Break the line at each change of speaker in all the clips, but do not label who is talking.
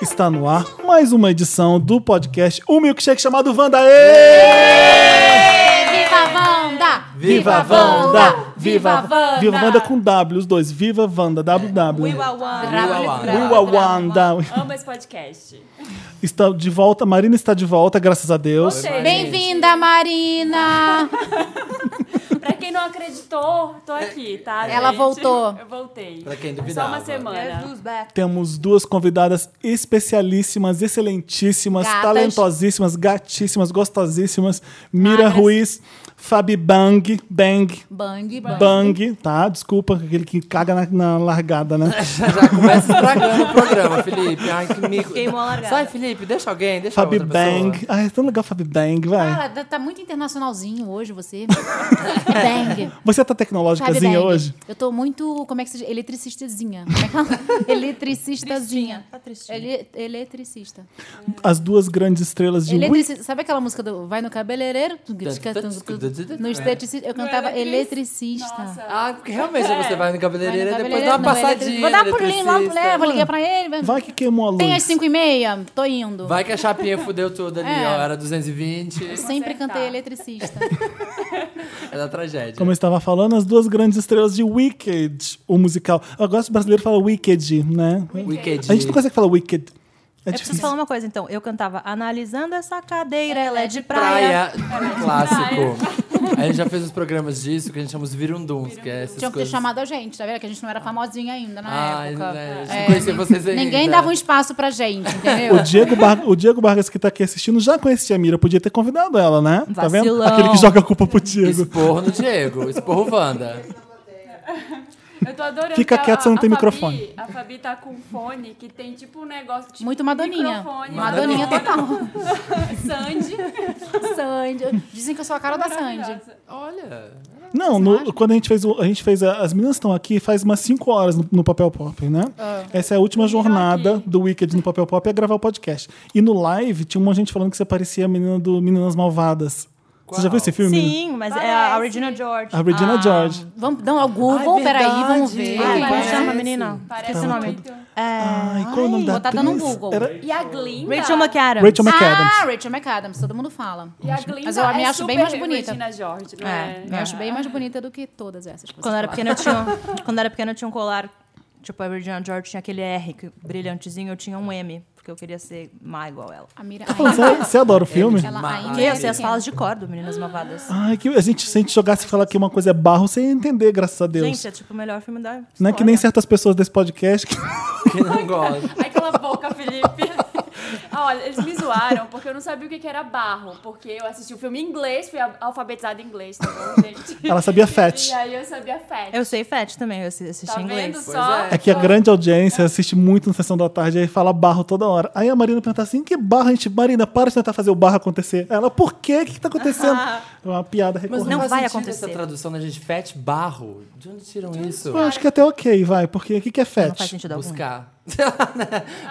Está no ar mais uma edição do podcast O Milkshake chamado Vanda. Ê!
Viva a Wanda!
Viva Vanda!
Viva Wanda!
Viva Vanda com W, os dois. Viva Vanda, WW.
Uiwa Wanda.
Brava,
Uiwa
Wanda.
Wanda.
Uiwa Wanda.
Amo esse podcast.
Está de volta, Marina está de volta, graças a Deus.
Gostei.
Bem-vinda, Marina!
Pra quem não acreditou, tô aqui, tá?
Ela
gente?
voltou.
Eu voltei. É
Pra quem
Só uma
duvidava.
semana.
Temos duas convidadas especialíssimas, excelentíssimas,
Gatas.
talentosíssimas, gatíssimas, gostosíssimas. Mira
Magras.
Ruiz, Fabi Bang, Bang,
Bang, bang.
Bang, tá? Desculpa, aquele que caga na, na largada, né?
Já começa tá estragando o programa, Felipe. Ai, que mico.
Queimou a largada.
Sai, Felipe, deixa alguém, deixa
Fabi
outra pessoa.
Bang. Ai, é tão legal Fabi Bang, vai.
Cara, tá- tá muito internacionalzinho hoje você. bang.
Você tá
Sabe,
tecnológicazinha
bang.
hoje?
Eu tô muito, como é que se diz? Eletricistazinha. Como é que ela- Eletricistazinha.
Tá tristinha.
Ele, eletricista.
As duas grandes estrelas de Wii.
Eletricista. Sabe aquela música do Vai no Cabeleireiro? No esteticista. Eu cantava eletricista.
Ah, porque realmente você vai no cabeleireiro e
É. Vai no
depois dá uma
cabeleireiro,
passadinha.
Vou dar um pulinho lá,
eletricista.
né? Vou ligar pra ele.
Vai que queimou a luz.
Tem às 5 e meia, tô indo.
Vai que a chapinha fudeu tudo ali,
É.
ó. Era 220.
Sempre
Consertar.
cantei eletricista.
É da tragédia.
Como eu estava falando, as duas grandes estrelas de Wicked, o musical. Eu gosto que o brasileiro fala Wicked, né?
Wicked.
A gente não consegue falar Wicked. É
Eu preciso
difícil.
falar uma coisa, então. Eu cantava Analisando essa cadeira, ela é de praia.
Praia, clássico. Aí a gente já fez uns programas disso que a gente chama os virunduns, que é essas
Tinham que ter
coisas. Ah.
chamado a gente, tá vendo? Que a gente não era famosinha ainda na
Ai,
época.
né, a gente
É,
não conhecia vocês ainda.
Ninguém dava um espaço pra gente, entendeu?
O Diego, Bar- o Diego Vargas, que tá aqui assistindo, já conhecia a Mira. Podia ter convidado ela, né? Tá vendo?
Vacilão.
Aquele que joga a culpa pro Diego.
Esporro no Diego, esporro Wanda.
Eu tô adorando.
Fica
que a-
quieto, você não
a
tem
Fabi-
microfone.
A Fabi tá com um fone que tem tipo um negócio tipo
Muito madoninha.
microfone,
Madoninha total.
Sandy.
Sandy. Dizem que eu sou a cara da Sandy.
Maravilhosa.
Olha,
Não, no- quando a gente fez, o- a gente fez a- as meninas estão aqui faz umas 5 horas no, no Papel Pop, né? Essa é a última jornada do Wicked no Papel Pop é gravar o podcast. E no live tinha uma gente falando que você parecia a menina do Meninas Malvadas. Você já viu
Qual?
esse filme?
Sim, mas é a
Parece.
Regina George.
A Regina George.
Vamos dar um Google,
Ai, é?
peraí, vamos
verdade.
ver.
Ah, como
Parece.
chama a menina?
Parece
Esqueci o nome.
muito.
Ai, qual é o nome da
vou tá dando um
atriz?
Google.
Era
E a Glinda.
Rachel McAdams.
Rachel McAdams.
Ah, Rachel McAdams, todo mundo fala.
E a Glinda
Mas eu me
é
acho bem
super
mais bonita.
Regina George, não
É.
é?
Eu acho bem mais bonita do que todas essas coisas.
Quando eu era pequena, eu tinha, quando eu era pequena, eu tinha um colar. Tipo, a Regina George tinha aquele R que- brilhantezinho, eu tinha um M, porque eu queria ser má igual ela.
A Mira
Você, você adora o filme?
ela
Mas-
Ah,
ainda
E
é
eu sei as
pequena.
falas de cor do Meninas Malvadas.
Ai, que a gente, se a gente jogasse e falar que uma coisa é barro, você ia entender, graças a Deus.
Gente, é tipo o melhor filme da história.
não é que nem certas pessoas desse podcast. que-
que não gosta.
Ai, cala a boca, Felipe. Ah, Olha, eles me zoaram porque eu não sabia o que que era barro. Porque eu assisti o filme em inglês, fui a- alfabetizada em inglês, tá bom, gente?
Ela sabia fat.
E aí eu sabia fat.
Eu sei Fat também, eu assi- assisti
tá
em
vendo
inglês.
só?
Pois
É que a grande audiência assiste muito no Sessão da Tarde e fala barro toda hora. Aí a Marina pergunta assim: que barro, gente? Marina, para de tentar fazer o barro acontecer. Ela, por quê? O que, que tá acontecendo? É uma piada
Mas
recorrente.
não,
Não
faz
vai
sentido
acontecer.
essa tradução da gente, fete barro. De onde tiram
Então,
isso?
Eu acho que é até ok, vai, porque o que, que é
Não faz
fat?
sentido algum.
Buscar.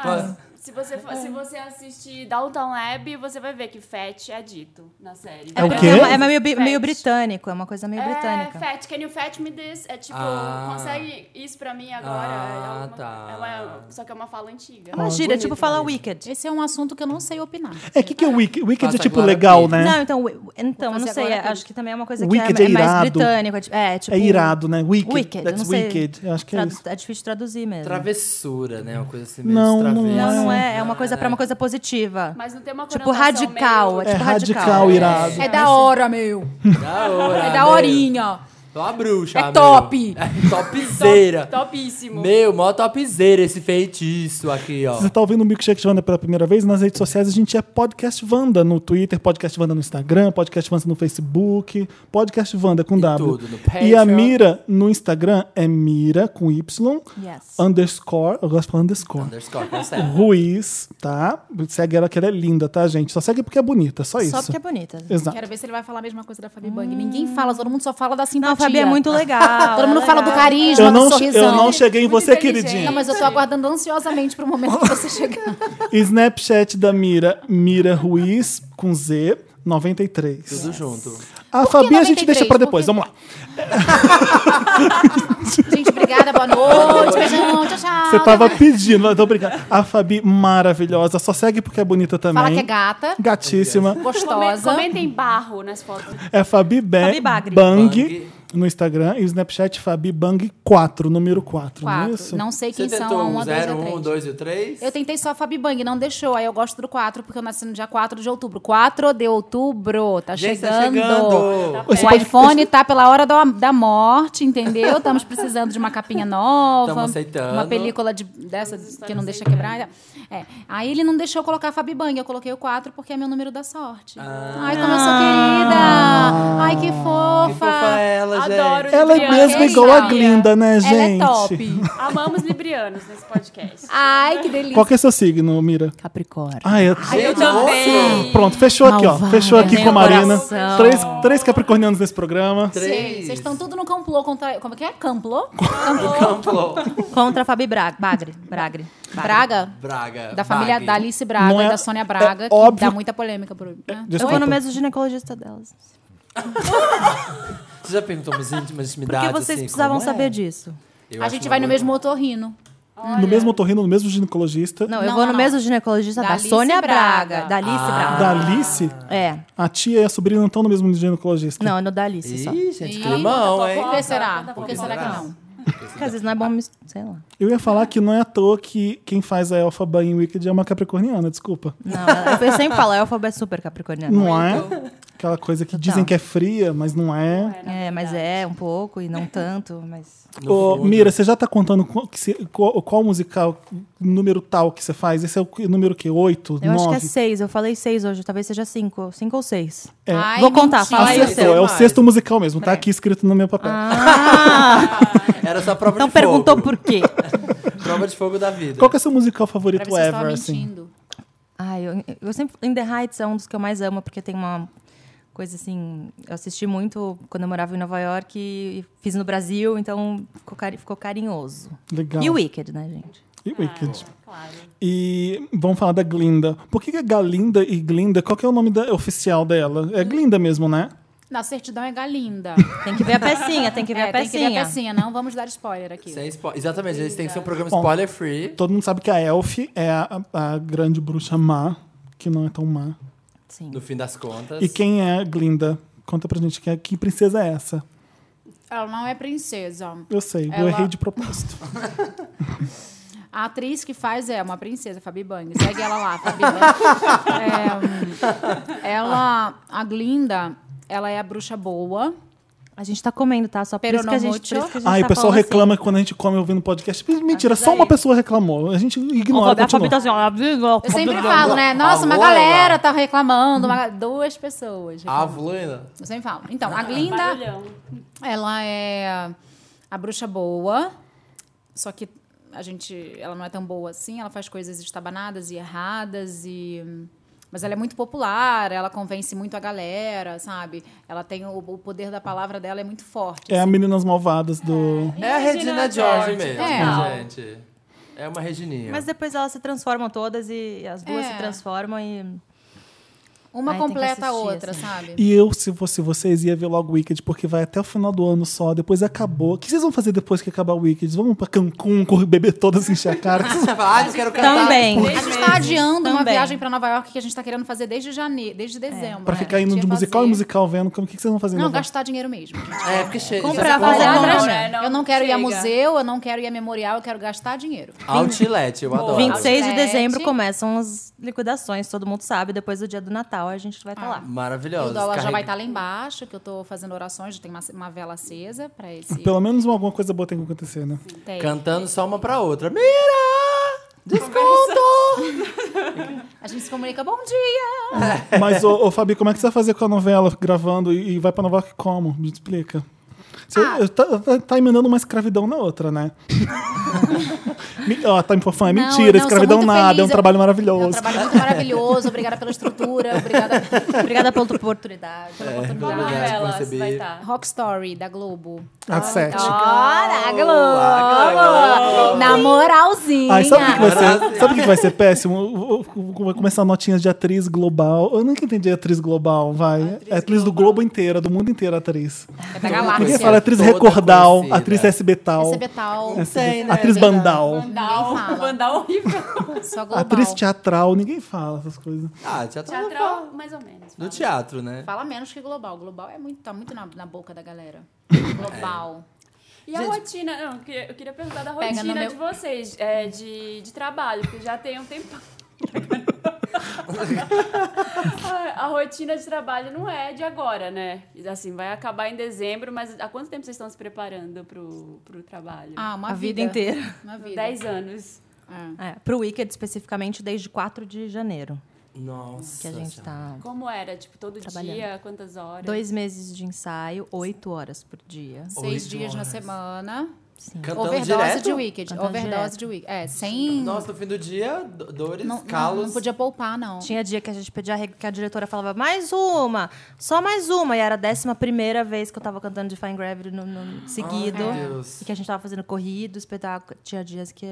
Ah, se, você, for- se você assistir Downtown Lab, você vai ver que fat é dito na série.
É o
porque
quê?
uma- é meio, bi-
Fat.
meio britânico, é uma coisa meio britânica.
É, fat, can you fat me this? É tipo,
Ah.
consegue isso pra mim agora?
Ah,
É alguma-
tá.
é uma- só que é uma fala antiga.
É uma gíria,
bonito,
tipo falar
bonito.
wicked.
Esse é um assunto que eu não sei opinar.
É, o que, que é wicked? Wicked é
Passa
tipo
agora,
legal,
Pedro.
né?
Não, então, wi- então eu
Vou
não
fazer
sei,
agora,
acho que também é uma coisa
Wicked
que é,
é
é mais
irado.
britânico. é ti- É, tipo,
É irado, né? Wicked.
Wicked, eu
That's
não sei.
wicked. Eu acho que é
tradu-
isso.
é difícil traduzir mesmo.
Travessura, né? Uma coisa assim meio
Não,
de travessa.
não
Não, não é, é
Não
uma coisa pra uma coisa positiva.
Mas não tem uma
Tipo
conotação
radical,
meio-
É
tipo
radical,
radical.
irado.
É da hora, meu.
Da hora.
É
Ah,
da
meu.
horinha.
Tô a bruxa.
É
meu.
top.
É
tipo-
topzera.
Topíssimo.
Meu, mó topzera esse feitiço aqui, ó.
Se você tá ouvindo o Milkshake de Wanda pela primeira vez, nas redes sociais a gente é Podcast Wanda no Twitter, Podcast Wanda no Instagram, Podcast Wanda no Facebook, Podcast Wanda com W.
tudo, no Patreon.
e a Mira no Instagram é Mira com Y,
Yes.
underscore, eu gosto de falar underscore.
Underscore, tá consegue.
Ruiz, tá? Segue ela que ela é linda, tá, gente? Só segue porque é bonita, só isso.
Só porque é bonita.
Exato.
Quero ver se ele vai falar a mesma coisa da Fabi Bang. Ninguém fala, todo mundo só fala da simpatia.
Não, a Fabi é muito legal.
Todo mundo
é
fala do
legal.
carisma,
Eu não,
do sorrisão.
eu não cheguei em
Muito
você,
inteligente.
queridinha.
Não, mas eu tô aguardando ansiosamente pro momento que você chegar.
Snapchat da Mira, Mira Ruiz com Z, 93.
Tudo junto.
A Fabi a gente
93?
deixa pra depois,
Por
vamos lá.
Gente, obrigada, boa noite, beijão, tchau, tchau.
Você tava pedindo, eu tô brincando. A Fabi, maravilhosa, só segue porque é bonita também.
Fala que é gata,
Gatíssima.
Come-
gostosa.
Comentem barro nas fotos.
É Fabi, Ba-
Fabi Bagri.
Bang
Bang.
no Instagram e o Snapchat Fabi Bang 4, número 4. Não é isso?
Quatro. Não sei
Você
quem
tentou
são a
um
1, a 2
0,
a
1,
3.
2 e o 3?
Eu tentei só a Fabi Bang, não deixou. Aí eu gosto do 4, porque eu nasci no dia 4 de outubro. 4 de outubro, tá
Gente, tá
chegando.
chegando.
Você
o
pode-
iPhone tá pela hora da, da morte, entendeu? Estamos precisando de uma capinha nova.
Tamo aceitando.
Uma película de- dessa que não deixa quebrar. É. Aí ele não deixou eu colocar a Fabi Bang, eu coloquei o 4 porque é meu número da sorte. Ai, como eu sou querida! Ai, que fofa!
Ah. Que fofa é. ela, gente.
Adoro gente.
Ela é
Libriana.
mesmo igual a
Gatíssima.
Glinda, né,
Ela
gente?
é top!
Amamos librianos nesse podcast.
Ai, que delícia!
Qual que é seu signo, Mira?
Capricórnio.
Ai, eu...
eu também.
Pronto, fechou aqui, ó.
Malvada.
Fechou aqui com a
Meu
Marina.
coração.
Três, três capricornianos nesse programa.
Gente, vocês estão tudo no complô contra. Como é que é? Complô?
Campo.
Contra a Fabi Braga. Bagre. Bragre.
Braga?
Braga.
Da família
Bagre.
da Alice Braga
Não é-
e da Sônia Braga,
é
que
óbvio-
dá muita polêmica por. né?
Eu vou
Desculpa.
no mesmo ginecologista delas.
Você já perguntou umas íntimas intimidades?
Porque vocês
assim,
precisavam
como é?
saber disso.
Eu
A
acho
gente
uma
vai no
boa
mesmo otorrino.
No mesmo torrino, no mesmo ginecologista.
Não, eu
Não,
vou
não,
no
não.
mesmo ginecologista
Da
da,
Alice
Sônia Braga.
Braga.
Da Alice Braga.
Da Alice,
É.
a tia e a sobrinha não estão no mesmo ginecologista.
Não, é no da Alice só.
Ih, gente,
Ih,
climão,
Por que
hein?
será? Por que será que não?
Porque às vezes não é bom, mis- sei lá.
Eu ia falar que não é à toa que quem faz a Elphaba em Wicked é uma capricorniana, desculpa.
Não, eu sempre falo, a Elphaba é super capricorniana.
Não é? Aquela coisa que dizem que é fria, mas não é.
É, mas é um pouco e não tanto, mas.
No
Ô,
fundo.
Mira, você já tá contando qual, que você- qual- qual musical, número tal que você faz? Esse é o que- número que? Oito?
Eu acho que é
Nove?
seis, eu falei seis hoje, talvez seja cinco. Cinco ou seis.
É.
Ai,
Vou contar,
mentira.
fala aí o
Acertou,
seu.
é o
mais.
sexto musical mesmo, tá aqui escrito no meu papel.
Era só prova
Então
de fogo.
perguntou por quê?
Prova de fogo da vida.
Qual que é seu musical
Pra ver
favorito
se eu estava
ever, assim?
mentindo.
Ai, eu, eu sempre. In the Heights é um dos que eu mais amo, porque tem uma coisa assim. Eu assisti muito quando eu morava em Nova York e, e fiz no Brasil, então ficou, cari- ficou carinhoso.
Legal.
E o Wicked, né, gente?
E Wicked.
Claro.
E vamos falar da Glinda. Por que, que é Galinda e Glinda? Qual que é o nome da- oficial dela? É Glinda mesmo, né?
Na certidão é Galinda.
Tem que ver a pecinha, tem que ver
É,
a
tem que ver
pecinha.
a pecinha, não vamos dar spoiler aqui.
Sem spo... Exatamente, eles têm que ser um programa
Bom.
spoiler free.
Todo mundo sabe que a Elf é a, a- a grande bruxa má, que não é tão má.
Sim.
No fim das contas.
E quem é a Glinda? Conta pra gente que, é- que princesa é essa.
Ela não é princesa.
Eu sei, eu
Ela-
errei de propósito.
A atriz que faz é uma princesa, Fabi Bang. Segue ela lá, Fabi Bang. É, hum, ela, a Glinda, ela é a bruxa boa.
A gente tá comendo, tá? Só por
Pero
isso que a
no
gente. Por
mucho.
isso que a gente
Ai, Ah,
tá
o pessoal
falando
reclama que quando a gente come ouvindo podcast. Mentira, só uma pessoa reclamou. A gente
Assim.
ignora.
a Fabi
continua.
tá assim, ó,
Eu sempre falo, né? Nossa, uma
Alô,
galera tá reclamando. uma- duas pessoas.
A
reclamam.
Vlana.
Eu sempre falo.
Ah,
Então, a Glinda,
Barulhão.
ela é a bruxa boa. Só que a gente... Ela não é tão boa assim. Ela faz coisas estabanadas e erradas e... Mas ela é muito popular, ela convence muito a galera, sabe? Ela tem o, o poder da palavra dela é muito forte.
É a Meninas Malvadas do.
É a
Regina
Regina George
George,
mesmo,
é.
gente. É uma Regininha.
Mas depois elas se transformam todas e as duas
É.
se transformam e.
Uma
Ai, tem que
completa a
assistir,
outra,
assim.
sabe?
E eu, se fosse vocês, ia ver logo Wicked, porque vai até o final do ano só, depois acabou. O que vocês vão fazer depois que acabar o Wicked? Vamos pra Cancún, correr beber todas, encher a cara. O que vocês-
Você fala, ah, eu quero cantar.
Também.
A gente tá adiando uma
Também. É.
viagem pra Nova York que a gente tá querendo fazer desde janeiro, desde dezembro.
Pra
né?
ficar
A
indo
gente
de
ia
musical em
fazer-
musical vendo, como o que que vocês vão fazer? em
Não,
Nova York?
gastar dinheiro mesmo.
É, porque chega.
Comprar,
Fazer
Olha,
atrás-
agora não,
é né? eu não quero ir a
chega.
museu, eu não quero ir a memorial, eu quero gastar dinheiro.
Outlet, eu adoro.
26 de
Outlet.
dezembro começam as liquidações, todo mundo sabe. Depois do dia do Natal a gente vai estar lá.
Ah. Maravilhoso.
o dólar já
Carrega-
vai tá estar lá embaixo, que eu tô fazendo orações, já tem uma, uma vela acesa pra esse.
Pelo menos alguma coisa boa tem que acontecer, né?
Tem.
Cantando só uma pra outra. Mira! Desconto!
A gente se comunica, bom dia!
Ah, Mas, ô, ô, Fabi, como é que você vai fazer com a novela gravando e, e vai pra Nova York como? Me explica. Você
Ah.
eu tá, tá- tá emendando uma escravidão na outra, né? Me- Ó, tá me fofã, é
Não,
mentira,
não,
escravidão
sou muito
nada,
feliz,
é um
eu-
trabalho
É um
maravilhoso.
trabalho muito maravilhoso, obrigada pela estrutura, obrigada
Obrigada pela oportunidade.
pela
Qual
oportunidade.
novela
Obrigado por
vai
receber.
estar?
Rock Story, da Globo.
A sete.
Ora,
Ah,
Globo! Na moralzinha.
Ai, sabe o que, que vai ser? Sabe o que que vai ser péssimo? O- o- o- Vai começar notinhas de atriz global. Eu nunca entendi atriz global, vai. é atriz do globo é inteira, do mundo inteiro atriz.
Vai pegar lá.
Ninguém Você fala atriz
Toda
Recordal,
conhecida.
atriz SBTal,
Receber tal.
SB
sei, né?
atriz
É verdade.
Bandal,
Ninguém fala.
Vandal horrível.
Só global.
atriz teatral, ninguém fala essas coisas.
Ah, teatro.
Teatral, mais ou menos.
Do teatro, né?
Fala menos que global. Global é muito, tá muito na, na boca da galera.
É.
Global.
E a
Gente-
rotina? Não, eu queria, eu queria perguntar da
Pega
rotina
no meu-
de vocês, é, de, de trabalho, porque já tem um tempão. a rotina de trabalho não é de agora, né? Assim, vai acabar em dezembro, mas há quanto tempo vocês estão se preparando pro, pro trabalho?
Ah, uma
A vida inteira.
Uma vida.
Dez anos.
É.
É, pro Wicked, especificamente, desde 4 de janeiro.
Nossa.
Que a gente tá...
Como era? Tipo, todo
Trabalhando.
dia? Quantas horas?
Dois meses de ensaio, oito horas por dia.
Seis
Oito
dias na
horas.
semana.
Sim.
Cantando
assim. overdose
direto?
de Wicked.
Cantando
overdose
direto.
de Wicked. É, sem.
Nossa, no fim do dia, do- dores,
não, não,
calos.
não podia poupar, não.
Tinha dia que a gente pedia re- que a diretora falava mais uma, só mais uma. E era a décima primeira vez que eu tava cantando de Fine Gravity no, no seguido.
Ai, meu Deus.
E que a gente tava fazendo corrido, espetáculo. Tinha dias que.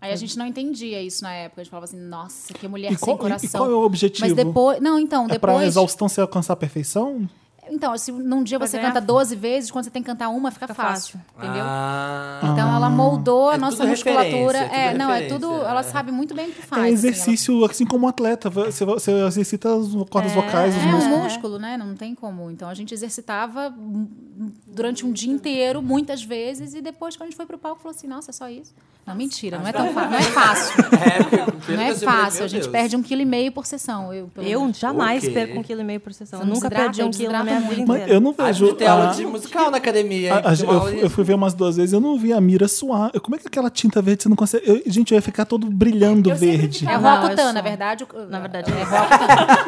Aí a gente não entendia isso na época. A gente falava assim, nossa, que mulher
E qual,
sem
e- e
coração.
qual é o objetivo?
Mas depois. Não, então,
É pra
depois.
exaustão se alcançar a perfeição?
Então, se num dia
Pra
você
ganhar-
canta 12 vezes, quando você tem que cantar uma, fica,
Fica
fácil,
fácil.
Entendeu?
Ah.
Então ela moldou a
É
nossa
tudo
musculatura.
referência, é
É,
tudo
não, é
referência,
tudo.
é.
Ela sabe muito bem o que faz.
é
assim,
exercício, assim, como um atleta. Você, você exercita as cordas vocais, os
ela- É
músculos.
um músculo, né? Não tem como. Então a gente exercitava hum, durante um dia inteiro, muitas vezes, e depois, quando a gente foi pro palco, falou assim: nossa, é só isso. Não, mentira, não é tão fácil. Não é fácil.
É, porque, pelo
Não
que
é
eu sei,
fácil.
meu
A gente
Deus.
perde um quilo e meio por sessão. Eu, pelo menos.
Eu jamais
Ok.
perco um quilo e meio por sessão.
Você
Eu
não
nunca
desidrata?
perdi um
Eu
quilo na minha
desidrato
vida
muito.
Mas
inteira.
eu não
Ah,
vejo.
devia ter aula
a-
de musical na academia, hein?
a- a-
Tem uma aula
eu,
de-
eu fui ver umas duas vezes, eu não vi a Mira suar. Eu- Como é que aquela tinta verde você não consegue. eu- gente, eu ia ficar todo brilhando
Eu sempre
verde.
É
ficava- Não, eu
Roacutan,
sou-
na verdade.
Na verdade, é.
A-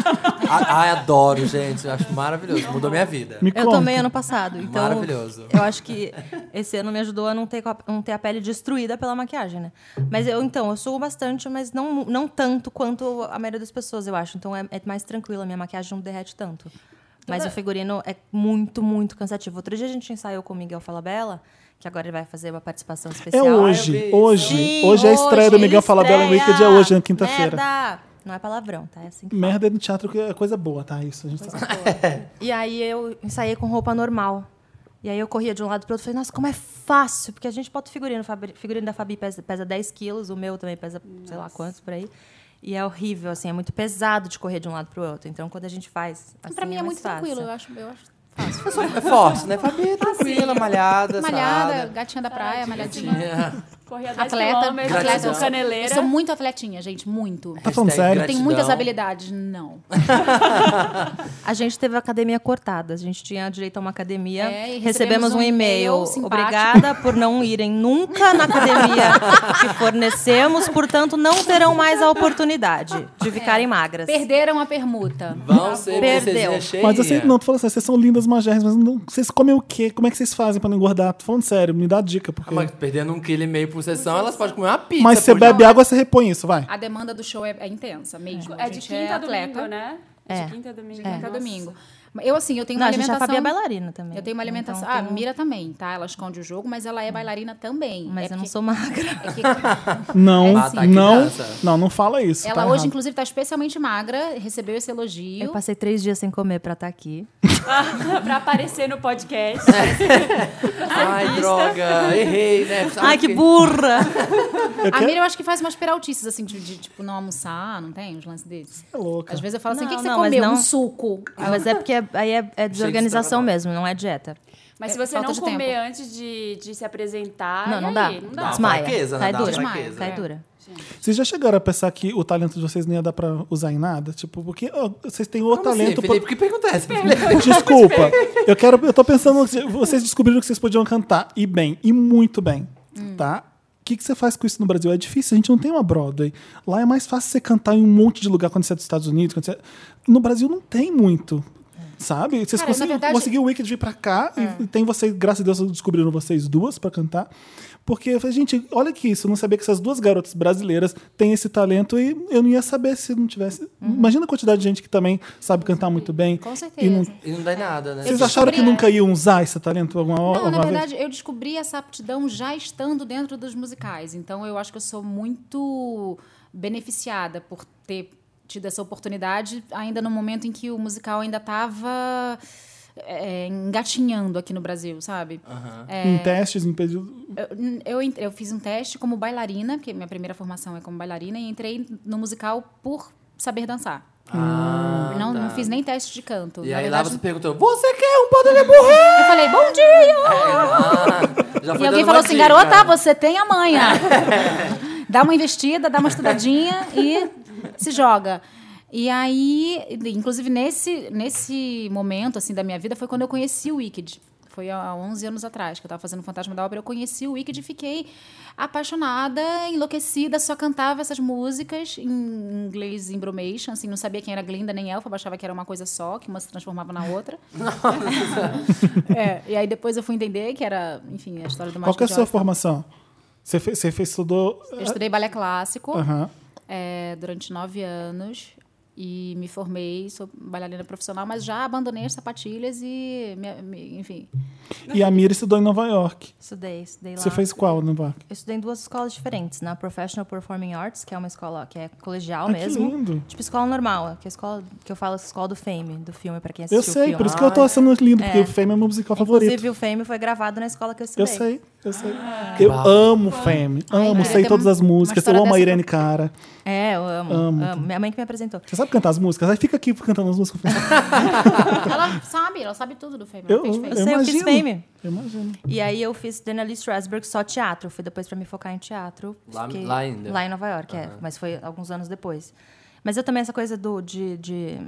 Ah, Ai, adoro, gente. Eu Acho maravilhoso. Mudou minha vida.
Me
Eu
conta.
tomei ano passado, então.
Maravilhoso.
Eu acho que esse ano me ajudou a não ter, co- a não ter a pele destruída pela maquiagem, né? Mas eu, então, eu suo bastante, mas não, não tanto quanto a maioria das pessoas, eu acho. Então é, é mais tranquilo, a minha maquiagem não derrete tanto. Mas o figurino é muito, muito cansativo. Outro dia a gente ensaiou com o Miguel Falabella, que agora ele vai fazer uma participação
É
especial.
Ah, eu vi
hoje,
isso.
hoje.
Sim,
hoje é a estreia do
hoje
Miguel
ele
Falabella no
estreia.
Wicked, é hoje, na quinta-feira.
Merda! Não é palavrão, tá? É assim que
Merda no teatro que é coisa boa, tá? Isso, a gente
é.
sabe.
E aí eu ensaiei com roupa normal. E aí eu corria de um lado pro outro e falei, nossa, como é fácil, porque a gente bota o figurino. O Fabi- figurino da Fabi pesa, pesa 10 quilos, o meu também pesa sei lá quantos por aí. E é horrível, assim, é muito pesado de correr de um lado pro outro. Então quando a gente faz. Assim,
Pra mim é
mais
muito
fácil.
tranquilo, eu acho. Eu acho
É forte, né, Fabi? Tranquila, malhada,
Tá assim. malhada,
sarada.
gatinha da praia, malhadinha.
Tinha-
Corria 10
Atleta,
quilômetros, um
atleta.
Gratidão.
com caneleira.
Eu sou muito atletinha, gente, muito.
Tá falando sério?
Eu tenho muitas habilidades, não.
A gente teve a academia cortada, a gente tinha direito a uma academia.
É, e recebemos
recebemos,
um
um e-mail.
e-mail simpático.
Obrigada por não irem nunca na academia que fornecemos, portanto, não terão mais a oportunidade de ficarem magras.
É. Perderam a permuta.
Vão ser
Perdeu.
princesinha cheia.
Mas assim, não, tô falando sério, vocês são lindas, magérrimas, mas não, vocês comem o quê? Como é que vocês fazem pra não engordar? Tô falando sério, me dá dica, porque.
Ah, mas perdendo um quilo e meio por sessão, elas
é
podem comer uma pizza.
Mas você
por
bebe
dia.
água, você repõe isso, vai.
A demanda do show é, é intensa mesmo.
É de quinta a
atleta.
domingo, né?
É.
De quinta a domingo.
Quinta a
Nossa.
domingo. Eu, assim, eu tenho
Não,
uma
a gente, a
alimentação...
Fabi é bailarina também.
Eu tenho uma alimentação...
Então,
ah,
tem um- Hum.
Mira também, tá? Ela esconde o jogo, mas ela é bailarina também.
Mas
É
eu não
porque-
sou magra.
é que
Não,
Ah, tá, que
não,
graça.
não, não fala isso.
ela
tá
hoje,
errado.
inclusive, tá especialmente magra, recebeu esse elogio.
Eu passei três dias sem comer pra estar aqui.
pra aparecer no podcast.
Ai, droga. Errei, né? Sabe
Ai, que burra!
Eu
A
quero-
Mira, eu acho que faz umas peraltices, assim, de, de, tipo, não almoçar, não tem? Os lances desses.
É louca.
Às vezes eu falo assim, o que,
Não,
que você
não, mas
comeu?
não-
Um suco.
Mas é porque é- aí é, é desorganização
estava
mesmo, não é dieta.
Mas se
É,
você
falta
não
de
comer
tempo.
antes de, de se apresentar,
não, não
e
dá.
aí?
Dá
Não
uma
dá.
Tá
Desmaia.
fraqueza, né?
cai
Dá uma
dura.
fraqueza.
Cai
É.
dura.
Vocês já chegaram a pensar que o talento de vocês não ia dar pra usar em nada? Tipo, porque ó, vocês têm o
Como
talento.
assim,
pra-
Felipe? Que pergunta é essa? Felipe?
Desculpa. Eu quero. Eu tô pensando. que Vocês descobriram que vocês podiam cantar. E bem, e muito bem.
Hum.
Tá? O que, que você faz com isso no Brasil? É difícil, a gente não tem uma Broadway. Lá é mais fácil você cantar em um monte de lugar quando você é dos Estados Unidos. quando você- No Brasil não tem muito. Sabe? Vocês
É. Cara, na
conseguiram
verdade- É.
conseguiram o Wicked vir pra cá e tem vocês, graças a Deus, descobriram vocês duas pra cantar. Porque eu falei, gente, olha que isso, eu não sabia que essas duas garotas brasileiras têm esse talento e eu não ia saber se não tivesse. Imagina a quantidade de gente que também sabe cantar muito bem.
Uhum. Com
e
certeza.
não
E não dá em nada, né?
vocês acharam que
descobri-
nunca iam usar esse talento alguma hora?
Não, na
alguma
verdade, eu descobri essa aptidão já estando dentro dos musicais. Então, eu acho que eu sou muito beneficiada por ter tido essa oportunidade, ainda no momento em que o musical ainda estava é, engatinhando aqui no Brasil, sabe?
Aham.
Em testes, em período.
Eu, eu, entre- eu fiz um teste como bailarina, porque minha primeira formação é como bailarina, e entrei no musical por saber dançar.
Ah,
não,
tá.
não fiz nem teste de canto.
E
Na
aí lá
verdade,
você perguntou, você quer um poder de burro?
Eu falei, bom dia! ah.
Já foi
E alguém
dando
falou
uma
assim,
dica.
garota, você tem a manha. dá uma investida, dá uma estudadinha e se joga. E aí, inclusive nesse, nesse momento assim da minha vida foi quando eu conheci o Wicked. Foi há 11 anos atrás que eu tava fazendo Fantasma da Ópera, eu conheci o Wicked e fiquei apaixonada, enlouquecida, só cantava essas músicas em inglês, em bromation, assim, não sabia quem era Glinda nem Elfaba, achava que era uma coisa só, que uma se transformava na outra. É, e aí depois eu fui entender que era, enfim, a história do
Qual
Mágico
que é a
de
sua
Oz.
formação? Você fez, você fez estudou.
Eu estudei balé clássico
Aham.
é, durante nove anos e me formei, sou bailarina profissional, mas já abandonei as sapatilhas e, me- me- enfim,
E a Mira estudou em Nova York.
Estudei, estudei lá.
Você fez qual em Nova York?
Eu estudei em duas escolas diferentes. Na Professional Performing Arts, que é uma escola que é colegial
Ah, que
mesmo.
lindo.
Tipo escola normal, que é a escola que eu falo, escola do Fame, do filme, pra quem
Eu
assistiu o
sei,
filme.
por isso que eu tô achando lindo, porque o Fame é meu musical favorito.
Inclusive, o Fame foi gravado na escola que eu estudei.
Eu sei, eu sei. Eu amo Fame, amo,
Ai,
sei
tem
todas
uma-
as músicas,
uma história
eu amo a
dessa
Irene Cara.
É, eu amo.
Amo.
amo. Minha mãe que me apresentou.
Você sabe cantar as músicas? Aí fica aqui cantando as músicas.
ela sabe, ela sabe tudo do Fame.
Eu-
ela fez Fame.
Eu sei, eu fiz
imagino.
Fame.
Eu imagino.
E aí eu fiz Daniela Strasberg só teatro. Fui depois pra me focar em teatro.
Lá-
Fiquei-
lá ainda?
Lá em Nova York, é. Mas foi alguns anos depois. Mas eu também, essa coisa do, de, de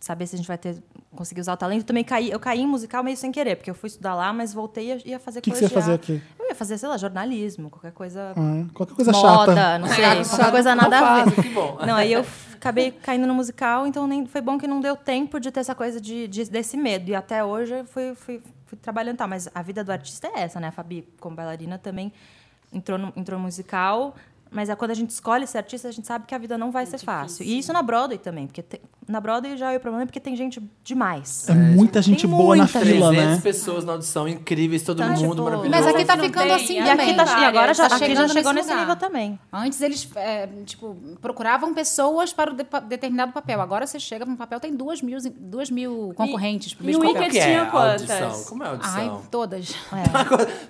saber se a gente vai ter, conseguir usar o talento, também caí, eu caí em musical meio sem querer, porque eu fui estudar lá, mas voltei e ia fazer
O que que você ia fazer aqui?
Eu ia fazer, sei lá, jornalismo, qualquer coisa
Ah, qualquer coisa
moda,
chata.
não sei, uma coisa nada a
faz,
ver.
que bom.
Não, aí eu f- acabei caindo no musical, então nem foi bom que não deu tempo de ter essa coisa de, de- desse medo. E até hoje eu fui, fui, fui trabalhando, tá? Mas a vida do artista é essa, né? A Fabi, como bailarina, também entrou no, entrou no musical. Mas é quando a gente escolhe ser artista, a gente sabe que a vida não vai ser fácil. E isso na Broadway também, porque tem- na Broadway já é o problema porque tem gente demais.
É muita gente boa na
muita
fila,
300
né?
pessoas na audição, incríveis, todo
Tá,
mundo
tipo,
maravilhoso.
Mas aqui tá
Não
ficando
tem,
assim
E
é.
também.
aqui, tá, e agora já,
Tá
aqui já
chegando
chegou
nesse
nesse nível
lugar.
também.
Antes eles, é, tipo, procuravam pessoas para o de- pa- determinado papel. Agora você chega para um papel, tem duas mil, duas mil concorrentes pro
e
um
mesmo
o
papel.
Como que é
tinha
a audição?
quantas?
Como é a
Ai,
audição?
todas.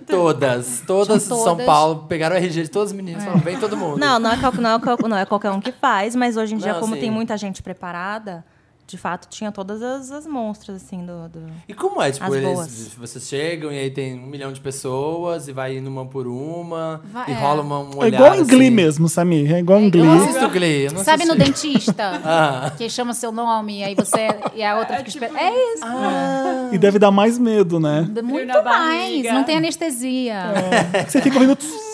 Todas, todas de
Tinha
São
todas. É.
Paulo pegaram o RG de todos os meninos, falaram, vem todo mundo.
Não, não é, qual- não, é qual- não é qualquer um que faz, mas hoje em dia,
Não,
como
sim.
tem muita gente preparada, de fato tinha todas as, as monstras, assim, do. do-
E como é, tipo,
As
eles,
boas.
vocês chegam e aí tem um milhão de pessoas e vai indo uma por uma
Vai-
e
é.
rola uma, um
É
olhar,
igual em
assim.
Glee mesmo, Samir. É igual em
Eu
Glee.
não assisto Glee, eu não
Sabe no
assisti.
dentista?
Ah.
Que chama seu nome, aí você. E a outra fica
tipo
esperando. É isso.
E deve dar mais medo, né?
na
Muito mais.
barriga.
Não tem anestesia.
Você fica ouvindo tss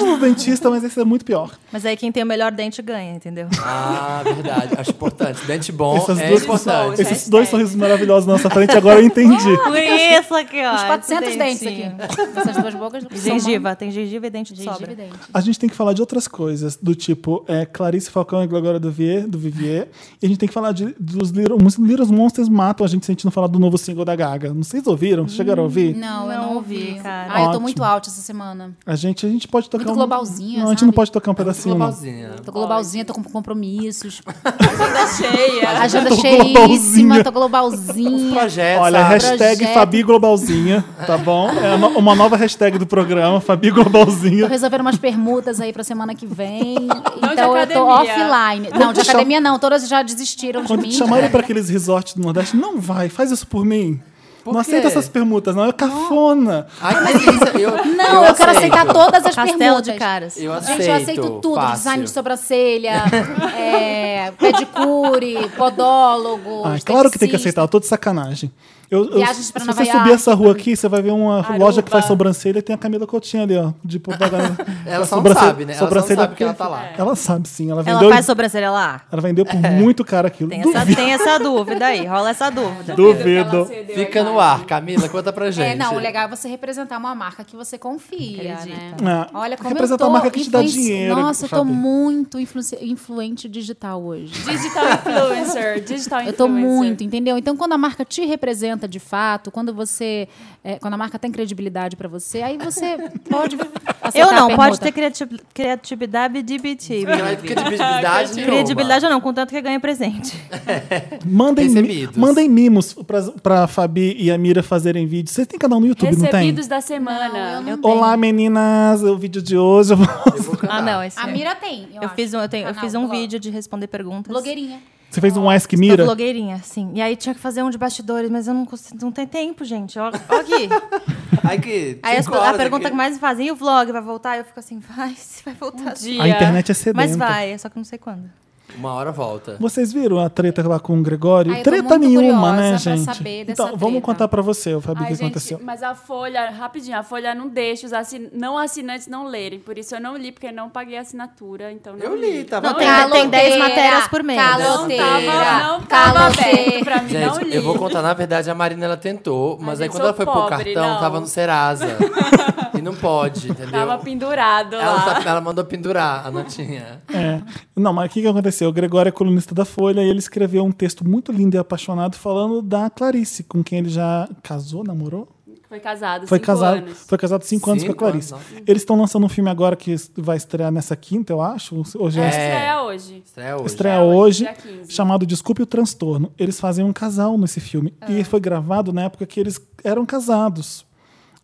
no dentista, mas esse é muito pior.
Mas aí quem tem o melhor dente ganha, entendeu?
Ah, verdade, acho importante. Dente bom
Essas
é
duas-
importante.
Esse-
Esses dois sorrisos maravilhosos na nossa frente, agora eu entendi.
Por isso aqui, ó.
Os
esse
400 dentes aqui.
dentinho.
Essas duas bocas.
E gengiva, tem gengiva e dente de
Gengiva
sobra.
e dente.
A gente tem que falar de outras coisas, do tipo é, Clarice Falcão e Glória do, Vier, do Vivier. E a gente tem que falar de, dos Little, Little Monsters Matam a gente se a gente não falar do novo single da Gaga. Não vocês ouviram? Chegaram a ouvir?
Não, eu
Não
não
ouvi,
ouvi.
cara.
Ah, eu tô
Ótimo.
muito alta essa semana.
A gente, a gente pode tocar
Muito
um...
globalzinha,
Não, a gente
sabe?
não pode tocar um pedacinho, não.
Globalzinha.
Tô globalzinha, tô com compromissos.
Tá cheia.
Agenda
Tô globalzinha.
cheíssima, tô globalzinha.
Projeto,
Olha,
sabe?
hashtag
Projeto.
Fabi Globalzinha, tá bom? É no- uma nova hashtag do programa, Fabi
Tô
Globalzinha.
resolvendo umas permutas aí pra semana que vem.
de
então eu tô
academia.
offline. Não, de
te cham-
academia não. Todas já desistiram de
Quando
mim.
te chamarem pra aqueles resorts do Nordeste, não vai, faz isso por mim.
Por
não
quê?
aceita essas permutas, não. É cafona.
Ai, que delícia,
É
eu,
Não, eu quero aceitar
aceito.
todas as
Castelo
permutas.
de caras.
Eu aceito,
Gente, eu aceito tudo.
fácil.
Design de sobrancelha, é, pedicure, podólogo,
Ah, claro que tem que
esteticista.
aceitar, eu tô de sacanagem. Eu, eu-
Viagens pra
se
Nova
você subir
York.
essa rua aqui, você vai ver uma
Aruba.
loja que faz sobrancelha e tem a Camila Coutinho ali, ó. De propaganda.
Ela só não
Sobrance-
sabe, né? Ela só não
sobrancelha
sabe que ela tá lá. É.
Ela sabe sim, ela
Ela
vendeu,
faz sobrancelha lá?
ela vendeu por muito caro aquilo.
Tem
Duvido.
essa, tem essa dúvida aí, rola essa dúvida.
Duvido.
Fica no ar, Camila, conta pra gente.
É, não, o legal é você representar uma marca que você confia,
Acredita.
né?
É,
Olha como
representar
eu tô
a marca que te dá
influenci-
dinheiro,
Nossa, eu tô
Fabi.
muito influenci- influente digital hoje.
Digital influencer, digital influencer.
Eu tô muito, entendeu? Então, quando a marca te representa, representa de fato, quando você. é, quando a marca tem credibilidade para você, aí você pode.
Eu
aceitar a
não,
permuta.
pode ter criati- criatividade de BT.
Não é credibilidade nenhuma.
Credibilidade ou não, contanto que ganha presente.
Mandem, mi-
Recebidos.
mandem mimos pra, pra Fabi e a Mira fazerem vídeo. Vocês têm canal no YouTube,
Recebidos da
Não, eu
semana.
não
não tem? Olá, meninas. é O vídeo de hoje. eu vou-
Eu vou cantar.
Ah, não, esse
A
é.
Mira tem. Eu,
Eu
acho,
fiz um, eu tenho, eu
canal,
fiz um
blog.
vídeo de responder perguntas.
Blogueirinha.
Você fez um Ask
Sou
Mira?
blogueirinha, sim. E aí tinha que fazer um de bastidores, mas eu não consigo, não tem tempo, gente. Ó, ó aqui.
Ai, que
aí as-
cinco
a
horas
pergunta
aqui.
que mais me fazem, e o vlog vai voltar? Eu fico assim, vai, se vai voltar.
Um
sim.
A internet é sedenta.
Mas vai, só que não sei quando.
Uma hora volta.
Vocês viram a treta lá com o Gregório?
Ah, eu tô
treta
muito
nenhuma,
curiosa
né,
pra
gente?
saber dessa
então, vamos
treta.
contar pra você, Fabi, o que
Ai, gente,
aconteceu.
mas a Folha, rapidinho, a Folha não deixa os assin... não assinantes não lerem. Por isso eu não li, porque não paguei a assinatura, então não
Eu li, tá? tava
Não,
lá.
tem- tem 10 matérias por mês.
Não
Caloteira.
Tava, não tava aberto pra mim, não
Gente,
li.
eu vou contar, na verdade, a Marina ela tentou, mas
Ai,
aí
gente,
quando ela
sou
foi pro
pobre,
cartão,
não.
tava no Serasa. e não pode, entendeu?
Tava pendurado
ela,
lá.
tá- ela mandou pendurar a notinha.
É. Não, mas o que, que aconteceu? O Gregório é colunista da Folha e ele escreveu um texto muito lindo e apaixonado falando da Clarice, com quem ele já casou, namorou?
Foi casado,
Foi
cinco
casado,
anos.
foi casado cinco anos com a
Cinco anos,
Clarice. Eles estão lançando um filme agora que vai estrear nessa quinta, eu acho. Hoje
É.
é,
Estreia
Estreia
hoje.
hoje.
estreia
É,
Estreia
hoje,
hoje, dia 15.
chamado Desculpe o Transtorno. Eles fazem um casal nesse filme.
Ah.
E foi gravado na época que eles eram casados.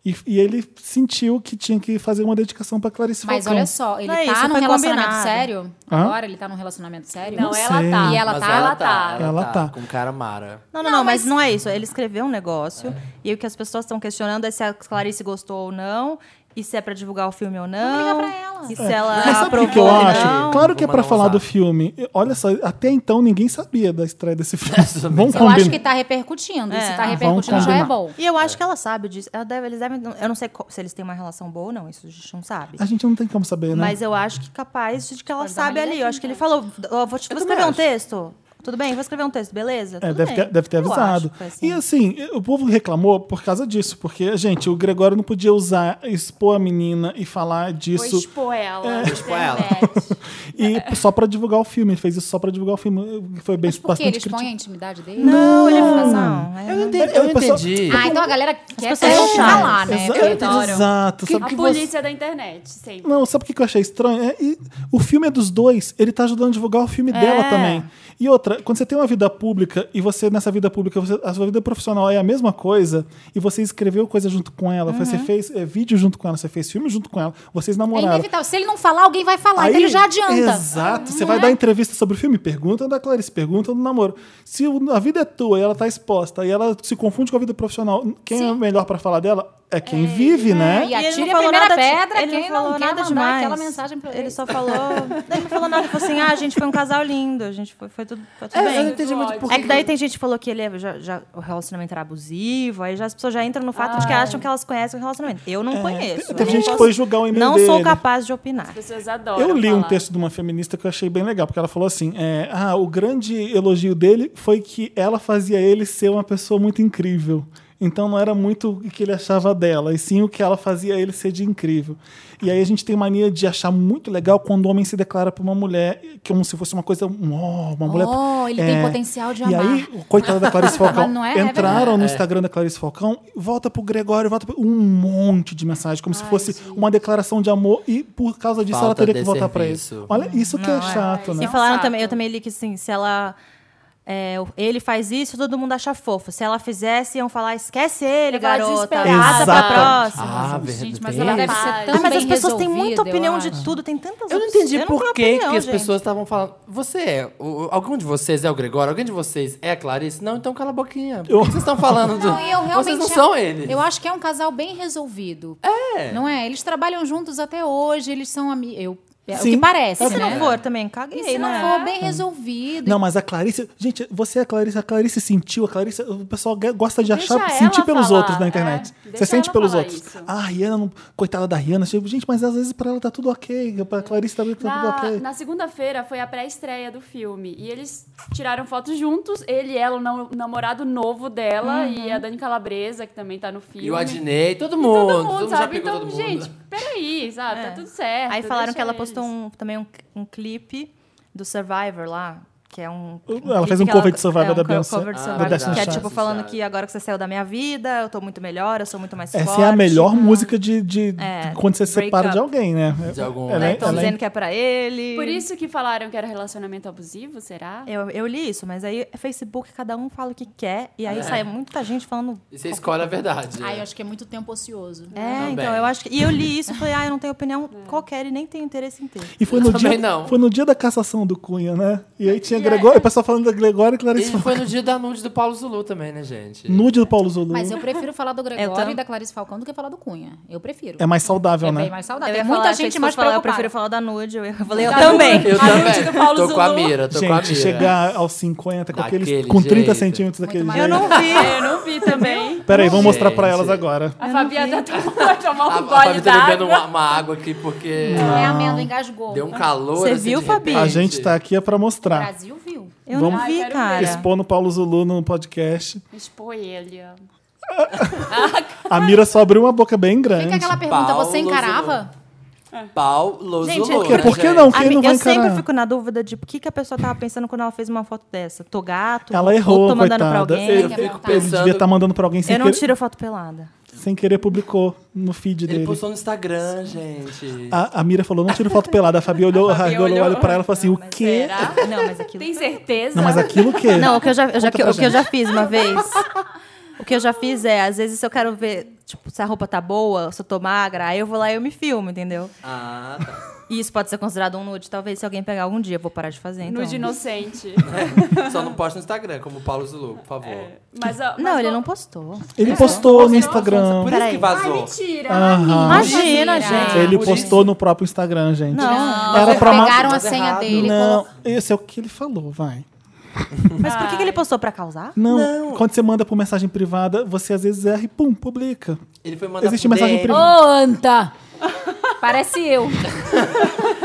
E, e ele sentiu que tinha que fazer uma dedicação pra Clarice
Mas
Falcão.
olha só, ele
Não é isso,
tá num
foi
relacionamento
combinado.
sério?
Hã?
Agora ele tá num relacionamento sério?
Não,
Não
ela
sei.
tá.
E ela
Mas
tá?
ela tá.
Ela tá.
Com cara mara.
Não, não, não, mas... não é isso. Ele escreveu um negócio e o que as pessoas estão questionando é se a Clarice gostou ou não, e se é pra divulgar o filme ou
liga
não.
pra ela.
E se ela
Mas sabe o
É. Sabe o
aprovou
que, que eu
ou
acho?
não.
Claro que é
Vou
pra
mandar um
falar do
zap.
filme. E Olha só, até então ninguém sabia da estreia desse filme. Vamos
Eu acho que
combinar.
tá repercutindo. e Se tá
É.
repercutindo,
Vamos
já é
combinar.
bom.
E eu acho que ela sabe disso. Ela deve, eles devem, eu não sei co- se eles têm uma relação boa ou não, isso a gente não sabe.
A gente não tem como saber, né?
Mas eu acho que capaz de que ela
Pode dar uma
sabe ali.
ligadinha,
Eu acho que ele falou, ó, vou, te- vou
também
escrever um
acho.
texto. Tudo bem? Vou escrever um texto, beleza?
É,
Tudo
deve,
bem.
ter, deve ter
Eu acho
avisado.
que foi assim.
E assim, o povo reclamou por causa disso, porque, gente, o Gregório não podia usar, expor a menina e falar
Vou
disso.
expor ela. na
expor ela.
internet.
E só pra divulgar o filme, ele fez isso só pra divulgar o filme. Foi bem
Porque
bastante
ele
crítico.
expõe a intimidade dele?
Não, ele faz não. É.
entendi.
Eu entendi.
Ah, então a galera quer
pessoas são
falar,
chatas.
né?
Exa-
Vitória?
Exato. Sabe
A
Então que você-
polícia da internet, sempre.
Não, sabe o que que eu achei estranho? É, e o filme é dos dois, ele tá ajudando a divulgar o filme
É.
dela também. E outra, quando você tem uma vida pública e você, nessa vida pública, você- a sua vida profissional é a mesma coisa, e você escreveu coisa junto com ela, você fez é, vídeo junto com ela, você fez filme junto com ela, vocês
Uhum. É
namoraram.
inevitável. Se ele não falar, alguém vai falar. então ele já adianta. Uhum.
Exato. Você vai dar entrevista sobre o filme? Pergunta da Clarice, pergunta do namoro. Se o- a vida é tua e ela tá exposta e ela se confunde com a vida profissional, quem é melhor pra falar dela? É quem vive, né?
E
ele
atire
não
a
falou
primeira
nada de-
pedra,
ele não
quem
falou
não, quer
nada
mandar
demais.
aquela mensagem pra ele.
Ele só falou. ele não falou nada. Ele falou assim: ah, gente, foi um casal lindo. A gente foi, foi tudo, foi tudo
É, eu não
bem.
entendi muito por
É que daí tem gente que falou que ele é- já, já- o relacionamento era abusivo, aí já, as pessoas já entram no fato
Ah.
de que acham que elas conhecem o relacionamento. Eu não conheço.
Teve
eu
É, gente que
não
foi julgar o e-mail
Não
dele.
sou capaz de opinar.
As pessoas adoram
Eu li um
falar.
texto de uma feminista que eu achei bem legal, porque ela falou assim: é, ah, o grande elogio dele foi que ela fazia ele ser uma pessoa muito incrível. Então não era muito o que ele achava dela, e sim o que ela fazia ele ser de incrível. E aí a gente tem mania de achar muito legal quando o homem se declara pra uma mulher, como se fosse uma coisa, "Oh, uma mulher.
Oh, ele tem potencial de
É. e
amar."
aí, coitada da Clarice Falcão,
Mas não é, é
entraram no Instagram da Clarice Falcão, volta pro Gregório, volta pro... um monte de mensagem, como se fosse uma declaração de amor, e por causa disso ela
Falta
teria
de
que voltar pra ele.
serviço.
Olha, isso que é
Não, é.
chato, né?
E falaram
Saco.
também, eu também li que assim, se ela. é, o- ele faz isso, todo mundo acha fofo. Se ela fizesse, iam falar, esquece ele,
Ia falar
garota.
desesperada
Passa pra
pra-
próxima.
Ah,
Gente,
verdade.
mas ela deve ser
Ah,
tão
Ah, mas
bem
as pessoas têm
resolvida,
muita
eu
opinião de
acho.
tudo, tem tantas
Eu não
opções.
entendi
Eu
por
tenho
que
opinião,
que as
gente.
pessoas estavam falando. Você é. o- algum de vocês é o Gregório? Alguém de vocês é a Clarice? Não, então cala a boquinha. Por que
Eu-
vocês estão falando do.
Não, e eu realmente
vocês não
a-
são eles.
Eu acho que é um casal bem resolvido. É. Não é? Eles trabalham juntos até hoje, eles são amigos. Eu... É o
Sim. Tá
que parece,
E Então, se
né?
não for também, caguei,
E se não
né?
for bem resolvido.
Não, mas a Clarice. Gente, você é a Clarice, a Clarice sentiu, a Clarice. O pessoal ga- gosta de
Deixa
achar,
ela
sentir pelos
falar,
outros na
é.
internet.
Deixa
Você sente
ela
pelos
falar
outros.
isso.
Ah, a Rihanna, não- coitada da Rihanna. Tipo, gente, mas às vezes pra ela tá tudo ok. Pra Clarice também tá tudo
Na,
ok.
na segunda-feira foi a pré-estreia do filme. E eles tiraram fotos juntos. Ele e ela, o nam- namorado novo dela. E a Dani Calabresa, que também tá no filme.
E o Adnei, todo
Todo
mundo.
mundo,
já
sabe?
pegou
Então,
todo mundo.
gente, peraí, sabe?
É.
Tá tudo certo.
Aí falaram
deixa
que ela
eles.
postou um- também um, um clipe do um Survivor lá. que é um.
Ela fez um
que
cover de Survivor da
co-
Beyoncé.
cover de
Ah,
Survivor,
da Destiny
que é
Child.
tipo falando que agora que você saiu da minha vida, eu tô muito melhor, eu sou muito mais
Essa
forte.
é a melhor música de, de-
É,
de quando você
break
separa
up.
de alguém, né?
De algum-
Ela,
Né?
é-
Estão
ela é-
dizendo que é pra ele.
Por isso que falaram que era relacionamento abusivo, será?
Eu, eu li isso, mas aí é Facebook, cada um fala o que quer, e aí sai muita gente falando.
É. E você escolhe a verdade.
Ai, eu acho que é muito tempo ocioso.
É,
Também.
então eu acho que. E eu li isso e falei, ah, eu não tenho opinião qualquer e nem tenho interesse em ter.
E foi no,
Também
dia,
não.
foi no dia da cassação do Cunha, né? E aí tinha
E
Gregório,
é-
o pessoal falando da Gregório e Clarice
E
Falcão.
foi no dia da nude do Paulo Zulu também, né, gente?
Nude do Paulo Zulu.
Mas eu prefiro falar do Gregório
tam-
e da Clarice Falcão do que falar do Cunha. Eu prefiro.
É mais saudável,
É
né?
bem mais saudável.
ia
Tem muita
falar, achei que
gente
você
mais
fosse falar,
preocupada.
Eu prefiro falar da nude. Eu eu falei, eu
Da
também.
nude.
Eu
A nude
também.
do Paulo
tô com a
Zulu.
mira, tô
Gente,
com a mira.
chegar aos 50 com, aquele,
Daquele
com 30
jeito.
centímetros
Muito
daquele
mais-
jeito.
Eu não vi.
É, eu não vi também.
Peraí, vamos mostrar pra
Gente.
elas agora.
A Fabiana tá vai tomar
A, a
um gole
Fabi tá bebendo uma,
d'água.
uma água aqui porque
É, a amêndoa engasgou.
deu um calor.
Você
assim,
viu,
de
Fabi?
repente.
A gente tá aqui é pra
O
mostrar.
Brasil viu.
Eu
Vamos-
não
Ah,
vi,
quero
cara.
ver.
Expor no Paulo Zulu no podcast.
Expor ele. ó.
A Mira só abriu uma boca bem grande.
Fica aquela pergunta, você
Paulo
encarava?
Paulo
Gente,
Zulu.
é que-
né,
Por que
gente?
não?
A
Quem
mi-
não vai
eu sempre
encarar?
fico na dúvida de o que, que a pessoa tava pensando quando ela fez uma foto dessa. Tô gato?
Ela
Ou
errou,
tô mandando
coitada.
pra alguém?
Ele,
Quer
fico
voltar?
ele
pensando-
devia tá estar mandando pra alguém sem
Eu não
querer,
tiro foto pelada.
sem querer, publicou no feed
Ele
dele.
postou no Instagram, gente.
A, a Mira falou, não tiro foto pelada. A Fabi olhou,
Fabi
rasgou o
olhou.
olho pra ela e falou assim, o quê?
Será?
Não, mas aquilo.
Tem certeza?
Não, mas aquilo o quê?
Não, o que eu já, eu já-
Conta pra
o que eu
gente.
já fiz uma vez. O que eu já fiz é, às vezes, se eu quero ver, tipo, se a roupa tá boa, se eu tô magra, aí eu vou lá e eu me filmo, entendeu?
Ah, tá.
E isso pode ser considerado um nude, talvez, se alguém pegar algum dia, eu vou parar de fazer, então.
Nude inocente.
tá. Só não posta no Instagram, como o Paulo Zulu, por favor.
Mas, ó, mas
Não, ele
vou-
não postou.
Ele postou no Instagram.
Por isso que
Peraí.
Ah,
vazou.
mentira.
Aham.
Imagina,
Mentira.
gente.
Ele
Por
postou no próprio Instagram, gente.
Não.
Não,
Era pra ma-
pegaram a
Mas
senha
errado.
dele. e
Não, esse é o que ele falou, vai.
Mas por que,
Ah.
que ele postou pra causar?
Não, quando você manda por mensagem privada, você às vezes erra e pum, publica.
Ele foi mandar
Existe
pro
mensagem
DM.
Ô,
privada.
anta! Parece eu.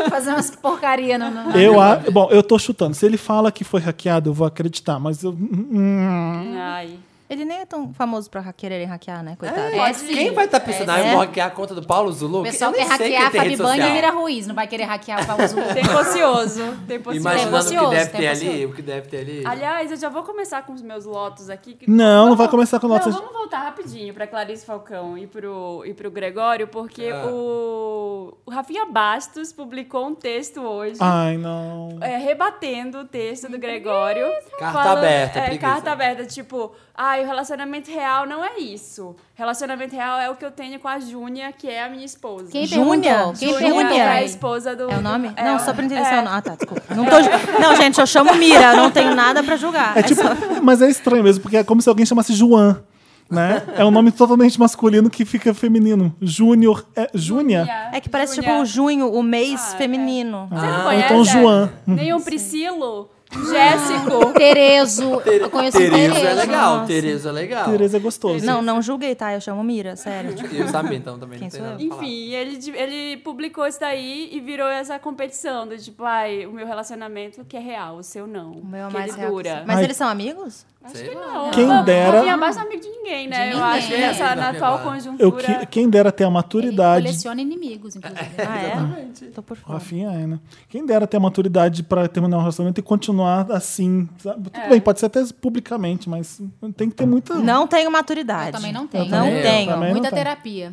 Fazendo umas porcaria no... no-
Eu, a... Bom, eu tô chutando. Se ele fala que foi hackeado, eu vou acreditar, mas eu. hum,
Ai.
Ele nem é tão famoso pra quererem hackear, né, coitado?
É, sim.
Quem vai estar tá pensando, ah, eu
É.
vou hackear a conta do Paulo Zulu?
O pessoal
eu nem
quer
sei
hackear a
quem tem
Fabi
rede
Band e
social.
Mira Ruiz. Não vai querer hackear o Paulo Zulu.
Tempo ocioso. Tempo ocioso.
Imaginando o que
Tempo
deve
ocioso,
ter
tempo
ali,
ocioso.
o que deve ter ali.
Aliás, eu já vou começar com os meus lotos aqui. que-
Não, não vai começar com lotos.
Não, vamos voltar rapidinho pra Clarice Falcão e pro, e pro Gregório, porque
Ah.
o, o Rafinha Bastos publicou um texto hoje.
Ai, não.
é, rebatendo o texto do Gregório.
Carta aberta,
É,
preguiça.
carta aberta, tipo, ai, o relacionamento real não é isso. Relacionamento real é o que eu tenho com a Júnia, que é a minha esposa.
Quem
Júnia?
perguntou? Quem
Júnia?
perguntou?
é a
pra ele?
esposa do.
É o nome?
é,
não, só pra entender se é
é.
o nome. Ah, tá, desculpa. Não, tô ju- não, gente, eu chamo Mira, eu não tenho nada pra julgar.
É tipo, mas é estranho mesmo, porque é como se alguém chamasse Juan, né? É um nome totalmente masculino que fica feminino. Júnior, é Júnia?
É que parece
Júnia.
tipo o junho, o mês
Ah, é.
feminino.
Você não
Ah,
conhece?
então João.
Nenhum Priscilo, Jéssico.
Terezo. Eu conheço o
Terezo
Terezo.
é legal,
nossa.
Terezo é legal.
Tereza é gostoso.
Não, não julguei, tá? Eu chamo Mira, sério. Tipo,
E o Samir, então, também
Quem
não tem
sou
nada pra falar.
Enfim, ele, de- ele publicou isso daí e virou essa competição do tipo, ai, o meu relacionamento que é real, o seu não.
O meu é
que
mais
ele
real. que
dura.
isso. Mas
Ai.
eles são amigos?
Sei lá.
Não,
Quem
não,
dera-
Não mais amigo de ninguém, né?
De
Eu acho que
ninguém.
nessa na
Não, é
atual
que vai.
conjuntura.
Eu que- quem dera ter a
Ele
maturidade.
coleciona inimigos, inclusive.
Ah, é? Tô por
O
fora.
Rafinha é, né? Quem dera ter a maturidade pra terminar um relacionamento e continuar assim. sabe?
É.
Tudo bem, pode ser até publicamente, mas tem que ter muita.
Não tenho maturidade.
Eu também não tenho.
Não
Eu
tenho.
também.
Muita
tá.
terapia.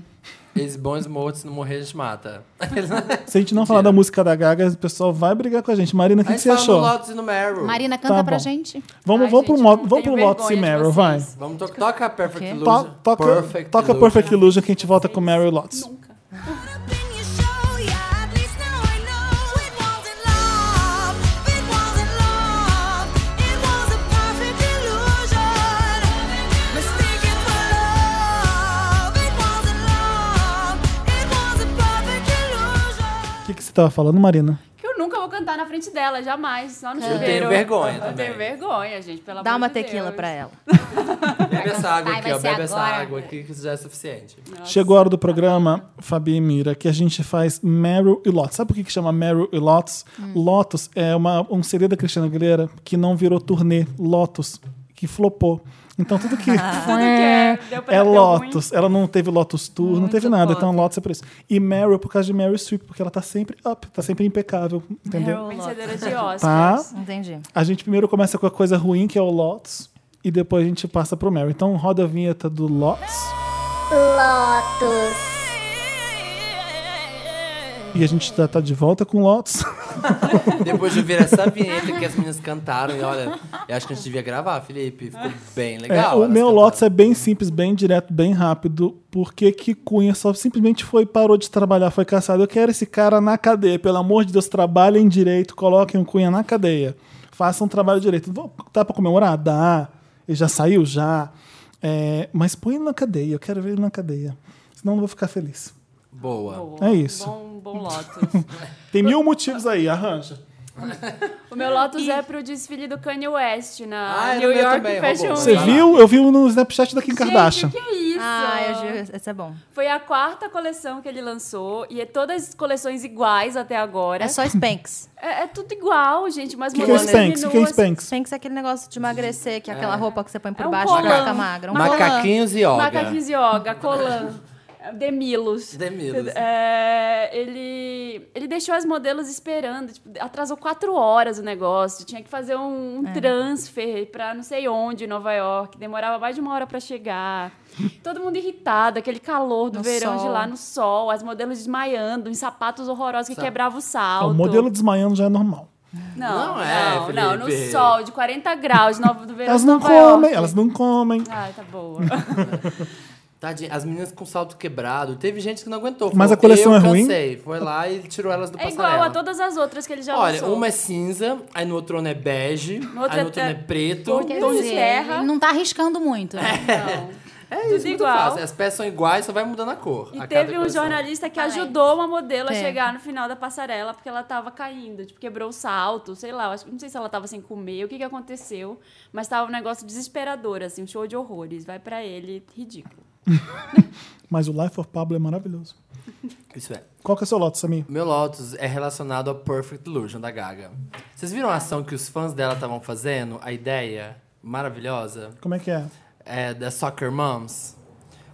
Esses bons mortos, se não morrer, a gente mata.
Se a gente não falar da música da Gaga, o pessoal vai brigar com a gente. Marina, o que,
Aí
que você
fala
achou?
no Lotus e no Meryl.
Marina, canta
Tá
pra
bom.
gente.
Vamos,
Ai,
vamos pro,
gente,
Mo-
não
vamos
tenho
pro Lotus e
vergonha de
Meryl,
vocês.
vai.
Vamos to toca Perfect
quê?
Illusion.
To- toca Perfect, toca
Illusion.
Perfect Illusion que a gente volta com Mary Lotus. O que, que você tava falando, Marina?
Que eu nunca vou cantar na frente dela, jamais. Só no
Eu
chuveiro.
tenho vergonha
Eu
também.
tenho vergonha, gente, pelo
Dá
amor
uma
de
tequila
Deus.
pra ela.
Bebe essa água
Ai,
aqui,
vai
ó.
ser
Bebe essa
agora.
água aqui, que isso já é suficiente.
Chegou a hora do programa, Fabi e Mira, que a gente faz Meryl e Lotus. Sabe por que, que chama Meryl e Lotus?
Hum.
Lotus é uma, um CD da Cristina Aguilera que não virou turnê, Lotus, que flopou. Então tudo que,
Tudo que é, deu pra
é
deu
Lotus. Ela não teve Lotus Tour, não
Muito
teve nada.
foda.
Então Lotus é por isso. E Meryl por causa de Meryl Streep, porque ela tá sempre up, tá sempre impecável, entendeu?
ruim.
Meryl
Vencedora
Lotus.
de
Tá?
Oscars.
Entendi.
A gente primeiro começa com a coisa ruim, que é o Lotus, e depois a gente passa pro Meryl. Então roda a vinheta do Lotus.
Lotus,
E a gente tá, tá de volta com Lotus.
Depois de ouvir essa vinheta que as meninas cantaram, e olha, eu acho que a gente devia gravar, Felipe. Ficou bem
É,
legal.
o
elas
meu
cantando.
Lotus é bem simples, bem direto, bem rápido, porque que Cunha só simplesmente foi, parou de trabalhar, foi caçado. Eu quero esse cara na cadeia, pelo amor de Deus, trabalhem direito, coloquem o Cunha na cadeia, façam um trabalho direito. Vou- Tá pra comemorar? Dá, ele já saiu já, É, mas põe ele na cadeia, eu quero ver ele na cadeia, senão eu não vou ficar feliz.
Boa.
É isso.
Bom, bom Lotus.
Tem mil motivos aí, arranja.
o meu Lotus é pro desfile do Kanye West na
Ah, é no
New
meu
York
também,
Fashion
roubou.
Você
Week.
Vai lá.
viu? Eu vi um no Snapchat da Kim Kardashian.
Gente, o que é isso?
Ah, eu juro, esse é bom.
Foi a quarta coleção que ele lançou e é todas as coleções iguais até agora.
É só Spanx.
É, é tudo igual, gente. Mas
O que, que é Spanx? O que é
assim,
Spanx?
Spanx é aquele negócio de emagrecer, que é aquela roupa que você põe por
É um
baixo pra
colã.
ficar magra. Um colã.
Macaquinhos e Olga.
Macaquinhos yoga, colan, Demilos.
Demilos.
É, ele, ele deixou as modelos esperando, tipo, atrasou quatro horas o negócio. Tinha que fazer um,
É.
um transfer pra não sei onde, em Nova York. Demorava mais de uma hora pra chegar. Todo mundo irritado, aquele calor do
No
verão de
sol.
lá no sol, as modelos desmaiando, em sapatos horrorosos que quebravam o
Ah,
salto.
O modelo desmaiando já é normal.
Não,
Não é,
não, não, no
Felipe.
sol, de 40 graus, no, do verão
Elas
de
não
Nova York.
comem, elas não comem.
Ai, tá boa.
Tadinha, as meninas com salto quebrado. Teve gente que não aguentou.
Mas
falou,
a coleção
eu
é ruim?"
cansei. Foi lá e tirou elas do
É
passarela.
igual a todas as outras que ele já
Olha,
lançou.
uma é cinza, aí no outro ano é bege,
outro
aí
é-
no outro ano é preto.
Tom
Quer
Tom de
dizer,
terra.
ele não tá arriscando muito, né?
Não.
É
tudo
isso, muito
igual.
fácil. As peças são iguais, só vai mudando a cor.
E
a cada
teve um
coleção.
jornalista que
Talento.
ajudou uma modelo a
Teve.
chegar no final da passarela porque ela tava caindo, tipo, quebrou o salto, sei lá, eu acho, não sei se ela tava sem comer, o que que aconteceu, mas tava um negócio desesperador, assim, um show de horrores, vai pra ele, ridículo.
Mas o Life of Pablo é maravilhoso.
Isso é.
Qual que é o seu lote, Samir?
Meu Lotus é relacionado a Perfect Illusion da Gaga. Vocês viram a ação que os fãs dela estavam fazendo? A ideia maravilhosa?
Como é que é?
é, da Soccer Moms.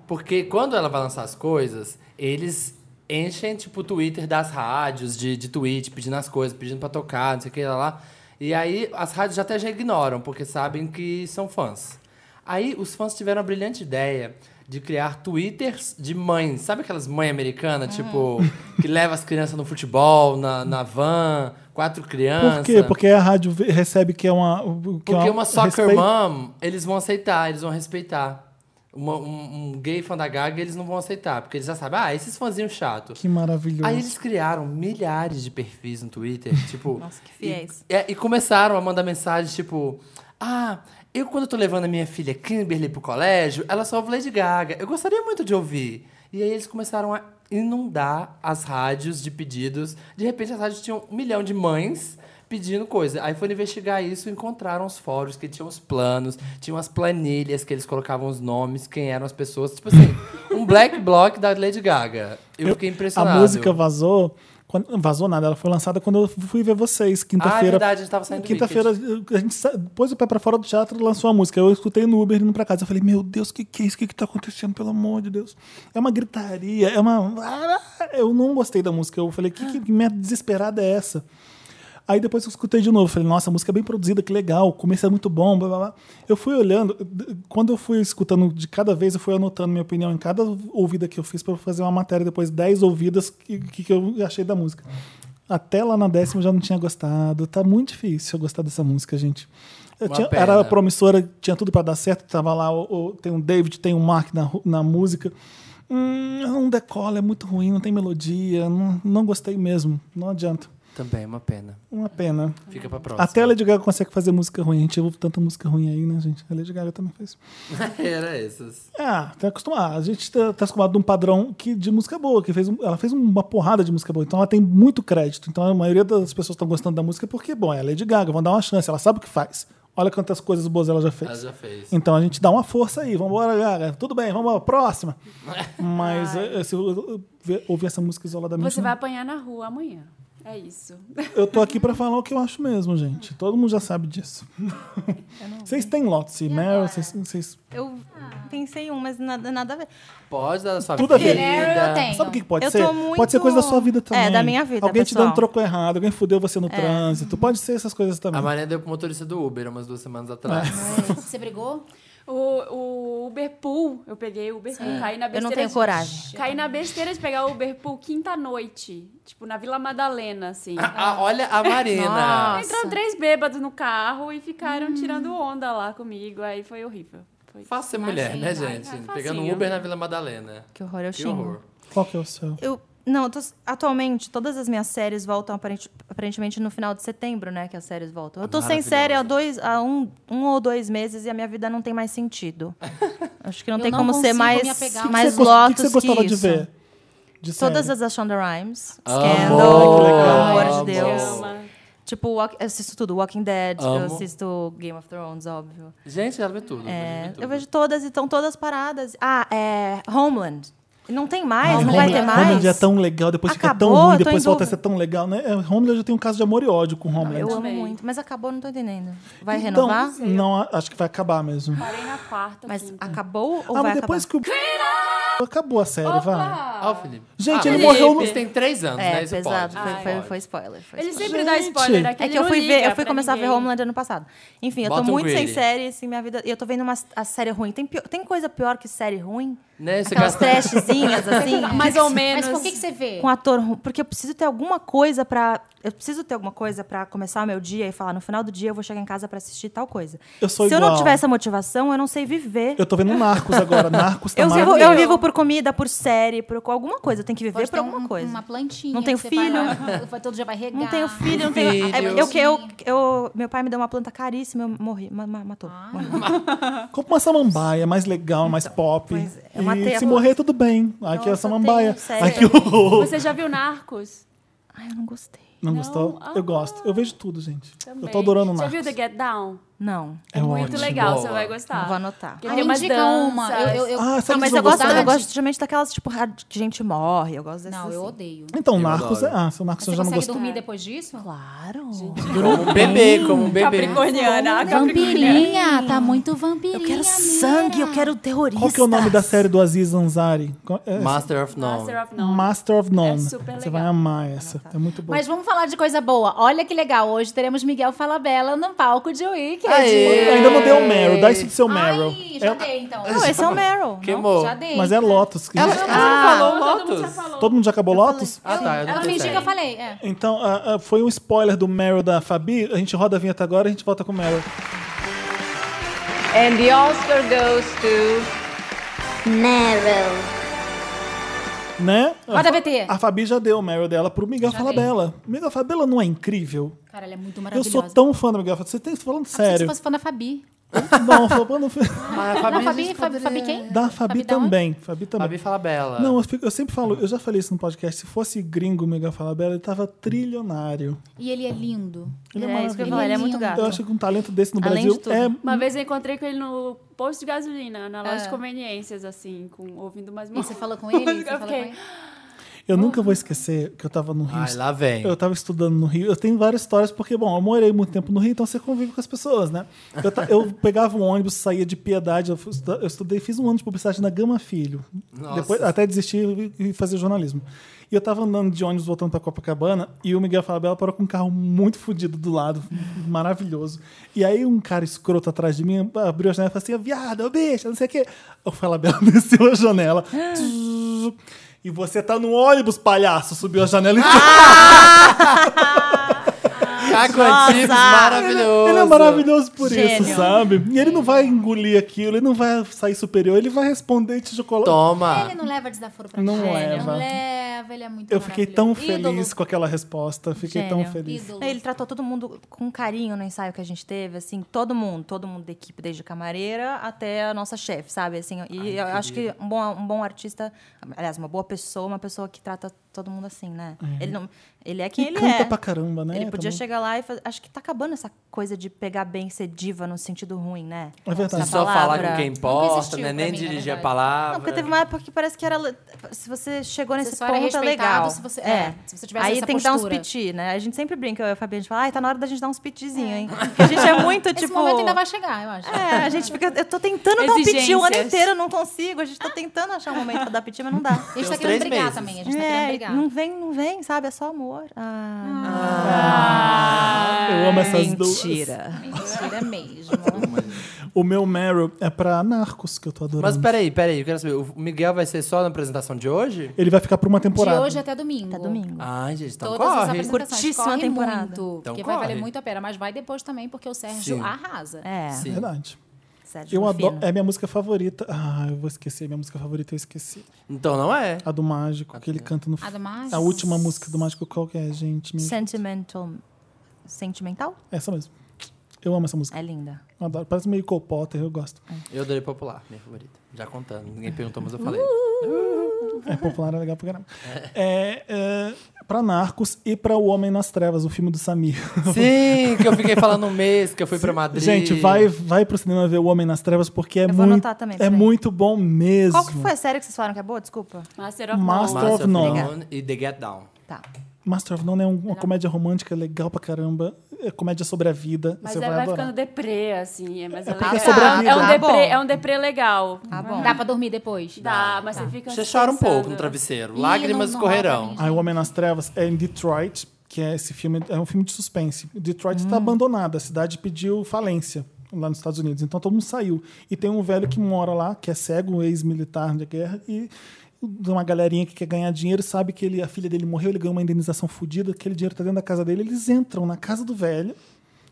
Porque quando ela vai lançar as coisas, eles enchem, tipo, o Twitter das rádios, de, de tweet, pedindo as coisas, pedindo pra tocar, não sei o que lá, lá. E aí as rádios até já ignoram, porque sabem que são fãs. Aí os fãs tiveram a brilhante ideia de criar twitters de mães. Sabe aquelas mães americanas, tipo, que leva as crianças no futebol, na, na van, quatro crianças.
Por quê? Porque a rádio vê- recebe que é uma. Que é
Porque uma soccer
respeito-
mom, eles vão aceitar, eles vão respeitar. Uma- um, um gay fã da Gaga, eles não vão aceitar, porque eles já sabem, ah, esses fãzinhos chato.
Que maravilhoso.
Aí eles criaram milhares de perfis no Twitter, tipo...
Nossa, que fiéis.
E, é, e começaram a mandar mensagens, tipo... Ah, eu quando eu tô levando a minha filha Kimberly pro colégio, ela só ouve Lady Gaga. Eu gostaria muito de ouvir. E aí eles começaram a inundar as rádios de pedidos. De repente, as rádios tinham um milhão de mães pedindo coisa. Aí foram investigar isso, encontraram os fóruns que tinham os planos, tinham as planilhas que eles colocavam os nomes, quem eram as pessoas. Tipo assim, um black block da Lady Gaga. Eu, fiquei
a
impressionado.
música vazou. quando- não vazou nada, ela foi lançada quando eu fui ver vocês,
Ah, é
quinta-feira.
verdade, a gente tava saindo do
Quinta-feira, a gente sa- pôs o pé pra fora do teatro e lançou a música. Eu escutei no Uber indo pra casa. Eu falei, meu Deus, o que, que é isso? O que, que tá acontecendo? Pelo amor de Deus. É uma gritaria, é uma. Ah, Eu não gostei da música. Eu falei,
Ah.
que, que merda desesperada é essa? Aí depois eu escutei de novo, falei, nossa, a música é bem produzida, que legal, o começo é muito bom, blá blá blá. Eu fui olhando, d- quando eu fui escutando de cada vez, eu fui anotando minha opinião em cada ouvida que eu fiz para fazer uma matéria depois, 10 ouvidas, que, que que eu achei da música. Até lá na décima eu já não tinha gostado, tá muito difícil eu gostar dessa música, gente. Eu
Uma
tinha-
pena. né?
era promissora, tinha tudo para dar certo, tava lá, o- o- tem um David, tem um Mark na, ru- na música. Hum, não decola, é muito ruim, não tem melodia, não, não gostei mesmo, não adianta.
Também é uma pena.
Uma pena.
Fica pra próxima.
Até a Lady Gaga consegue fazer música ruim. A gente ouve tanta música ruim aí, né, gente? A Lady Gaga também fez.
Era essas.
Ah, tá acostumado. A gente tá, tá acostumado de um padrão que, de música boa, que fez um- ela fez uma porrada de música boa. Então ela tem muito crédito. Então a maioria das pessoas estão gostando da música porque, bom, é a Lady Gaga, vão dar uma chance, ela sabe o que faz. Olha quantas coisas boas ela já fez.
Ela já fez.
Então a gente dá uma força aí, vambora, Gaga. Tudo bem, vamos à próxima. eh, Mas eh, se eu eu ver- ouvir essa música isoladamente.
Você
não-
vai apanhar na rua amanhã. É isso.
Eu tô aqui pra falar o que eu acho mesmo, gente. Todo mundo já sabe disso. Vocês têm Lotse, Meryl, vocês- vocês.
Eu pensei em um, mas nada, nada a ver.
Pode dar a sua
Tudo a
vida.
ver.
Meryl eu tenho.
Sabe o que que pode
Eu tô
ser?
muito-
Pode ser coisa da sua vida também.
É, da minha vida,
Alguém te
pessoal. É.
dando troco errado, alguém fudeu você no trânsito. Pode ser essas coisas também.
A Maria deu pro motorista do Uber umas duas semanas atrás.
Você brigou?
O, o Uberpool, eu peguei o Uberpool, caí na
É. Eu
besteira.
não tenho
de-
coragem.
Caí na besteira de pegar o Uberpool quinta-noite, tipo, na Vila Madalena, assim.
Ah, olha a Marina.
Nossa. Hum.
Entraram três bêbados no carro e ficaram tirando onda lá comigo, aí foi horrível. Foi.
Fácil ser mulher, né, gente?
ai, facinho.
Pegando Uber na Vila Madalena.
Que horror, eu
Que
xingo.
horror.
Qual que é o seu?
Eu, não, eu tô- atualmente, todas as minhas séries voltam aparente- aparentemente no final de setembro, né? Que as séries voltam. Eu tô sem
Maravilhoso.
série há, dois, há um, um ou dois meses e a minha vida não tem mais sentido. Acho que não
Eu
tem
não
como ser
consigo
mais,
me apegar.
mais
Você gosta-
Lotus
O que você gostava de
isso.
ver? Ah, De
Todas
série?
as da Shonda Rhimes.
Amo.
Scandal,
Ai, que
pelo
legal.
amor
Amo.
de Deus.
Chama.
Tipo, walk- eu assisto tudo. Walking Dead, eu
Amo.
assisto Game of Thrones, óbvio.
Gente, ela vê tudo.
É,
É,
eu vejo todas e estão todas paradas. Ah, é Homeland. Não tem mais,
Ai,
Ah, não vai
Ah, Homeland-
ter mais.
Homeland é tão legal, depois fica
Acabou,
tão ruim,
eu tô
depois
em
volta a ser
dúvida.
tão legal, né? É, Homeland eu já tenho um caso de amor e ódio com Homeland.
Eu amo
Também.
muito, mas acabou, não tô entendendo. Vai
Então,
renovar?
Não, a- acho que vai acabar mesmo.
Parei na quarta.
Mas
quinta.
acabou ou
ah,
vai
mas depois
acabar?
que o. Acabou a série, vai.
Ó, o Felipe.
Gente,
Ah,
ele
mas
morreu no-
Eles têm três anos, né?
É,
Isso
pesado.
pode.
Foi, foi,
Pode.
foi spoiler. foi
Ele
spoiler.
sempre dá spoiler aqui.
É
ele
que eu
não
fui ver,
liga
eu fui
pra
começar a ver
ninguém.
Homeland ano passado. Enfim, eu
Bota
tô
um
muito sem
greedy.
série, assim, minha vida. E eu tô vendo uma a série ruim. Tem, pio- tem coisa pior que série ruim?
Né? Você
Aquelas
gasta...
trashzinhas, assim.
Mais ou menos.
Mas por que, que você vê?
Com ator ruim. Porque eu preciso ter alguma coisa pra. Eu preciso ter alguma coisa pra começar o meu dia e falar, no final do dia eu vou chegar em casa pra assistir tal coisa.
Eu sou
Se eu
igual.
não tiver essa motivação, eu não sei viver.
Eu tô vendo Narcos agora. Narcos tá
Eu vivo,
maravilhoso.
eu vivo por comida, por série, por alguma coisa. Eu tenho que viver
Pode
por
ter
alguma
um-
coisa.
Uma plantinha.
Não tenho
que você vai
filho.
lá, vai- todo dia vai regar.
Não tenho filho, não tenho.
Filho.
É, eu, que- eu, eu, meu pai me deu uma planta caríssima, eu morri, ma- ma- matou.
Ah.
Morri.
Compra uma samambaia, é mais legal, mais pop.
pois é, eu matei
e
a
se
lua.
morrer, tudo bem. Aqui é a
Nossa,
samambaia.
tem- sério.
Aqui é o.
Você já viu Narcos?
Ai, eu não gostei.
Não, gostou?
Ah.
eu gosto. Eu vejo tudo, gente.
Também.
Eu tô adorando
Já
Narcos.
viu The Get Down?
Não,
É
Muito
ótimo.
legal,
Boa.
você vai gostar.
não vou anotar.
Porque
Ah,
tem umas
indica
danças.
uma. Eu, eu,
Ah, sabe
eu,
Não,
que
mas
vocês
eu gosto,
gostaram?
eu gosto geralmente daquelas, tipo, ra- que gente morre. Eu gosto dessas.
Não, eu
assim.
odeio.
Então,
Eu
Narcos é.
adoro.
Ah, seu Narcos
Você
eu já não
consegue um
gostou.
dormir depois disso?
Claro.
Como um bebê, como um bebê.
Capricorniana. a Capricorniana.
Vampirinha, tá muito vampirinha.
Eu quero
amiga.
sangue, eu quero terrorista.
Qual que é o nome da série do Aziz Ansari? Qual- é-
Master of None.
Master of None.
Master of None.
É super
Você
legal.
vai amar essa. É muito boa.
Mas vamos falar de coisa boa. Olha que legal, hoje teremos Miguel Falabella no palco de Wicked.
Aê!
Ainda não deu o Meryl. Dá isso do seu Meryl.
Ai, já
É-
dei então.
Não, esse é o Meryl.
Queimou.
Já dei.
mas é Lotus. que-
Ela, ela não falou
Todo mundo Ah, já
Lotus.
falou.
Todo mundo já acabou Lotus?
Ah, tá. Eu não
Ela
tenho
fingiu que
fé.
eu falei. É.
Então, ah, ah, foi um spoiler do Meryl da Fabi. A gente roda a vinheta agora e a gente volta com o Meryl.
And the Oscar goes to
Meryl.
Né?
Roda
A-
BT.
A Fabi já deu o Meryl dela pro Miguel Falabella. Miguel Falabella não é incrível?
Cara, ela é muito
Eu
maravilhosa.
sou tão fã do Miguel Falabella. Você tem falando
Ah, pensei que
sério.
Você fosse fã da Fabi.
Não, falando
Ah, a Fabi,
Não,
a
Fabi,
gente
Fabi, Fabi um
poderia-
quem?
da Fabi
da onde?
também. Fabi também.
Fabi fala bela.
Não, eu, fico- eu sempre falo, eu já falei isso no podcast. Se fosse gringo o Miguel Falabella, ele tava trilionário.
E ele é lindo.
Ele é,
É, isso que
maravilhoso.
eu ia falar, ele é muito
Ele é
gato.
Eu acho que um talento desse no
Além
Brasil
de tudo.
é.
Uma vez eu encontrei com ele no posto de gasolina, na loja de conveniências, assim, com, ouvindo umas
E
músicas.
você falou com ele?
Eu
Você falou com
fiquei-
ele?
Eu nunca vou esquecer que eu tava no Rio.
Ai, lá vem.
Eu tava estudando no Rio. Eu tenho várias histórias, porque, bom, eu morei muito tempo no Rio, então você convive com as pessoas, né? Eu, ta- eu pegava um ônibus, saía de piedade, eu, fui estuda- eu estudei, fiz um ano de publicidade na Gama Filho.
Nossa.
Depois, até desistir e fazer jornalismo. E eu tava andando de ônibus voltando pra Copacabana e o Miguel Falabella parou com um carro muito fodido do lado, maravilhoso. E aí um cara escroto atrás de mim abriu a janela e falou assim: viado, ô bicho, não sei o quê. O Falabella desceu a janela. Tzzz. e você tá no ônibus, palhaço! Subiu a janela e.
Caco Antibes, maravilhoso.
Ele é maravilhoso por isso,
Gênio.
sabe? E ele não vai engolir aquilo, ele não vai sair superior, ele vai responder e te chocolate.
Toma.
Ele não leva desaforo pra
Não
casa.
leva.
Não leva, ele é muito
Eu fiquei tão
maravilhoso.
feliz com aquela resposta, fiquei tão
Gênio.
feliz.
Ídolo. Ídolo.
Né, Ele tratou todo mundo com carinho no ensaio que a gente teve, assim, todo mundo, todo mundo da equipe, desde a camareira até a nossa chefe, sabe? Assim, e eu acho que um bom, um bom artista, aliás, uma boa pessoa, uma pessoa que trata todo mundo assim, né? Ele, não, ele é quem
E
ele
canta
é.
pra caramba, né?
Ele podia
Também.
chegar lá e fazer. Acho que tá acabando essa coisa de pegar bem e ser diva no sentido ruim, né?
É verdade.
Essa
Só falar
palavra.
com quem
Nunca
importa,
existiu
né?
pra mim,
Nem
na
dirigir a
verdade.
palavra.
Não, porque teve uma época que parece que era. le- Se você chegou nesse
só era
ponto, é
respeitado
legal.
se você- é, se você tivesse
Aí
essa
tem que dar
postura.
uns piti, né? A gente sempre brinca, eu e a Fabi, a gente fala, ai, tá na hora da gente dar uns pitizinho, hein? Porque a gente é muito,
Esse
tipo...
momento ainda vai chegar, eu acho.
É, a gente fica. Eu tô tentando dar um piti o ano
Exigências.
inteiro, eu não consigo. A gente tá tentando achar um momento pra dar piti, mas não dá.
A gente
Tem
tá
uns
querendo
três
brigar
meses.
também, a gente tá querendo brigar.
É, não vem, não vem, sabe? É só amor. Ah,
Ah, Eu amo essas duas.
mentira.
Mentira é mesmo.
O meu Meryl é pra Narcos, que eu tô adorando.
Mas peraí, peraí, eu quero saber. O Miguel vai ser só na apresentação de hoje?
Ele vai ficar por uma
De
temporada.
hoje até domingo.
Até domingo.
Ai, gente, então
Todas as
corre.
apresentações.
Curtíssima
corre
temporada.
Muito,
Então
porque
corre.
vai valer muito a pena. Mas vai depois também, porque o Sérgio
Sim.
arrasa.
É,
Sim.
Verdade.
Sérgio
Eu
Rufino.
adoro. É minha música favorita. Ah, eu vou esquecer. Minha música favorita eu esqueci.
Então não é.
A do Mágico, que ele canta no.
A do Mágico?
A última música do Mágico, qual que é, gente? Me-
Sentimental. Sentimental?
Essa mesmo. Eu amo essa música.
É linda.
Eu adoro. Parece meio Cole Potter, eu gosto.
Eu adorei popular, minha favorita. Já contando. Ninguém perguntou, mas eu falei.
Uh!
É popular, é legal pra caramba. É, é, pra Narcos e pra O Homem nas Trevas, o filme do Samir.
Sim, que eu fiquei falando um mês, que eu fui pra Madrid.
Gente, vai, vai pro cinema ver O Homem nas Trevas, porque é,
Eu vou
muito,
anotar também,
é
peraí.
muito bom mesmo.
Qual que foi a série que vocês falaram que é boa? Desculpa.
Master of
Mas-
None.
Master of None.
None e The Get Down.
Tá.
Master of None é um- uma comédia romântica legal pra caramba. É comédia sobre a vida.
Mas
você
ela
vai,
vai,
adorar.
ficando deprê, assim. É, mas
É
é,
porque
legal.
é sobre a
Ah,
vida.
é um
Ah, bom.
deprê, é um deprê legal.
Tá bom.
Dá pra dormir depois?
Dá, mas você fica.
Você chora um pouco no
pensando.
travesseiro.
Ih,
Lágrimas
não- não rola pra
escorrerão.
mim,
Aí o Homem nas Trevas é em Detroit, que é esse filme, é um filme de suspense. Detroit
Hum.
está abandonada, a cidade pediu falência lá nos Estados Unidos, então todo mundo saiu. E tem um velho que mora lá, que é cego, um ex-militar de guerra, e uma galerinha que quer ganhar dinheiro sabe que ele, a filha dele morreu, ele ganhou uma indenização fodida, aquele dinheiro tá dentro da casa dele, eles entram na casa do velho,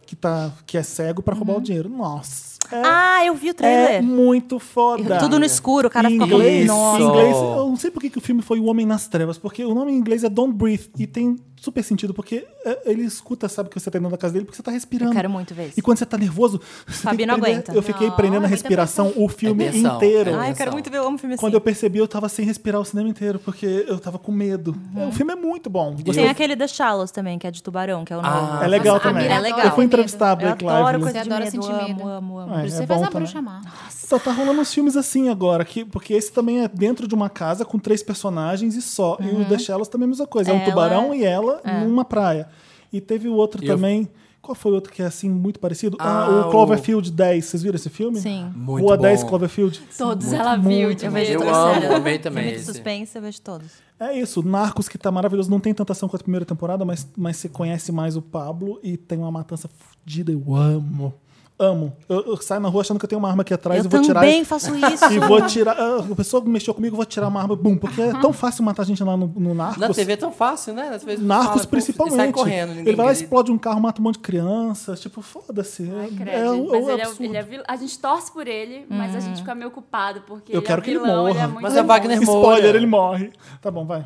que, tá, que é cego, para roubar o dinheiro. Nossa! É,
Uhum. Ah, eu vi o
é
trailer.
muito foda!
Tudo no escuro, o cara
em
ficou
É inglês,
Nossa.
em inglês, eu não sei por que que o filme foi O Homem nas Trevas, porque o nome em inglês é Don't Breathe e tem super sentido, porque é, ele escuta, sabe que você tá indo na casa dele, porque você tá respirando.
Eu quero muito ver isso.
E quando você tá nervoso, você
Fabi
tem que
não
prender-
aguenta. Ah,
Eu fiquei
Não,
prendendo a
é muita
respiração o filme
É tensão,
inteiro.
é
Ai, eu quero muito ver. Eu amo filme assim.
Quando eu percebi, eu tava sem respirar o cinema inteiro, porque eu tava com medo. É, O filme é muito bom. Gostei.
Uhum. Tem aquele The Shallows também, que é de tubarão, que é o
Ah.
novo.
É legal
Nossa, a
também.
Mira
adora
Eu fui
ter
entrevistar a
Eu
Blake
adoro
Lively.
Você
coisa de
adora
medo.
sentir
amo,
medo.
amo, amo.
É,
Você
é
faz
bom
a bruxa
também.
amar.
Só tá rolando uns filmes assim agora, que, porque esse também é dentro de uma casa com três personagens e só. E o The Shallows também é a mesma coisa. É um
Uhum. Ela- é.
tubarão e ela numa praia. E teve o outro
E eu-
também. Qual foi o outro que é assim, muito parecido? Ah,
Ah,
o
o-
Cloverfield 10. Vocês viram esse filme?
Sim.
Muito
Rua
bom.
10 Cloverfield.
Todos ela viu.
Eu
tipo,
vejo
Eu
todas
amo,
séries.
amei também
Filme de
esse.
suspense, eu vejo todos.
É isso, Narcos que tá maravilhoso, não tem tanta ação quanto a primeira temporada, mas, mas você conhece mais o Pablo e tem uma matança fodida, eu amo. Amo. Eu, eu saio na rua achando que eu tenho uma arma aqui atrás
eu
e vou tirar.
também faço isso.
E vou tirar. ah, A pessoa mexeu comigo, eu vou tirar uma arma, bum, porque é tão fácil matar a gente lá no, no Narcos.
Na TV é tão fácil, né? Às vezes
Narcos
fala, pô,
principalmente.
Sai correndo, ninguém
ele vai lá,
grita.
explode um carro, mata um monte de crianças. Tipo, foda-se. É,
Credo,
é, o- é
mas
o
ele é,
absurdo.
ele é vil- A gente torce por ele, mas a gente fica meio culpado, porque
Eu
ele
quero
é um
que ele
vilão,
morra.
é muito
Mas a
bom.
Wagner-
Spoiler,
Moura.
ele morre. Tá bom, vai.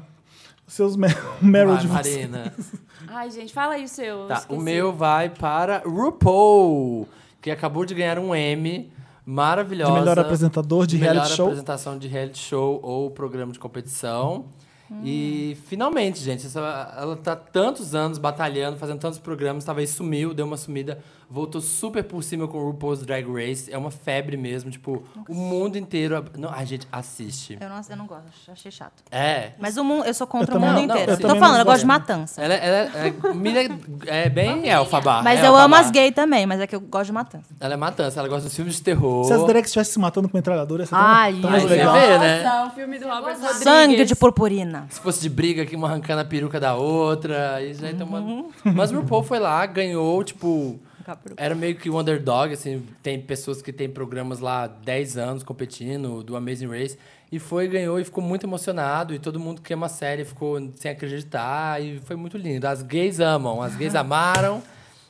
Seus mer- Meryl
Vai,
de você.
Marina.
Ai, gente, fala aí o seu. eu
Tá, o
esqueci.
meu vai para RuPaul, que acabou de ganhar um M maravilhosa.
De melhor apresentador de
melhor
reality show.
apresentação de reality show ou programa de competição. E finalmente, gente, essa- ela tá tantos anos batalhando, fazendo tantos programas, talvez sumiu, deu uma sumida, voltou super por cima com o RuPaul's Drag Race. É uma febre mesmo, tipo, o mundo inteiro. ab- Não, a gente assiste.
Eu não, eu não gosto, achei chato.
É.
Mas o mundo, eu sou contra
Eu
o
também
mundo
não-
inteiro.
eu
Tô
também
falando,
não
eu gosto de
gosto.
matança.
Ela, ela é, Mila é bem elfabá.
Mas
é
eu amo
Elphaba.
as gays também, mas é que eu gosto de matança.
Ela é matança, ela gosta de filmes de terror.
Se as drags estivessem se matando com metralhadora, ia ser tão-
Ai,
tão
Aí
mais
você
legal.
vê, né?
Nossa, o filme do Robert Rodrigues.
Sangue de purpurina.
Se fosse de briga, que uma arrancando a peruca da outra. E já então,
Uhum.
mano. Mas o RuPaul foi lá, ganhou, tipo. Era meio que o underdog, assim. Tem pessoas que têm programas lá há 10 anos competindo, do Amazing Race. E foi, ganhou e ficou muito emocionado. E todo mundo que ama a série ficou sem acreditar. E foi muito lindo. As gays amam, as gays amaram.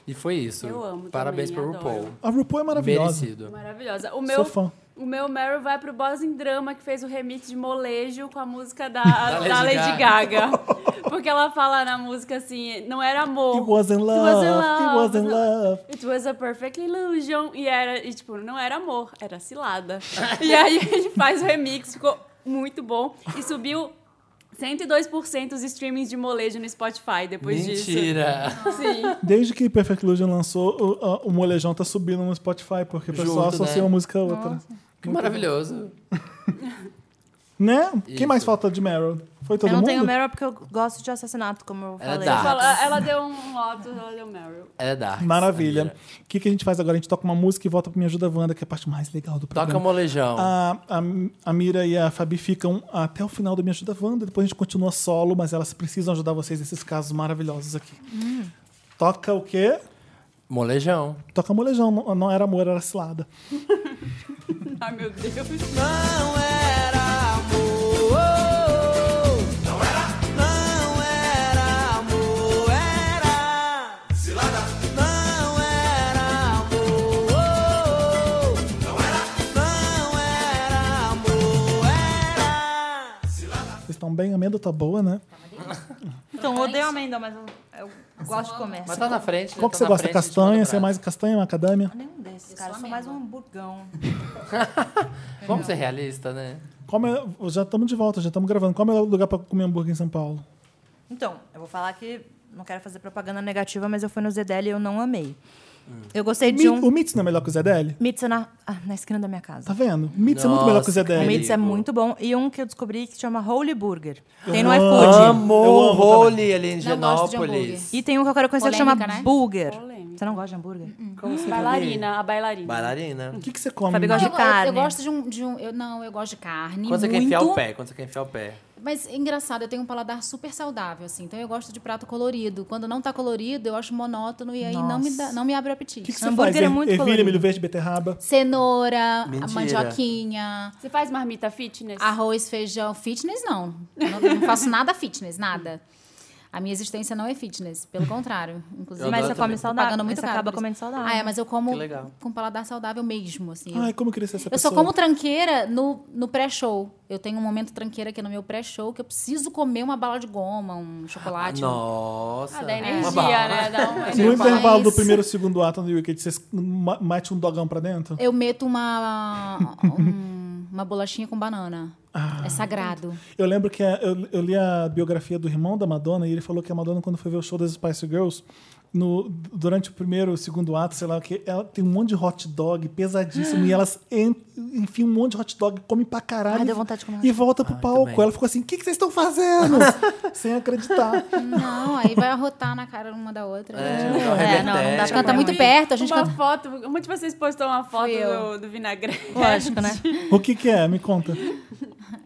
E foi isso.
Eu amo
Parabéns
também,
pro RuPaul.
adoro.
A RuPaul é maravilhosa.
Merecido.
Maravilhosa. O
Sou
meu,
fã.
o meu Meryl vai pro Boss em Drama, que fez o remix de Molejo com a música da, da,
Lady
Lady, Gaga. Porque ela fala na música assim, não era amor.
It was in love.
was in
It was in
love.
love.
It was a perfect illusion. E era, e, tipo, não era amor, era cilada. e aí ele faz o remix, ficou muito bom. E subiu 102% os streamings de molejo no Spotify depois disso.
Mentira.
Sim.
Desde que Perfect Illusion lançou, o, a- o molejão tá subindo no Spotify, porque o pessoal
Junto,
associa
né?
uma música a outra.
Que maravilhoso.
Né? Quem
Isso.
mais falta de Meryl? Foi todo
Eu não
mundo?
tenho Meryl porque eu gosto de assassinato, como eu
Ela
falei.
dá.
Ela, ela deu um Lotus, ela deu um Meryl.
Ela é dark.
Maravilha. O que, que a gente faz agora? A gente toca uma música e volta pro Me Ajuda Wanda, que é a parte mais legal do programa.
Toca molejão.
a, a, a Mira e a Fabi ficam até o final do Me Ajuda Wanda, depois a gente continua solo, mas elas precisam ajudar vocês nesses casos maravilhosos aqui.
Hum.
Toca o quê?
Molejão.
Toca molejão, não, não era amor, era cilada.
Ai, meu Deus.
Não era amor. Não era? Não era amor, era. Cilada. Não era amor. Não era? Não era amor, era.
Vocês estão bem? A amêndoa tá boa, né?
Então, eu odeio amêndoa, mas eu, eu gosto de comer.
Mas tá na frente. né?
Qual que
Tá
você
na
gosta?
frente,
Castanha?
a gente
Você é
manda
mais castanha, macadâmia?
Nenhum desses, cara. Eu sou mais um hamburgão.
pra lá. Vamos ser realistas, né?
Como é- já estamos de volta, já estamos gravando. Qual é o melhor lugar pra comer hambúrguer em São Paulo?
Então, eu vou falar que não quero fazer propaganda negativa, mas eu fui no Zedel e eu não amei. Eu gostei de
Mi-
um
O Mitz não é melhor que o Zedeli?
pizza na, ah, na esquina da minha casa.
Tá vendo? Mitz é muito melhor que o
Nossa, que
O
Zedeli.
pizza é
Perigo.
muito bom. E um que eu descobri que chama Holy Burger. Tem no
amo.
iFood.
Eu
Amor
amo
Role ali em
Não gosto de
Genópolis.
E tem um que eu quero conhecer que
Polêmica,
chama
né? Hum,
Burger.
Polêmica.
Você não gosta de hambúrguer?
Como
Hum.
você
Bailarina, a bailarina.
Bailarina.
O que, que você come?
Fabi gosta
Não,
de
eu,
carne.
Eu, eu gosto de um, de um- Eu, não, eu gosto de carne.
Quando você quer
muito,
enfiar o pé, quando você quer enfiar o pé.
Mas é engraçado, eu tenho um paladar super saudável, assim. Então eu gosto de prato colorido. Quando não tá colorido, eu acho monótono e aí não me, dá-
Nossa.
não me abre
O
o apetite.
que, que você
Hambúrguer
faz?
é muito
Ervilha,
colorido.
milho verde, beterraba?
Cenoura,
Mentira.
a mandioquinha,
Você faz marmita fitness?
arroz, feijão. Fitness, não. Eu não, não faço nada fitness, nada. A minha existência não é fitness, pelo contrário. Inclusive,
Eu
Mas
adoro
você
também.
come
tô
saudável.
pagando muito
você
caro
acaba
por isso.
comendo saudável.
Ah, é, mas eu como
Que legal.
com paladar saudável mesmo, assim. Eu-
Ai, como eu queria ser essa
Eu
pessoa.
só como tranqueira no, no pré-show. Eu tenho um momento tranqueira aqui no meu pré-show que eu preciso comer uma bala de goma, um chocolate. um-
Nossa.
Ah, dá
Uma
energia,
bala.
né? Dá uma
No
Mas-
intervalo do primeiro e segundo ato do Wicked, vocês ma- mate um dogão pra dentro?
Eu meto uma, um- uma bolachinha com banana. é sagrado.
Eu lembro que a- eu, eu li a biografia do irmão da Madonna e ele falou que a Madonna, quando foi ver o show das Spice Girls, no, durante o primeiro e segundo ato, sei lá, que ela tem um monte de hot dog pesadíssimo e elas en- enfiam um monte de hot dog, comem pra caralho
Ai,
e-
Ah, deu vontade de comer. um
e volta pro
Ai,
palco.
também.
Ela ficou assim: o que, que vocês estão fazendo? Sem acreditar.
Não, aí vai arrotar na cara uma da outra. né?
É, dá um
É, não, não dá
revertério.
pra
Canta muito perto, a gente
uma
canta.
foto, um monte de vocês postou uma foto
Fui eu.
do, do vinagrete.
Lógico, né?
o que, que é? Me conta.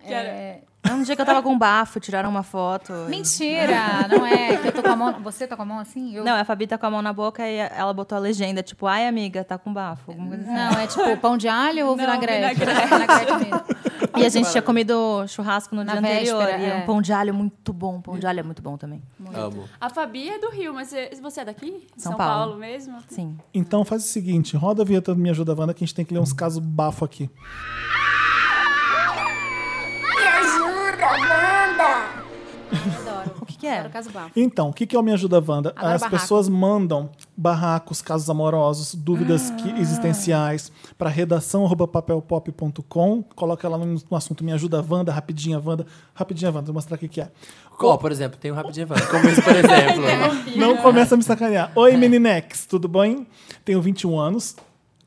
É...
Um dia que eu tava com bafo, tiraram uma foto.
Mentira! Não é que eu tô com a mão. Você tá com a mão assim? Eu...
Não, a Fabi tá com a mão na boca e ela botou a legenda, tipo, ai amiga, tá com bafo. alguma coisa assim.
Não, é tipo pão de alho ou
Não,
vinagrete?
vinagrete.
Vinagrete mesmo.
E a gente tinha comido churrasco no
Na
dia anterior.
véspera,
e
é.
um pão de alho muito bom. Pão de alho é muito bom também.
Amo.
A Fabi é do Rio, mas você, você é daqui?
São
Paulo.
Paulo.
mesmo?
Sim.
Então faz o seguinte: roda a vinheta do Me Ajuda Wanda que a gente tem que ler uns casos bafo aqui.
Me ajuda, Wanda!
Adoro.
O que, que é?
Adoro caso bafo.
Então, o que, que é o Me Ajuda Wanda?
Adoro
As
barraco.
pessoas mandam barracos, casos amorosos, dúvidas que- existenciais para redação arroba papelpop.com. Coloca lá no, no assunto Me Ajuda Wanda, rapidinha Wanda. Rapidinha Wanda, vou mostrar o que, que é.
Ó, por exemplo, tem um rapidinho Evandro. Como esse, por exemplo.
Não começa a me sacanear. Oi, Meninex, tudo bem? Tenho 21 anos,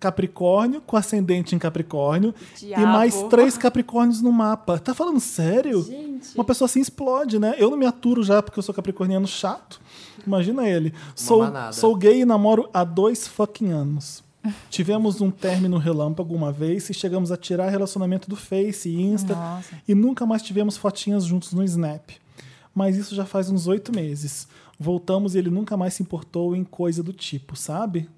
Capricórnio, com ascendente em Capricórnio, e
Diabo.
mais três Capricórnios no mapa. Tá falando sério? Uma pessoa assim explode, né? Eu não me aturo já porque eu sou capricorniano chato. Imagina ele. Sou,
manada.
sou gay e namoro há dois fucking anos. Tivemos um término relâmpago uma vez e chegamos a tirar relacionamento do Face e Insta e nunca mais tivemos fotinhas juntos no Snap. Mas isso já faz uns oito meses. Voltamos e ele nunca mais se importou em coisa do tipo, sabe?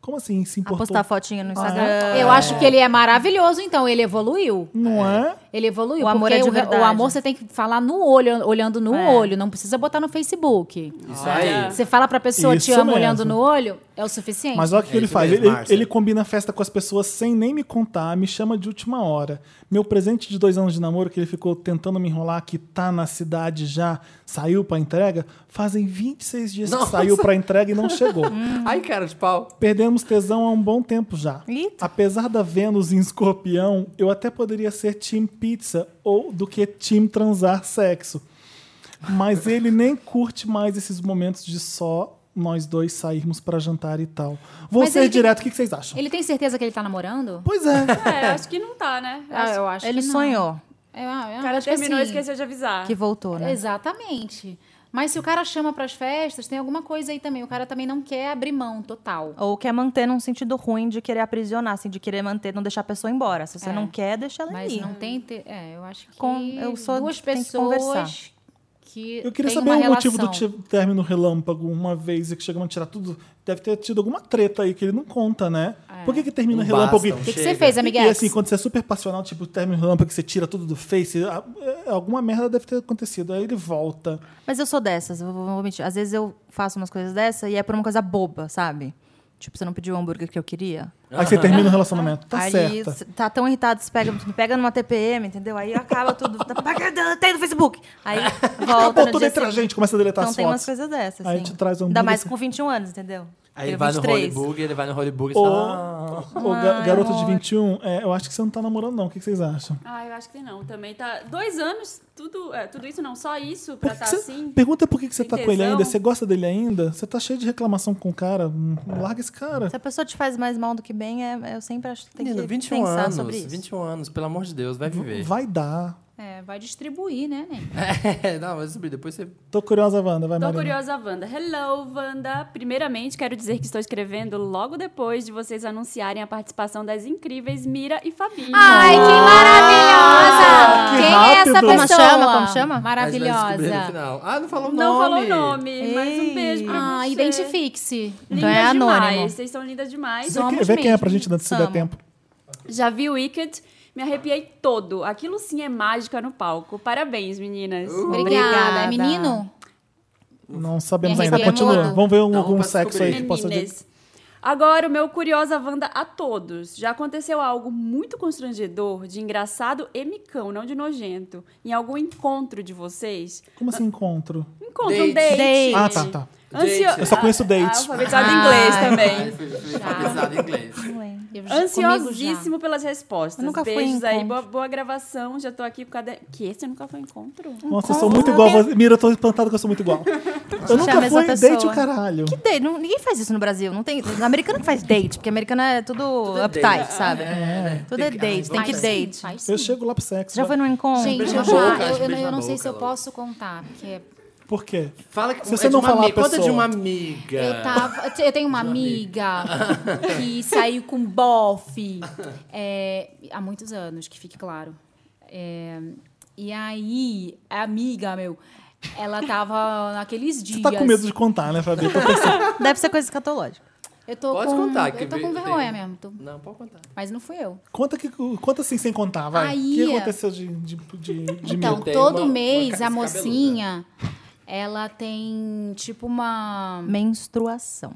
Como assim se
A
importou?
postar fotinha no Instagram.
Ah, Eu acho que ele é maravilhoso, então. Ele evoluiu.
Não é?
Ele evoluiu.
O amor
porque
é de
o re- o,
verdade.
amor você tem que falar no olho, olhando no
É.
olho. Não precisa botar no Facebook.
Isso aí.
Você fala pra pessoa, te
Isso
amo olhando
mesmo.
no olho, é o suficiente.
Mas olha o que
É
ele
isso
faz.
mesmo,
ele,
Márcia.
ele combina a festa com as pessoas sem nem me contar, me chama de última hora. Meu presente de dois anos de namoro, que ele ficou tentando me enrolar, que tá na cidade já, saiu pra entrega, fazem 26 dias que
Nossa.
saiu pra entrega e não chegou.
Ai, cara de pau.
Perdemos tesão há um bom tempo já.
Eita.
Apesar da Vênus em escorpião, eu até poderia ser Team Pizza ou do que Team Transar Sexo. Mas ele nem curte mais esses momentos de só nós dois sairmos pra jantar e tal. Vou
Mas
ser
ele tem-
direto, o que que vocês acham?
Ele tem certeza que ele tá namorando?
Pois é.
É, eu acho que não tá, né?
Ah, eu acho
Ele
que não.
sonhou.
É, ah, eu
O cara
acho que
terminou e
assim-
esqueceu de avisar.
Que voltou, né?
Exatamente. Mas se o cara chama pras festas, tem alguma coisa aí também. O cara também não quer abrir mão total.
Ou quer manter num sentido ruim de querer aprisionar, assim, de querer manter, não deixar a pessoa embora. Se você
É.
não quer, deixa ela
Mas
ir.
não tem. te- É, eu acho que
Com- eu só
duas
tenho que conversar.
pessoas que.
Eu queria
têm
saber
uma
o motivo do
relação.
ti- término relâmpago uma vez e que chegamos a tirar tudo. Deve ter tido alguma treta aí que ele não conta, né?
É.
Por que, que termina
Não
relâmpago?
basta,
O que, que
Chega.
você fez,
E-
amiga?
E
X?
assim, quando você é super passional, tipo, término relâmpago, que você tira tudo do face, a- é, alguma merda deve ter acontecido. Aí ele volta.
Mas eu sou dessas, eu vou, vou mentir. Às vezes eu faço umas coisas dessa e é por uma coisa boba, sabe? Tipo, você não pediu o hambúrguer que eu queria.
Aí você termina o relacionamento. Tá
Aí
certa.
cê tá tão irritado, você pega, me pega numa TPM, entendeu? Aí acaba tudo. Tá, tem no Facebook. Aí volta
Acabou
no
tudo
dia
entre a
seguinte.
gente, começa a deletar
Então
as
tem umas
fotos.
coisas dessas,
Aí
assim.
te traz um
Ainda
hambúrguer,
mais
assim.
com 21 anos, entendeu?
Aí
Eu
ele vai no
23.
Holy Burger, ele vai no Holy Burger e
Ô,
fala... "Ah,
ô, ga- garoto de 21, é, eu acho que você não tá namorando, não. O que, que vocês acham?
Ah, eu acho que não. Também tá. Dois anos, tudo. é, tudo isso não, só isso
Por
pra
que
tá
que cê-
assim.
Pergunta por que, que você
Sem
tá com ele
tesão?
ainda. Você gosta dele ainda? Você tá cheio de reclamação com o cara. Hum, Larga esse cara.
Se a pessoa te faz mais mal do que bem, é, eu sempre acho que tem
Menino,
que
21
pensar
anos,
sobre isso.
21 anos, pelo amor de Deus, vai viver.
Vai dar.
É, vai distribuir, né, Nen?
É, não, vai subir, depois você...
Tô curiosa, Wanda. Vai,
Tô
Marina.
curiosa, Wanda. Hello, Wanda. Primeiramente, quero dizer que estou escrevendo logo depois de vocês anunciarem a participação das incríveis Mira e Fabinho.
Ai, que maravilhosa!
Ah, que
Quem é essa
rápido.
pessoa?
Como
chama? Como chama?
A gente vai descobrir no
Maravilhosa.
final. Ah, não falou o nome.
Não falou o nome, mas um
Ei.
beijo pra
Ah,
você.
identifique-se.
Então é
Lindas
anônimo.
Demais. Vocês são lindas demais.
Vê, que-
Somos
vê quem é
mesmo.
pra gente antes se der
Somos.
tempo.
Já vi o Wicked, me arrepiei todo. Aquilo sim é mágica no palco. Parabéns, meninas.
Obrigada. É
Obrigada.
menino?
Não sabemos
Me
ainda.
arrepiei
Continua.
muito.
Vamos ver um-
Então,
algum
pra
sexo aí que
descobrir.
possa dizer.
Meninas. Agora, o meu curiosa Wanda a todos. Já aconteceu algo muito constrangedor, de engraçado e micão, não de nojento, em algum encontro de vocês?
Como assim, encontro?
Encontro,
Date.
um date.
Date.
Ah, tá, tá.
Ansio-
Date. Eu
só conheço
Ah,
date.
Alfabetizado em
Ah.
inglês
Ai,
também.
fui- fui alfabetizado em inglês.
é.
Eu- comigo
Ansiosíssimo pelas respostas.
Eu nunca fui em
Beijos aí,
encontro.
boa, boa gravação. Já tô aqui por causa. de- Que esse nunca foi encontro?
Nossa, eu sou muito igual. você- Mira, eu tô espantado que eu sou muito igual. Eu
Chama
nunca
essa
fui
pessoa.
date o caralho.
Que date? Não- ninguém faz isso no Brasil. Não tem. Americano que faz date, porque americano é tudo,
é
uptight,
date.
sabe? Tudo
Tem
é
que-
date, tem
ai,
que
já.
date.
Sim, faz
Eu
sim.
chego lá pro sexo. né?
Já
vai-
foi num encontro?
Gente,
Beijo na
eu, já,
boca,
eu-
acho
eu,
beijo
eu
na
não sei
boca,
se eu
Laura.
posso contar, porque
Por quê?
Fala que
Se você
é
não
de uma
falar a
amiga, conta
pessoa.
de uma amiga.
eu tava. Eu tenho uma amiga que saiu com bofe é, há muitos anos, que fique claro. É, e aí, a amiga, meu, ela tava naqueles dias.
Você tá com medo de contar, né, Fabi? Tô pensando.
Deve ser coisa escatológica.
Eu tô
Pode
com,
contar, que
Eu tô
vi-
com
tem-
vergonha mesmo. tô-
Não, pode contar.
mas não fui eu.
Conta, que, conta assim, sem contar, vai.
Aí-
O que aconteceu de, de, de, de
Então,
medo?
Tem
todo
uma- uma
mês
cabeça
a mocinha, ela tem tipo uma.
Menstruação.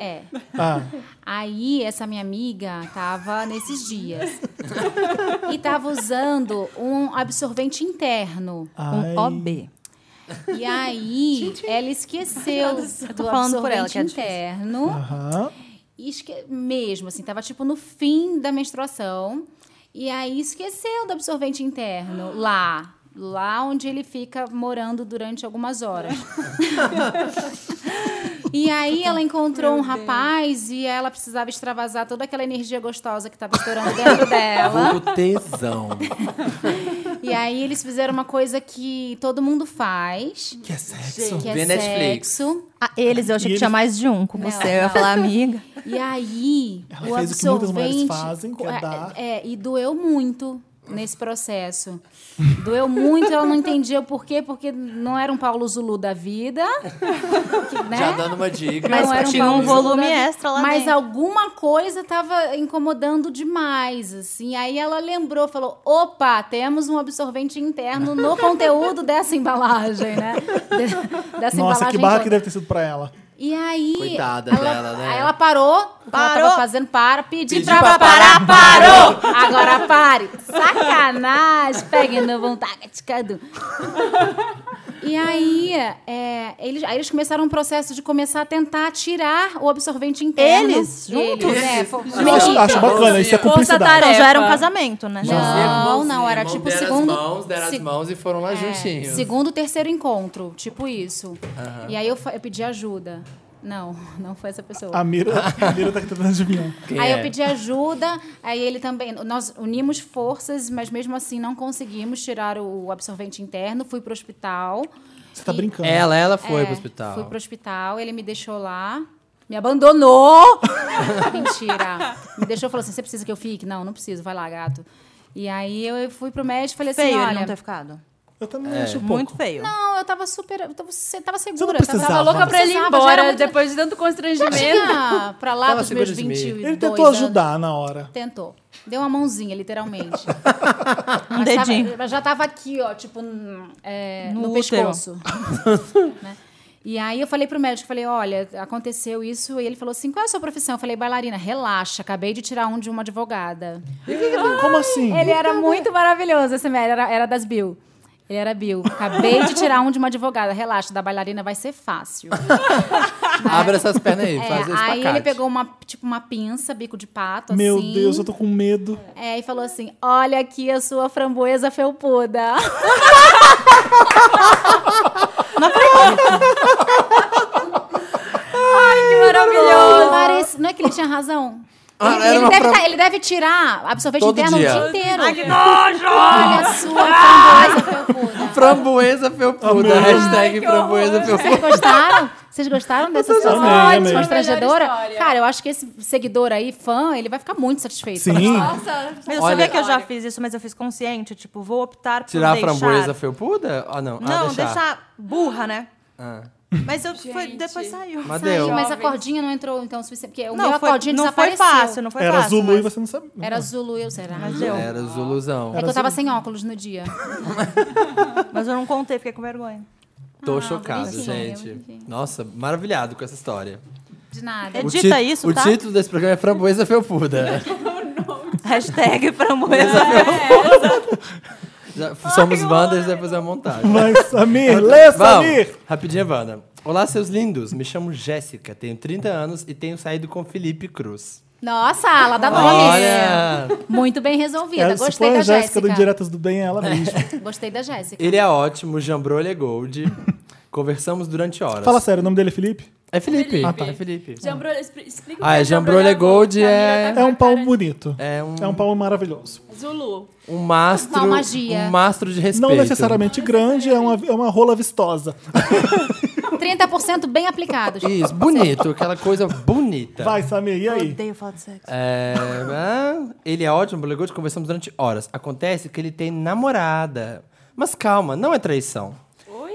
É.
Ah,
Aí essa minha amiga tava nesses dias. e tava usando um absorvente interno.
ai.
Um OB.
E aí ela esqueceu do
falando por ela,
absorvente
que é difícil.
interno.
Aham.
E esque- Mesmo, assim, tava tipo no fim da menstruação. E aí esqueceu do absorvente interno lá. Lá onde ele fica morando durante algumas horas. e aí ela encontrou um rapaz e ela precisava extravasar toda aquela energia gostosa que tava estourando dentro dela.
Vulgo tesão.
E aí eles fizeram uma coisa que todo mundo faz,
Que é sexo.
que é
Vê Netflix.
sexo.
Ah, eles, eu achei
E
que tinha
eles-
mais de um com
Não,
você. eu ia
não.
falar amiga.
E aí,
Ela
o
fez o que muitas mulheres
absorvente...
fazem, que é
é,
dar.
é, e doeu muito nesse processo. Doeu muito, ela não entendia o porquê, porque não era um Paulo Zulu da vida, que, né?
Já dando uma dica.
Mas
Não
era um
tinha um
Paulo Zulu
volume
da vida.
extra lá
Mas
dentro.
alguma coisa tava incomodando demais, assim. Aí ela lembrou, falou, opa, temos um absorvente interno no conteúdo dessa embalagem, né? De-
Nossa,
dessa embalagem
que barra
toda.
que deve ter sido pra ela.
E aí.
Coitada
ela,
dela, né?
Aí ela parou. O que ela
Parou.
tava fazendo para. Pedi,
Pedi
pra,
pra
parar, parou! Agora pare! Sacanagem! Peguem no vontade, um. ticadu. E aí, é, eles, aí eles começaram um processo de começar a tentar tirar o absorvente interno.
Eles?
Eles,
Juntos?
é, fo-
Eu acho, acho bacana, isso é
Força
cumplicidade.
Então já era um
Epa.
casamento, né?
Mãozinha com
Não, não,
mãozinha,
era
mão-
tipo
deram
segundo-
As mãos, deram as
se-
mãos e foram lá
É,
juntinhos.
segundo, terceiro encontro, tipo isso. E aí eu, fa- eu pedi ajuda. Não, não foi essa pessoa.
A Mira, a Mira tá tentando adivinhar.
Quem
aí
é?
eu pedi ajuda, aí ele também. Nós unimos forças, mas mesmo assim não conseguimos tirar o absorvente interno. Fui pro hospital.
Você tá
E-
brincando.
Ela, ela foi
É,
pro hospital.
Fui pro hospital, ele me deixou lá. Me abandonou! Mentira. Me deixou e falou assim: você precisa que eu fique? Não, não preciso, vai lá, gato. E aí eu fui pro médico e falei assim:
Feio ele
olha.
não ter ficado.
Eu também
É.
acho É, um pouco.
Muito feio.
Não, eu tava super. Eu tava, se- tava segura.
precisava.
Tava
Tava louca
né?
pra ele ir
precisava, já era
embora,
muito-
depois de tanto
Já
constrangimento.
tinha pra lá
Tava
dos meus
segura de mim.
22
Ele tentou
anos.
ajudar na hora.
Tentou. Deu uma mãozinha, literalmente.
Um
Mas tava-
dedinho.
ela já tava aqui, ó, tipo, n- é,
No
no,
útero.
pescoço. Né? E aí eu falei pro médico, falei, olha, aconteceu isso. E ele falou assim, qual é a sua profissão? Eu falei, bailarina, relaxa, acabei de tirar um de uma advogada.
Como assim?
Ele é era muito maravilhoso, esse médico, era, era das Bill. Ele era Bill. Acabei de tirar um de uma advogada, relaxa, da bailarina vai ser fácil.
Abre essas pernas aí,
É,
faz esse
aí ele
espacate.
pegou uma, tipo, uma pinça, bico de pato,
Meu
assim.
Deus, eu tô com medo.
É, e falou assim: olha aqui a sua framboesa felpuda.
Que maravilhoso.
Parece- não é que ele tinha razão.
Ah,
ele,
era
ele
uma
deve
fra-
tá- ele deve tirar absorvente
Todo
interno
dia.
o dia inteiro. Ai, que nojo! Olha a sua framboesa felpuda.
Framboesa felpuda. Hashtag framboesa felpuda.
Vocês gostaram? Vocês gostaram dessa
amei,
situação
amei.
constrangedora?
Melhor história.
Cara, eu acho que esse seguidor aí, fã, ele vai ficar muito satisfeito.
Sim.
Mas eu
Olha-
sabia que eu já fiz isso, mas eu fiz consciente. Tipo, vou optar por
Tirar a
deixar...
framboesa felpuda? Ah, não. Ah,
Não,
deixar.
deixar burra, né?
Ah.
Mas eu foi, depois saiu.
Mas
Saiu,
deu.
mas a cordinha não entrou, então, o suficiente. Porque o meu,
Não,
a
foi,
cordinha
não foi
desapareceu.
fácil, não foi
Era
fácil.
Zulu e
mas-
você não sabia.
Era azul, eu será.
Mas deu.
Era Zuluzão.
É que eu tava sem óculos no dia.
Mas eu não contei, fiquei com vergonha.
Tô
Ah,
chocado,
bonitinho,
gente.
bonitinho.
Nossa, maravilhado com essa história.
De nada.
É dita
ti-
isso,
O
tá?
título desse programa é Framboesa Felpuda.
Hashtag framboesa.
Já f- somos Wanders, vai fazer a montagem.
Vai, Samir, lê,
Vamos,
Samir!
rapidinho, Wanda. Olá, seus lindos. Me chamo Jéssica, tenho 30 anos e tenho saído com Felipe Cruz.
Nossa, ela dá nome.
Olha!
Muito bem resolvida.
Ela- se
Gostei
for
da
a Jéssica
Jéssica.
do Indiretas do Bem, é ela mesma.
Gostei da Jéssica.
Ele é ótimo, Jambrolha é gold. Conversamos durante horas.
Fala sério, o nome dele é Felipe?
É Felipe.
Ah, tá.
É Felipe.
Jambrolha, expli- explica o
Ah,
que
é
é
jambrolha gold,
Camila
é-
tá com
É um
a
pau
cara
bonito.
É um,
É um pau maravilhoso.
de Zulu.
um mastro.
Uma magia.
Um mastro de respeito.
Não necessariamente grande, é uma, é uma rola vistosa.
30% bem aplicados.
Isso, bonito, aquela coisa bonita.
Vai, Samir, e aí?
Odeio falar de sexo.
É, ah, ele é ótimo, Bollywood, conversamos durante horas. Acontece que ele tem namorada. Mas calma, não é traição.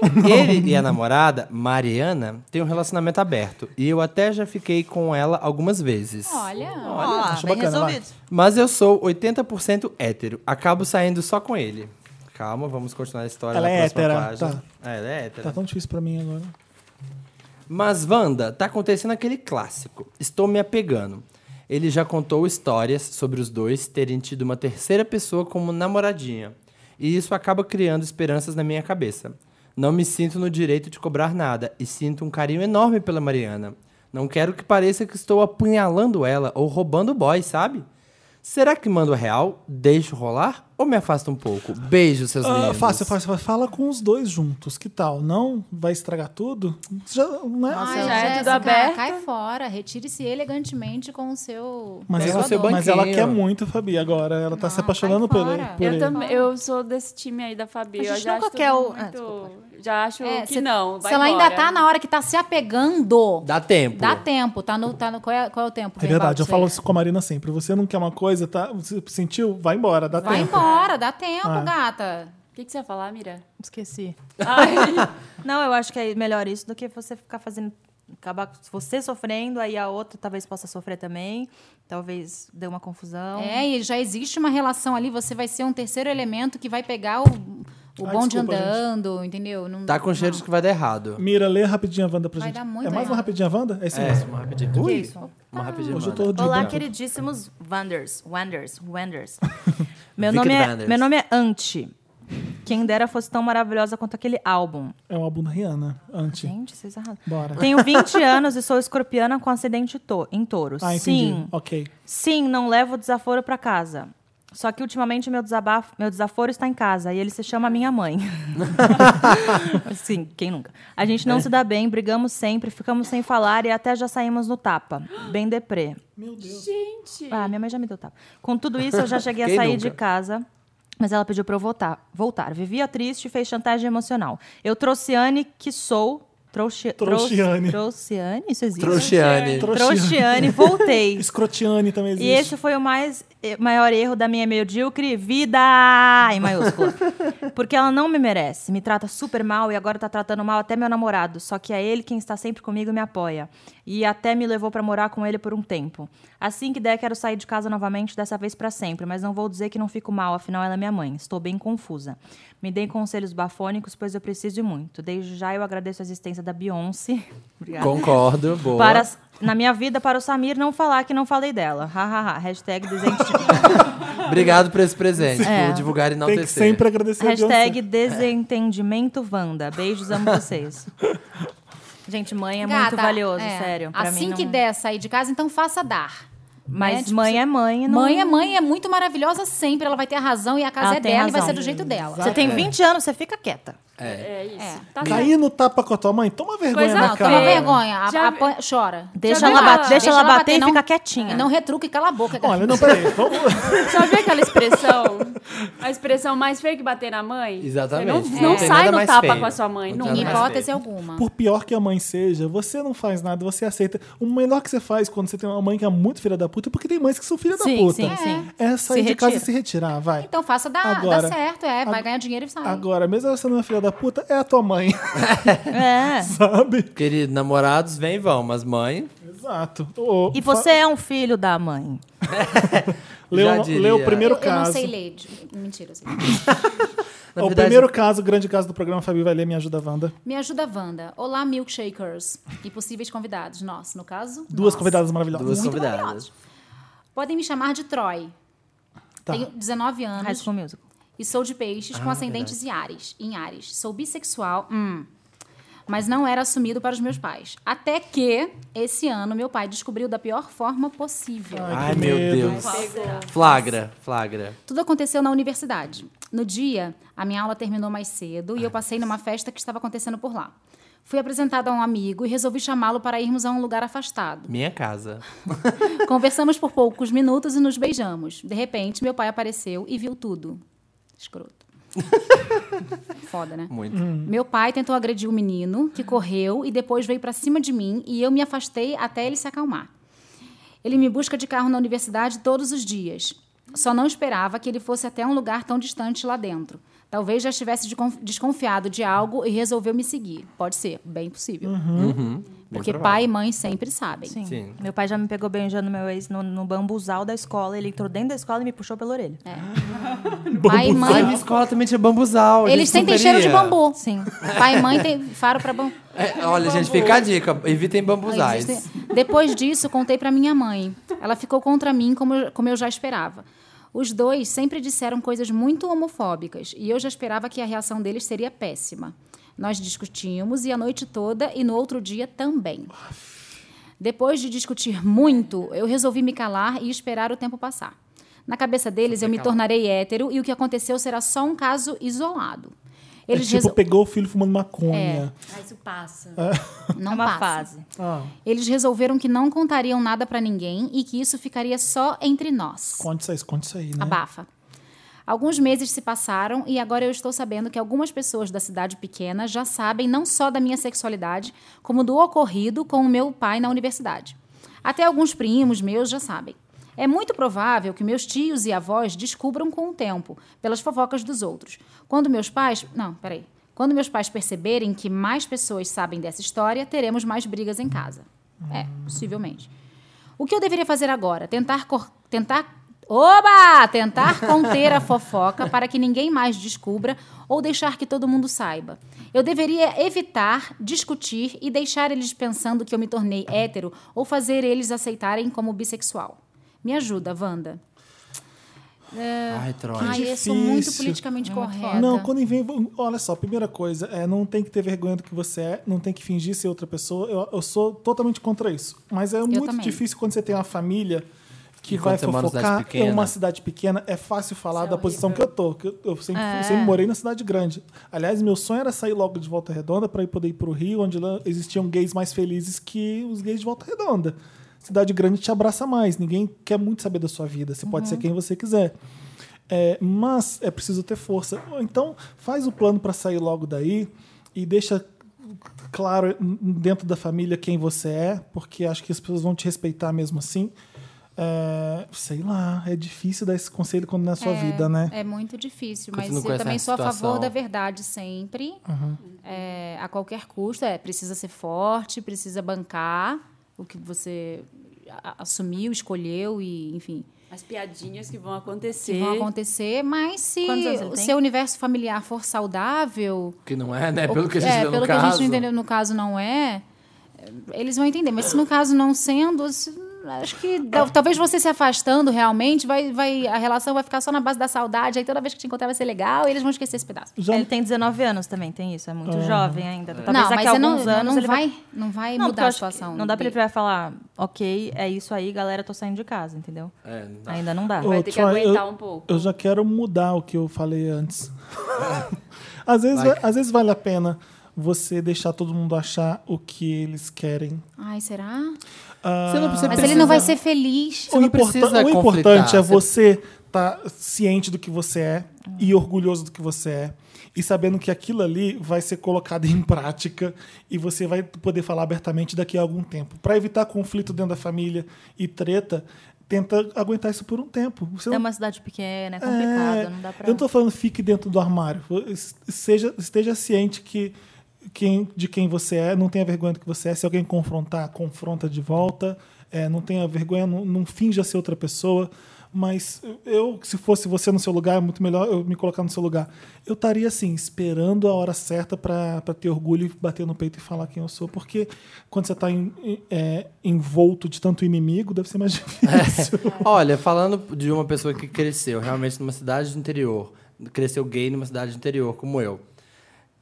Ele e a namorada, Mariana, têm um relacionamento aberto. E eu até já fiquei com ela algumas vezes.
Olha.
Olha,
acho
Ah, bem
bacana, vai.
resolvido.
Mas eu sou 80% hétero. Acabo saindo só com ele. Calma, vamos continuar a história
Ela
na
é
próxima
hétera,
página. É, ela é hétera.
Tá tão difícil pra mim agora.
Mas, Wanda, tá acontecendo aquele clássico. Estou me apegando. Ele já contou histórias sobre os dois terem tido uma terceira pessoa como namoradinha. E isso acaba criando esperanças na minha cabeça. Não me sinto no direito de cobrar nada e sinto um carinho enorme pela Mariana. Não quero que pareça que estou apunhalando ela ou roubando o boy, sabe? Será que mando a real, deixo rolar ou me afasto um pouco? Beijo, seus
Ah,
lindos.
fácil, fácil, fácil. Fala com os dois juntos, que tal? Não? Vai estragar tudo? Já, né?
Ai,
já é tudo
Jéssica,
aberto.
cai fora. Retire-se elegantemente com o seu...
É,
Mas,
Pega
ela,
o seu
mas ela
banquinho.
quer muito, Fabi, agora. Ela tá
Não,
se apaixonando
vai
por
Ah, fora.
ele. por
Eu
ele.
também, eu sou desse time aí da Fabi.
A
eu
gente
já
nunca
acho
quer
tudo
um-
o- Ah,
muito- já acho
É,
que
se-
não. Vai
se ela ainda
embora.
tá na hora que tá se apegando...
Dá tempo.
Dá tempo. Tá no... Tá no qual, é, qual é o tempo?
É
verbal
verdade, eu
disso aí?
falo isso com a Marina sempre. Você não quer uma coisa, tá? Você sentiu? Vai embora, dá
Vai
tempo.
embora, dá tempo,
Ah.
gata.
O que, que você ia falar, Mira?
Esqueci.
Ai,
Não, eu acho que é melhor isso do que você ficar fazendo. Acabar você sofrendo, aí a outra talvez possa sofrer também. Talvez dê uma confusão.
É, e já existe uma relação ali. Você vai ser um terceiro elemento que vai pegar o... O
Ai,
bonde
desculpa, gente.
andando, entendeu? Não,
Tá com cheiro de que vai dar errado.
Mira, lê rapidinho a Wanda pra
Vai
gente.
dar muito
é mais uma
errado.
rapidinha Wanda? É isso
É,
mesmo.
uma rapidinha.
Que
Ui,
isso?
Ah.
Uma rapidinha.
Hoje eu
manda.
tô de
Olá,
branco.
queridíssimos Wanders, Wanders, Wanders. Meu
Vicky
nome, é,
Wanders.
meu nome é Anti. Quem dera fosse tão maravilhosa quanto aquele álbum.
É uma bunda Rihanna, antes.
Gente, vocês erraram.
Bora.
Tenho 20 anos e sou escorpiana com acidente to- em touro.
Ah, entendi.
Sim.
Ok.
Sim, não levo o desaforo pra casa. Só que ultimamente meu, desabafo, meu desaforo está em casa e ele se chama Minha Mãe. Sim, quem nunca? A gente
É.
não se dá bem, brigamos sempre, ficamos sem falar e até já saímos no tapa. Bem deprê.
Meu Deus.
Gente!
Ah, minha mãe já me deu tapa. Com tudo isso, eu já cheguei a
Quem
sair
nunca?
de casa. Mas ela pediu pra eu voltar. voltar. Vivia triste e fez chantagem emocional. Eu trouxiane que sou. Trouxi,
Trouxiane.
Trouxiane. Trouxiane? Isso existe?
Trouxiane.
Trouxiane, voltei.
Escrotiane também existe.
E esse foi o mais eh, maior erro da minha medíocre vida em maiúsculo. Porque ela não me merece, me trata super mal e agora tá tratando mal até meu namorado, só que é ele quem está sempre comigo e me apoia. E até me levou pra morar com ele por um tempo. Assim que der, quero sair de casa novamente, dessa vez pra sempre, mas não vou dizer que não fico mal, afinal ela é minha mãe. Estou bem confusa. Me deem conselhos bafônicos, pois eu preciso e muito. Desde já eu agradeço a existência da Beyoncé. Obrigada.
Concordo, boa.
Para, na minha vida, para o Samir não falar que não falei dela. Ha, ha, ha. Hashtag desentendida.
Obrigado por esse presente,
É.
por divulgar e
Tem
enaltecer.
que sempre agradecer a
Hashtag
Beyoncé.
desentendimento Wanda. Beijos, amo vocês. Gente, mãe é muito
Gata,
valioso,
é.
sério. Pra
Assim
mim,
que
não-
der sair de casa, então faça dar.
Mas
né? Tipo,
mãe é mãe. Não...
Mãe é mãe, é muito maravilhosa sempre. Ela vai ter a razão e a casa
Ela
é
tem
dela e vai
razão.
ser do jeito dela.
Você tem 20 anos, você fica quieta.
É.
É isso.
É.
Tá certo.
Cair no tapa com a tua mãe, toma vergonha né?
Coisa
na
Não,
cara.
toma vergonha. A-
Já-
apanha- chora.
Deixa,
Já
ela,
viu
bat-
a-
deixa ela bater, e
não-
fica quietinha.
Não retruca e cala a boca. é cara.
Olha, não, peraí. Vamos...
Já viu aquela expressão? A expressão mais feia que bater na mãe?
Exatamente.
Você
É.
não,
Não
não
tem
sai
nada
no
mais
tapa
feio.
com a sua mãe.
Não
Não.
tem
assim, Em
nada
hipótese alguma.
é Por pior que a mãe seja, você não faz nada, você aceita. O melhor que você faz quando você tem uma mãe que é muito filha da puta, porque tem mães que são filha da
Sim,
puta.
sim, sim.
É sair
Se
de
retira.
casa e se retirar, vai.
Então faça dar, dá
Agora-
certo, é. Vai
Ag-
ganhar dinheiro e sai.
Agora, mesmo ela sendo uma filha da puta, é a tua mãe,
É.
sabe?
Querido, namorados vêm e vão, mas mãe.
Exato. Ô,
E
fa-
você é um filho da mãe.
leu,
já diria.
leu é o primeiro
eu, eu
caso.
não sei ler. de- Mentira, eu sei.
Na
o
verdade-
primeiro caso, o grande caso do programa, Fabi vai ler Me Ajuda Wanda.
Me ajuda, Wanda. Olá, milkshakers e possíveis convidados. Nós, no caso.
Duas
nós.
convidadas maravilhosas.
Duas
Muito
convidadas.
Podem me chamar de Troy.
Tá. Ah,
Tenho 19
High
anos
School Musical.
e sou de peixes com ascendentes em Ares. Em Ares. Sou bissexual. hum, Mas não era assumido para os meus pais. Até que, esse ano, meu pai descobriu da pior forma possível.
Ai,
que
meu
medo.
Deus. Flagra, flagra.
Tudo aconteceu na universidade. No dia, a minha aula terminou mais cedo e eu passei numa festa que estava acontecendo por lá. Fui apresentada a um amigo e resolvi chamá-lo para irmos a um lugar afastado.
Minha casa.
Conversamos por poucos minutos e nos beijamos. De repente, meu pai apareceu e viu tudo. Escroto. Foda, né?
Muito.
Meu pai tentou agredir o menino, que correu e depois veio pra cima de mim e eu me afastei até ele se acalmar. Ele me busca de carro na universidade todos os dias. Só não esperava que ele fosse até um lugar tão distante lá dentro. Talvez já estivesse de- desconfiado de algo e resolveu me seguir. Pode ser, bem possível. Uhum. Porque pai e mãe sempre sabem.
Sim.
Sim.
Meu pai já me pegou beijando meu ex no, no bambuzal da escola. Ele entrou dentro da escola e me puxou pela orelha.
Pai e
Ai,
mãe.
minha escola também tinha bambuzal. a
Eles
gente não
sentem cheiro de
teria.
bambu.
Sim.
Pai e mãe tem faro pra bambu.
É, olha, gente, fica a dica. Evitem bambuzais.
Existem- Depois disso, contei pra minha mãe. Ela ficou contra mim, como eu, como eu já esperava. Os dois sempre disseram coisas muito homofóbicas e eu já esperava que a reação deles seria péssima. Nós discutimos e a noite toda e no outro dia também. Depois de discutir muito, eu resolvi me calar e esperar o tempo passar. Na cabeça deles, eu me tornarei hétero e o que aconteceu será só um caso isolado.
É
Eles
tipo,
resol-
pegou o filho fumando
É.
maconha.
Mas isso passa.
não
é uma
passa.
fase.
Ah,
Eles resolveram que não contariam nada pra ninguém e que isso ficaria só entre nós.
conte isso aí, conte isso aí, né?
Abafa. Alguns meses se passaram e agora eu estou sabendo que algumas pessoas da cidade pequena já sabem não só da minha sexualidade, como do ocorrido com o meu pai na universidade. Até alguns primos meus já sabem. É muito provável que meus tios e avós descubram com o tempo, pelas fofocas dos outros. Quando meus pais. Não, peraí. Quando meus pais perceberem que mais pessoas sabem dessa história, teremos mais brigas em casa. É, possivelmente. O que eu deveria fazer agora? Tentar cor- tentar Oba! Tentar conter a fofoca para que ninguém mais descubra ou deixar que todo mundo saiba. Eu deveria evitar discutir e deixar eles pensando que eu me tornei hétero ou fazer eles aceitarem como bissexual. Me ajuda, Wanda.
Ai, Troy.
Ai, eu
difícil.
sou muito politicamente correta.
Não, quando vem. Olha só, primeira coisa, é, não tem que ter vergonha do que você é, não tem que fingir ser outra pessoa. Eu, eu sou totalmente contra isso. Mas é muito
também.
difícil quando você tem uma família que
E
vai
quando você mora em
fofocar
cidade
é
pequena?
uma cidade pequena, é fácil falar da posição que eu tô. Que eu, eu sempre, fui- sempre morei na cidade grande. Aliás, meu sonho era sair logo de Volta Redonda para poder ir pro Rio, onde lá existiam gays mais felizes que os gays de Volta Redonda. Cidade grande te abraça mais, ninguém quer muito saber da sua vida. Você pode ser quem você quiser. É, mas é preciso ter força. Ou Então, faz o plano para sair logo daí e deixa claro n- dentro da família quem você é, porque acho que as pessoas vão te respeitar mesmo assim. É, sei lá, é difícil dar esse conselho quando não é a sua vida, né?
É muito difícil,
Quando
mas
você não
eu
conhece
também
a
sou a favor
situação.
da verdade sempre. É, a qualquer custo, é, precisa ser forte, precisa bancar o que você a- a- assumiu, escolheu e, enfim,
As piadinhas que vão
que
acontecer.
vão acontecer. Mas se
Quantos anos ele
o
tem?
seu universo familiar for saudável,
Que não é, né? Pelo que a gente
é,
leu
pelo
no
que
caso.
a gente não entendeu no caso não é, eles vão entender. Mas se no caso não sendo, se- acho que tal- talvez você se afastando realmente, vai, vai, a relação vai ficar só na base da saudade, aí toda vez que te encontrar vai ser legal, e eles vão esquecer esse pedaço.
Já
Ele tem 19 anos também, tem isso. um É muito jovem ainda. Talvez
não,
daqui
mas
a
você não,
alguns anos
não,
ele vai...
vai, não vai
Não, porque
mudar
eu
a
acho que
situação.
Não dá pra ele
dele.
vai falar, ok, é isso aí, galera, tô saindo de casa, entendeu?
É, não dá.
Ainda não dá.
Vai
Ô,
ter que
Troy,
aguentar
eu-
um pouco.
Eu já quero mudar o que eu falei antes. às, vezes,
Vai.
às vezes vale a pena você deixar todo mundo achar o que eles querem.
Ai, será?
Você não-
mas
você precisa-
ele não vai ser feliz.
O,
não
importa-
precisa
o
conflitar.
importante é
Você-
você estar ciente do que você é e orgulhoso do que você é. E sabendo que aquilo ali vai ser colocado em prática e você vai poder falar abertamente daqui a algum tempo. Para evitar conflito dentro da família e treta, tenta aguentar isso por um tempo. Você
É
não
uma cidade pequena, é complicado,
É,
não dá pra...
Eu não tô falando fique dentro do armário. Es- Seja, esteja ciente que quem, de quem você é, não tenha vergonha do que você é. Se alguém confrontar, confronta de volta. É, não tenha vergonha, não, não finja ser outra pessoa. Mas eu, se fosse você no seu lugar, é muito melhor eu me colocar no seu lugar. Eu estaria assim, esperando a hora certa para ter orgulho e bater no peito e falar quem eu sou. Porque quando você tá está é, envolto de tanto inimigo, deve ser mais difícil.
É. Olha, falando de uma pessoa que cresceu realmente numa cidade do interior, cresceu gay numa cidade do interior, como eu.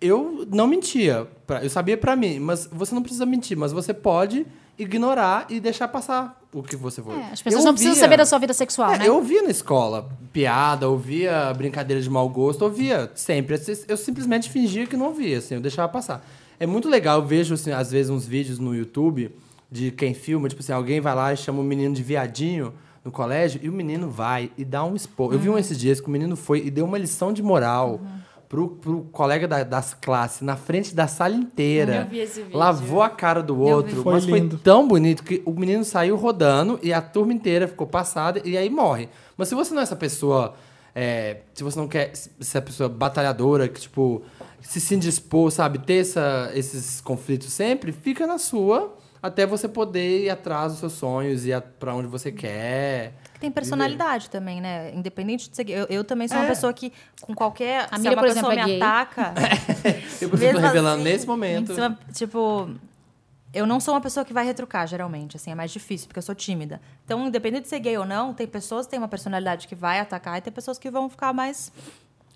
Eu não mentia, pra- eu sabia pra mim, mas você não precisa mentir, mas você pode ignorar e deixar passar o que você foi.
É, as pessoas não precisam saber da sua vida sexual,
É,
né?
É, Eu ouvia na escola piada, ouvia brincadeira de mau gosto, ouvia sempre. Eu simplesmente fingia que não ouvia, assim, eu deixava passar. É muito legal, eu vejo, assim, às vezes, uns vídeos no YouTube de quem filma, tipo assim, alguém vai lá e chama o menino de viadinho no colégio, e o menino vai e dá um expor.
Uhum.
Eu vi um esses dias que o menino foi e deu uma lição de moral. Pro, pro colega da, das classes, na frente da sala inteira.
Eu vi esse vídeo.
Lavou a cara do outro.
Foi
mas
lindo.
foi tão bonito que o menino saiu rodando e a turma inteira ficou passada e aí morre. Mas se você não é essa pessoa. é, se você não quer ser a pessoa batalhadora, que, tipo, se se indispor, sabe, ter essa- esses conflitos sempre, fica na sua até você poder ir atrás dos seus sonhos e para onde você quer.
Que Tem personalidade também, né? Independente de seguir. Eu, eu também sou
É.
uma pessoa que, com qualquer.
A
se
Miriam,
uma
por exemplo,
pessoa
é
me
gay.
ataca.
Eu preciso
mesmo
revelando
assim,
nesse momento.
se uma- tipo, eu não sou uma pessoa que vai retrucar, geralmente. Assim, é mais difícil, porque eu sou tímida. Então, independente de ser gay ou não, tem pessoas que têm uma personalidade que vai atacar e tem pessoas que vão ficar mais.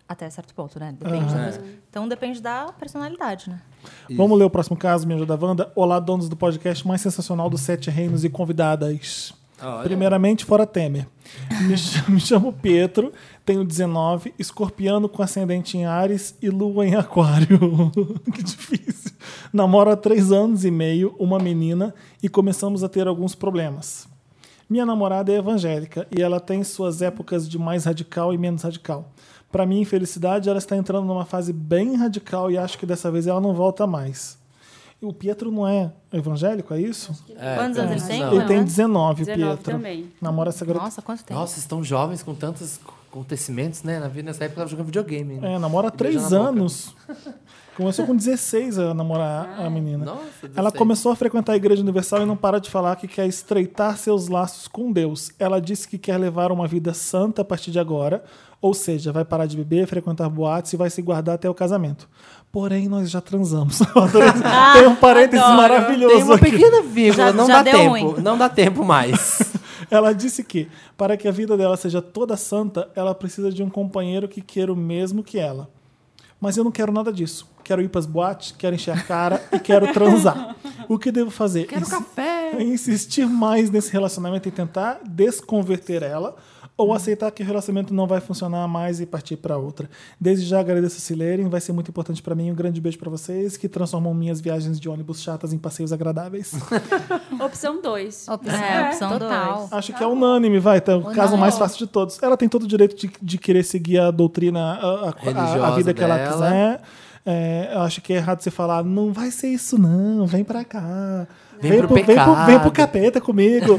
Até certo ponto, né? Depende. da pessoa. Então depende da personalidade, né?
Vamos ler o próximo caso, me ajuda Wanda. Olá, donos do podcast mais sensacional dos Sete Reinos e convidadas.
Olha.
Primeiramente, fora Temer. Me, ch- me chamo Pietro, tenho 19, escorpiano com ascendente em Ares e lua em Aquário. que difícil. Namoro há três anos e meio, uma menina, e começamos a ter alguns problemas. Minha namorada é evangélica e ela tem suas épocas de mais radical e menos radical. Para minha infelicidade, ela está entrando numa fase bem radical e acho que dessa vez ela não volta mais. O Pietro não é evangélico, é isso?
É,
Quantos anos ele tem?
não.
Ele tem 19,
19
Pietro.
também.
Namora essa garota.
Nossa, quanto tempo.
Nossa, estão jovens com tantos acontecimentos, né? Na vida, nessa época, eu tava jogando videogame. né?
É, namora há
E beijando
três
na boca.
anos. Começou com 16 a namorar a menina.
Ah, Nossa, 16.
Ela começou a frequentar a Igreja Universal e não para de falar que quer estreitar seus laços com Deus. Ela disse que quer levar uma vida santa a partir de agora, ou seja, vai parar de beber, frequentar boates e vai se guardar até o casamento. Porém, nós já transamos. Tem um parênteses maravilhoso
Tem uma
aqui.
pequena vírgula,
Já-
não
já
dá
deu
tempo.
ruim.
Não dá tempo mais.
Ela disse que, para que a vida dela seja toda santa, ela precisa de um companheiro que queira o mesmo que ela. Mas eu não quero nada disso. Quero ir para as boates, quero encher a cara e quero transar. O que devo fazer? Quero café! é insistir mais nesse relacionamento e tentar desconverter ela ou aceitar que o relacionamento não vai funcionar mais e partir para outra. Desde já agradeço a Sileren, vai ser muito importante para mim. Um grande beijo para vocês que transformam minhas viagens de ônibus chatas em passeios agradáveis.
Opção 2.
Opção, é, opção
total.
dois.
Acho que é unânime, vai. Tá, o caso
Unânime.
mais fácil de todos. Ela tem todo o direito de, de querer seguir a doutrina, a, a- a- a vida
Religiosa
que ela
dela.
quiser. É, eu acho que é errado você falar, não vai ser isso, não, vem pra cá.
Vem pro
pro, vem, pro,
pecado."
vem pro capeta comigo.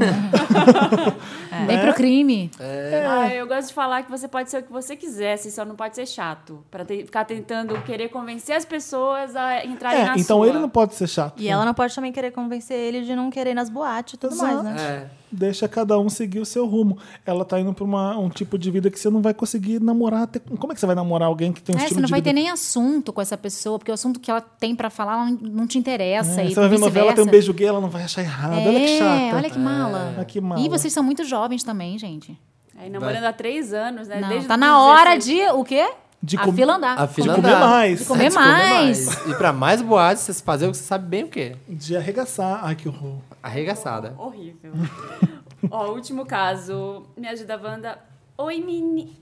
É. Vem
né?
pro crime.
É,
Ah, eu gosto de falar que você pode ser o que você quiser, você só não pode ser chato. Pra te- ficar tentando querer convencer as pessoas a
Tá
entrarem na
é, então
sua.
ele não pode ser chato. Então,
E ela não pode também querer convencer ele de não querer ir nas boates e tudo mais, né?
É.
Deixa cada um seguir o seu rumo. Ela tá indo pra uma, um tipo de vida que você não vai conseguir namorar. até- Como é que você vai namorar alguém que tem um
É,
estilo
você não
de
vai
vida?
ter nem assunto com essa pessoa, porque o assunto que ela tem pra falar ela não- não te interessa.
É,
e
você vai ver novela, tem um
vice-versa.
beijo gay, ela não vai achar errado.
É,
olha que chata. É,
olha que mala.
Olha que mala.
E vocês são muito jovens também, gente.
Aí namorando há três anos, né?
Não,
Desde
tá
os
na hora
16.
de o quê?
De
a
com-
fila andar.
A fila
De comer
andar.
mais. De
comer
É,
mais.
E pra mais boate, vocês fazem o que você sabe bem o quê?
De arregaçar. Ai, que horror.
Arregaçada.
Horrível. Ó, último caso. Me ajuda, Wanda. Oi, meni.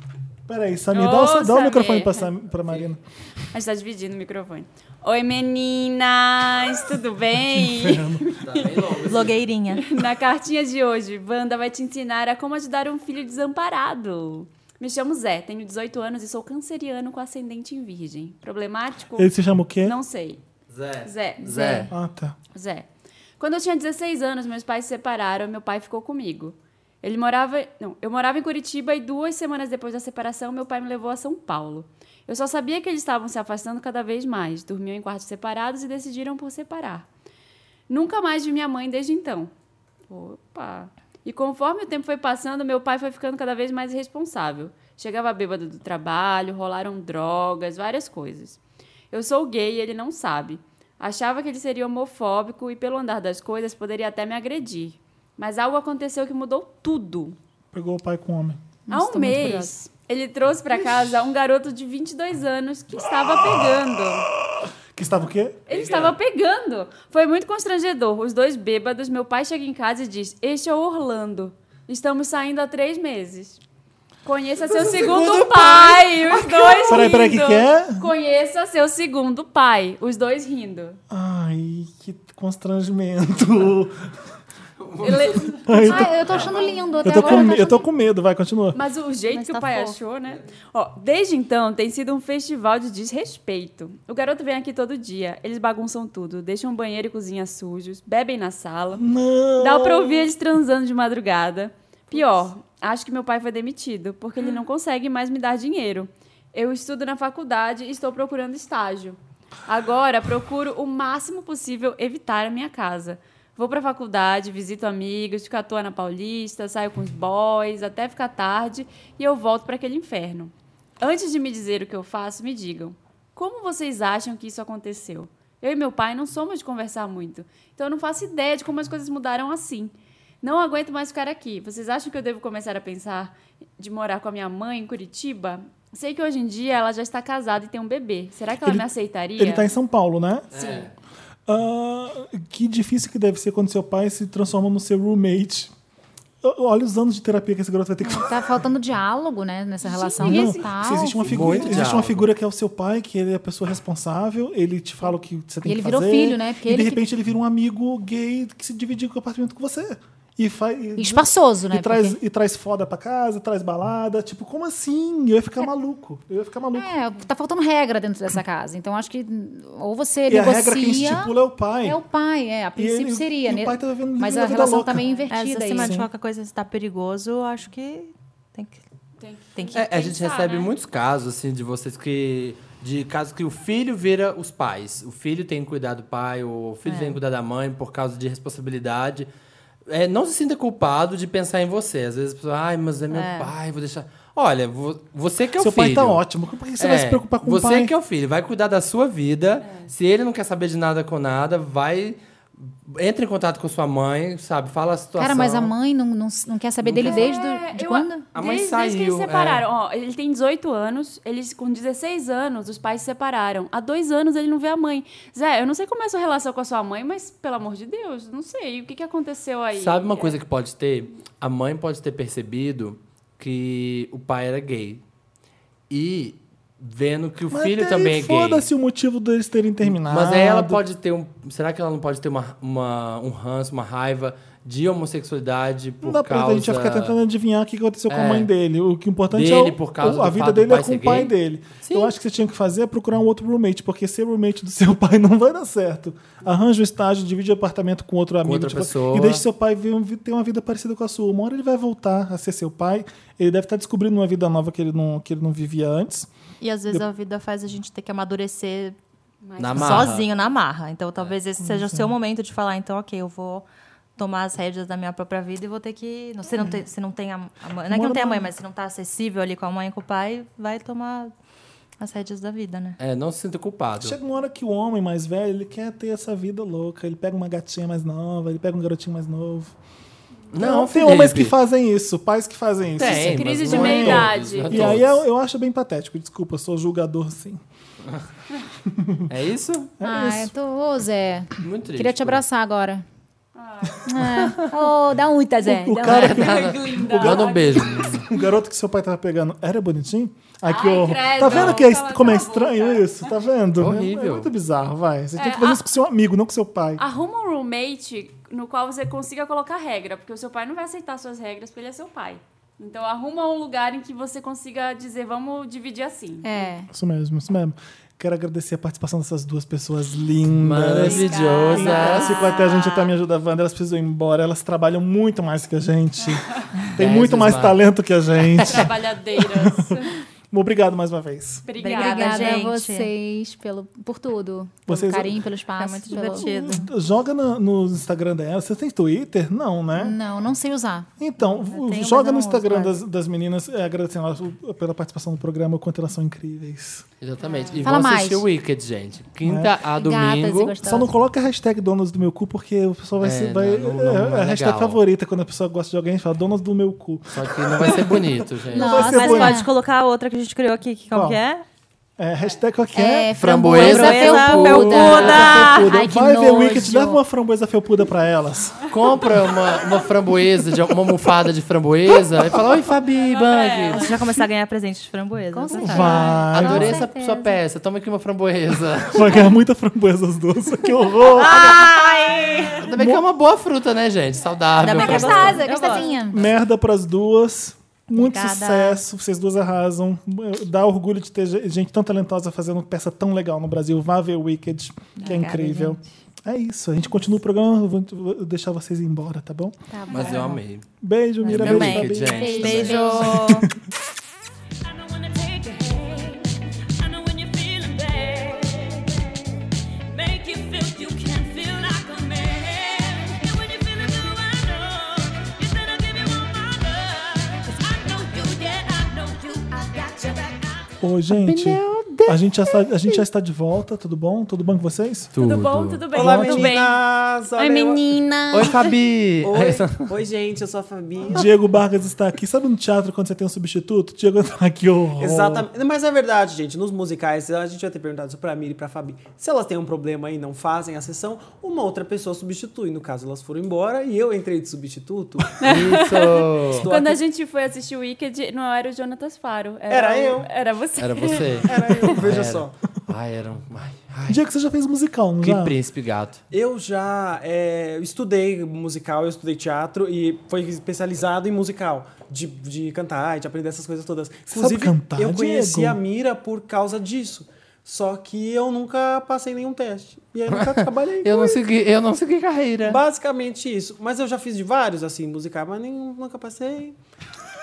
Peraí, Samir, dá, o,
Ô,
dá o
Samir.
microfone pra, Sam, pra Marina.
A gente tá dividindo o microfone. Oi, meninas, tudo bem?
Tá
Blogueirinha.
Na cartinha de hoje, Wanda vai te ensinar a como ajudar um filho desamparado. Me chamo Zé, tenho 18 anos e sou canceriano com ascendente em virgem. Problemático?
Ele se chama o quê?
Não sei.
Zé.
Zé.
Zé.
Ah, tá.
Zé. Quando eu tinha 16 anos, meus pais se separaram e meu pai ficou comigo. Ele morava. Não, eu morava em Curitiba e duas semanas depois da separação, meu pai me levou a São Paulo. Eu só sabia que eles estavam se afastando cada vez mais, dormiam em quartos separados e decidiram por separar. Nunca mais vi minha mãe desde então. Opa! E conforme o tempo foi passando, meu pai foi ficando cada vez mais irresponsável. Chegava bêbado do trabalho, rolaram drogas, várias coisas. Eu sou gay e ele não sabe. Achava que ele seria homofóbico e, pelo andar das coisas, poderia até me agredir. Mas algo aconteceu que mudou tudo.
Pegou o pai com o homem.
Há um
tô muito
mês,
curiosa.
ele trouxe para casa um garoto de 22 anos que estava pegando.
Que estava o quê?
Ele estava pegando. Foi muito constrangedor. Os dois bêbados, meu pai chega em casa e diz: Este é o Orlando. Estamos saindo há três meses. Conheça
é
seu segundo, pai. Os dois
Peraí,
rindo.
peraí, que que é?
Conheça seu segundo pai. Os dois rindo.
Ai, que constrangimento.
Ele-
Ah, eu tô achando lindo até
Eu tô,
agora.
com,
eu
me-
tô
eu tô
achando-
com medo, vai, continua.
Mas o jeito
Mas
que
tá
o pai
fofo.
achou, né? Ó, desde então tem sido um festival de desrespeito. O garoto vem aqui todo dia, eles bagunçam tudo, deixam um banheiro e cozinha sujos, bebem na sala. Dá pra ouvir eles transando de madrugada. Pior, acho que meu pai foi demitido, porque ele não consegue mais me dar dinheiro. Eu estudo na faculdade e estou procurando estágio. Agora procuro o máximo possível evitar a minha casa. Vou pra faculdade, visito amigos, fico à toa na Paulista, saio com os boys até ficar tarde e eu volto pra aquele inferno. Antes de me dizer o que eu faço, me digam: como vocês acham que isso aconteceu? Eu e meu pai não somos de conversar muito, então eu não faço ideia de como as coisas mudaram assim. Não aguento mais ficar aqui. Vocês acham que eu devo começar a pensar de morar com a minha mãe em Curitiba? Sei que hoje em dia ela já está casada e tem um bebê. Será que ela
Ele-
me aceitaria?
Ele tá em São Paulo, né?
Sim.
Ah, que difícil que deve ser quando seu pai se transforma no seu roommate. O- Olha os anos de terapia que esse garoto vai ter que
Tá faltando diálogo, né, nessa relação
Não,
total.
se existe uma figura,
Muito
existe uma
diálogo.
figura que é o seu pai, que ele é a pessoa responsável, ele te fala o que você tem
E ele
que fazer.
virou filho, né? Porque
e de
ele que-
repente ele vira um amigo gay que se divide com o apartamento com você. E faz
E espaçoso, né?
E traz,
porque-
e traz foda pra casa, traz balada. Tipo, como assim? Eu ia ficar maluco. Eu ia ficar maluco.
É, tá faltando regra dentro dessa casa. Então acho que hum, ou você
e a
negocia.
regra que estipula é o pai.
É o pai, é. A princípio
ele-
seria,
e o
né?
pai tá vivendo-
Mas
vivendo
a
a vida
relação
louca.
tá meio
É, se
invertida aí.
acima de
Sim.
qualquer coisa está perigoso, eu acho que tem que. Tem que.
É, a gente
pensar,
recebe
né?
muitos casos, assim, de vocês que. De casos que o filho vira os pais. O filho tem que cuidar do pai, o filho tem que cuidar da mãe por causa de responsabilidade. É, não se sinta culpado de pensar em você. Às vezes a pessoa, ai, mas é meu pai, vou deixar. Olha, vo- você que é o
Seu
filho.
pai tá ótimo. Por que você vai
É,
se preocupar com
você
o pai?
que é o filho, vai cuidar da sua vida. Se ele não quer saber de nada com nada, vai Entre em contato com sua mãe, sabe? Fala a situação.
Cara, mas a mãe não, não, não quer saber dele desde do, de
é, eu-
quando?
A mãe
desde, Desde
saiu,
que eles
é.
separaram. Ó, ele tem 18 anos, eles com 16 anos, os pais se separaram. Há dois anos ele não vê a mãe. Zé, eu não sei como é a sua relação com a sua mãe, mas, pelo amor de Deus, não sei. O que, que aconteceu aí? É.
Sabe uma coisa que pode ter? A mãe pode ter percebido que o pai era gay. E vendo que o
Mas
filho
daí
também é gay.
Foda-se o motivo deles terem terminado.
Mas aí ela pode ter um. Será que ela não pode ter uma, uma- um ranço, uma raiva de homossexualidade por
Não dá
causa
pra a gente vai ficar tentando adivinhar o que aconteceu com a
É.
mãe dele. O que é importante
Dele,
é o-
por causa
o- a
do
vida
fato do
dele é
pai
com
ser
o pai
gay.
dele.
Sim.
Eu acho que você tinha que fazer é procurar um outro roommate, porque ser roommate do seu pai não vai dar certo. Arranja o estágio, divide o apartamento com outro amigo
outra
tipo,
pessoa.
e deixa seu pai ver um vi- ter uma vida parecida com a sua. Uma hora ele vai voltar a ser seu pai. Ele deve estar descobrindo uma vida nova que ele não, que ele não vivia antes.
E às vezes a vida faz a gente ter que amadurecer
na marra.
sozinho na marra. Então talvez esse seja o seu momento de falar, então, ok, eu vou tomar as rédeas da minha própria vida e vou ter que. Não, você não tem, você não tem a, a mãe. Não é que não tem a mãe, mas se não tá acessível ali com a mãe e com o pai, vai tomar as rédeas da vida, né?
É, não se sinta culpado.
Chega uma hora que o homem mais velho, ele quer ter essa vida louca. Ele pega uma gatinha mais nova, ele pega um garotinho mais novo.
Não,
tem
Felipe.
homens que fazem isso, pais que fazem isso.
Tem, mas
Crise
não
de
é
meia-idade.
todos, não é
E aí eu,
todos.
eu acho bem patético, desculpa, eu sou julgador sim.
É isso?
ah, eu tô. Ô, Zé.
Muito triste.
Queria te abraçar agora.
Ah.
É. Ô, dá um ita,
É,
Zé.
O
Dá um-
cara que,
Manda um beijo.
o garoto que seu pai tava pegando era bonitinho? Ai, que
Ai,
horror.
credo.
Tá vendo que é, est-
Cala
como é
a boca.
estranho isso? Tá vendo?
Horrível.
É muito bizarro, vai. Você tinha que
É,
fazer
a-
isso com seu amigo, não com seu pai.
Arruma um roommate no qual você consiga colocar regra, porque o seu pai não vai aceitar suas regras, porque ele é seu pai. Então arruma um lugar em que você consiga dizer, vamos dividir assim.
É.
Isso mesmo, isso mesmo. Quero agradecer a participação dessas duas pessoas lindas. Quem
Maravilhosa.
elas ficam até a gente até me ajuda, Wanda. Elas precisam ir embora. Elas trabalham muito mais que a gente. Tem
Dez
muito
vezes
mais
mais.
talento que a gente.
Trabalhadeiras.
Obrigado mais uma vez.
Obrigada.
Obrigada
gente.
a vocês pelo, por tudo. Pelo
Vocês-
carinho, pelo espaço.
É muito
pelo-
divertido.
Joga na- no Instagram dela. Você tem Twitter? Não, né?
Não, não sei usar.
Então,
tenho, mas
joga
eu
no
não
Instagram
uso,
das, das meninas, é, agradecendo elas o- pela participação do programa, o quanto elas são incríveis.
Exatamente. E
Fala
vão assistir
mais.
o Wicked, gente. Quinta a
Gatas e
domingo.
gostosas.
Só não coloca a hashtag donas do meu cu, porque o pessoal vai
É,
ser. Vai,
não, não, não,
é,
não é
a hashtag
legal.
favorita quando a pessoa gosta de alguém, a gente fala donas do meu cu.
Só que não vai ser bonito, gente.
Não.
Vai
Nossa,
ser
Mas
bonito.
pode colocar a outra que a gente criou aqui, que como
Qual?
que é?
É, hashtag qual que é?
É,
Framboesa
framboesa
felpuda. ah,
felpuda.
Felpuda.
Ai, que
Vai ver o Wicked,
nojo.
dá uma framboesa felpuda pra elas.
Ah,
Compra uma, uma framboesa, de, uma almofada de framboesa e fala: Oi, Fabi,
A
Bang.
gente vai começar a ganhar presente de framboesa.
Com
tá?
certeza.
Vai.
Adorei
Com
essa
certeza.
sua peça. Toma aqui uma framboesa.
Vai ganhar muita framboesa as duas. Que horror!
Ah,
Também que é uma boa fruta, né, gente? Saudável.
Ainda bem que é
gostosa.
Gostosa, gostosinha.
Merda pras duas. Muito
Obrigada.
sucesso, vocês duas arrasam. Dá orgulho de ter ge- gente tão talentosa fazendo peça tão legal no Brasil. Vá ver Wicked, que é incrível. É isso, a gente continua o programa, eu vou- vou deixar vocês ir embora, tá bom?
Tá bom.
Mas eu amei.
Beijo, Mira,
Meu
beijo,
bem.
Wicked,
Fabi.
gente.
Beijo.
I know when to take your hand. I know when you're feeling bad. Make you feel you can feel like a man. And when you're feeling blue, I know you said I'll give you all my love. 'Cause I know you, yeah, I know you. I got your back. I
Ô, gente, a gente, já está, a gente já está de volta, tudo bom? Tudo bom com vocês?
Tudo bom? Tudo bem?
Olá,
Tudo bem?
meninas! Olha, eu-
menina.
Oi, Fabi.
Oi. Oi, gente, eu sou a Fabi.
Diego Vargas está aqui. Sabe no teatro quando você tem um substituto? Diego está aqui, horror.
Exatamente. Mas é verdade, gente. Nos musicais, a gente vai ter perguntado isso pra Miri e pra Fabi. Se elas têm um problema e não fazem a sessão, uma outra pessoa substitui. No caso, elas foram embora e eu entrei de substituto.
Isso.
Estou
Quando a
aqui-
gente foi assistir o Wicked, não era o Jonatas Faro.
Era
o-
eu.
Era você.
Era você. Ah,
Era eu, veja
Era.
só.
Ai, era um. Ai, ai.
Diego, você já fez musical, não
Que
já?
príncipe gato.
Eu já é, estudei musical, eu estudei teatro e foi especializado em musical, de, de cantar, de aprender essas coisas todas. Inclusive,
cantar,
eu conheci
Diego?
a Mira por causa disso. Só que eu nunca passei nenhum teste. E aí nunca trabalhei.
Eu
com
não
isso.
segui, eu não segui carreira.
Basicamente isso. Mas eu já fiz de vários, assim, musical, mas nenhum, nunca passei.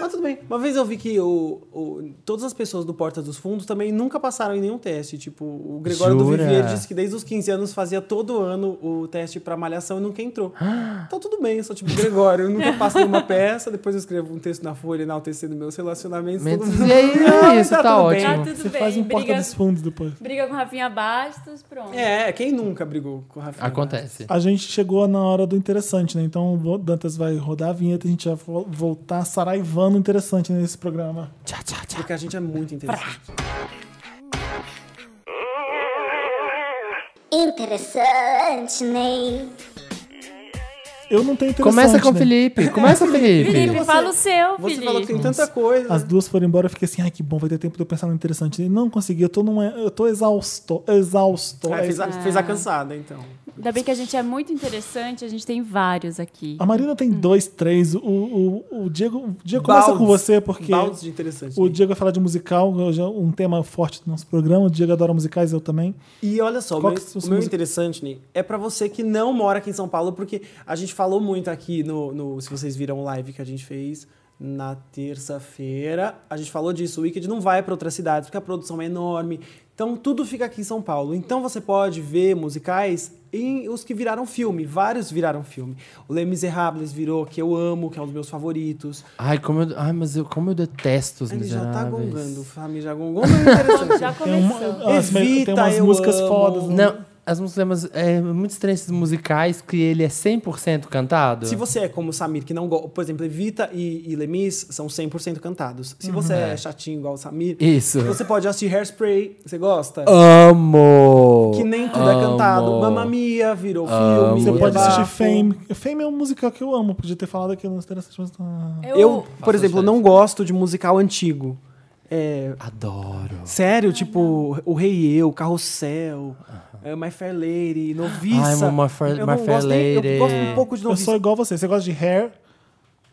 Mas tudo bem. Uma vez eu vi que o, o- todas as pessoas do Porta dos Fundos também nunca passaram em nenhum teste. Tipo, o Gregório do
Jura?
Vivier disse que desde os 15 anos fazia todo ano o teste pra malhação e nunca entrou. Então tudo bem, eu sou tipo Gregório, eu nunca passo nenhuma peça, depois eu escrevo um texto na folha enaltecendo meus relacionamentos.
Mentos-
tudo bem.
E aí, é isso, tá
tudo bem.
ótimo.
Tá tudo
Você
bem.
faz um porta
briga,
dos fundos depois.
briga com Rafinha Bastos, pronto.
É, quem nunca brigou com o Rafinha?
Acontece.
A gente chegou na hora do interessante, né? Então o Dantas vai rodar a vinheta e a gente vai vo- voltar saraivando o interessante nesse programa.
Porque a gente é muito interessante.
Interessante, Ney.
Eu não tenho interessante.
Começa com o
né?
Felipe. Começa, Felipe.
Felipe, fala o seu,
Você
Felipe.
falou que tem tanta coisa.
As duas foram embora, eu fiquei assim, ai que bom, vai ter tempo de eu pensar no interessante. E não consegui, eu tô, numa, eu tô exausto. Exausto.
Ah, fez, a, fez a cansada, então.
Ainda bem que a gente é muito interessante, a gente tem vários aqui.
Ah,
A Marina tem
Hum.
dois, três. O, o, o Diego, o Diego começa com você, porque
Baldes de interessante. né?
o Diego vai falar de musical, hoje é um tema forte do nosso programa. O Diego adora musicais, eu também.
E olha só, o
Qual
meu,
que é são as
o meu
músicas?
interessante, Ney, é pra você que não mora aqui em São Paulo, porque a gente falou muito aqui no, no- se vocês viram o live que a gente fez na terça-feira, a gente falou disso, o Wicked não vai pra outras cidades porque a produção é enorme. Então tudo fica aqui em São Paulo. Então você pode ver musicais em os que viraram filme, vários viraram filme. O Les Miserables virou, que eu amo, que é um dos meus favoritos.
Ai, como eu, ai, mas eu, como eu detesto os
Ele já
miseráveis.
tá gongando, Fami já gongou, mas é interessante.
Então, Já
Tem, uma,
começou.
as-
Evita,
tem umas
eu
músicas
amo.
fodas. né?
Não, as músicas é muito estranho esses musicais que ele é 100% cantado.
Se você é como o Samir, que não gosta. Por exemplo, Evita e, e Lemis são 100% cantados. Se você é chatinho igual o Samir,
Uhum. Isso.
você pode assistir Hairspray. Você gosta?
Amo!
Que nem tudo é cantado.
Amo.
Mamma Mia virou
Amo.
filme.
Você
é
pode assistir
bafo.
Fame. Fame é um musical que eu amo, podia ter falado aqui nos interessantes, mas. Ah.
Eu, por
Faça
exemplo,
sucesso.
não gosto de musical antigo. É,
Adoro.
sério, tipo O Rei e Eu, Carrossel, é, My Fair Lady, Noviça.
Ai, My Fair-
eu
My
não
Fair
gosto nem-
Lady.
Eu gosto um pouco de
Eu
Noviça.
sou igual você. Você gosta de hair?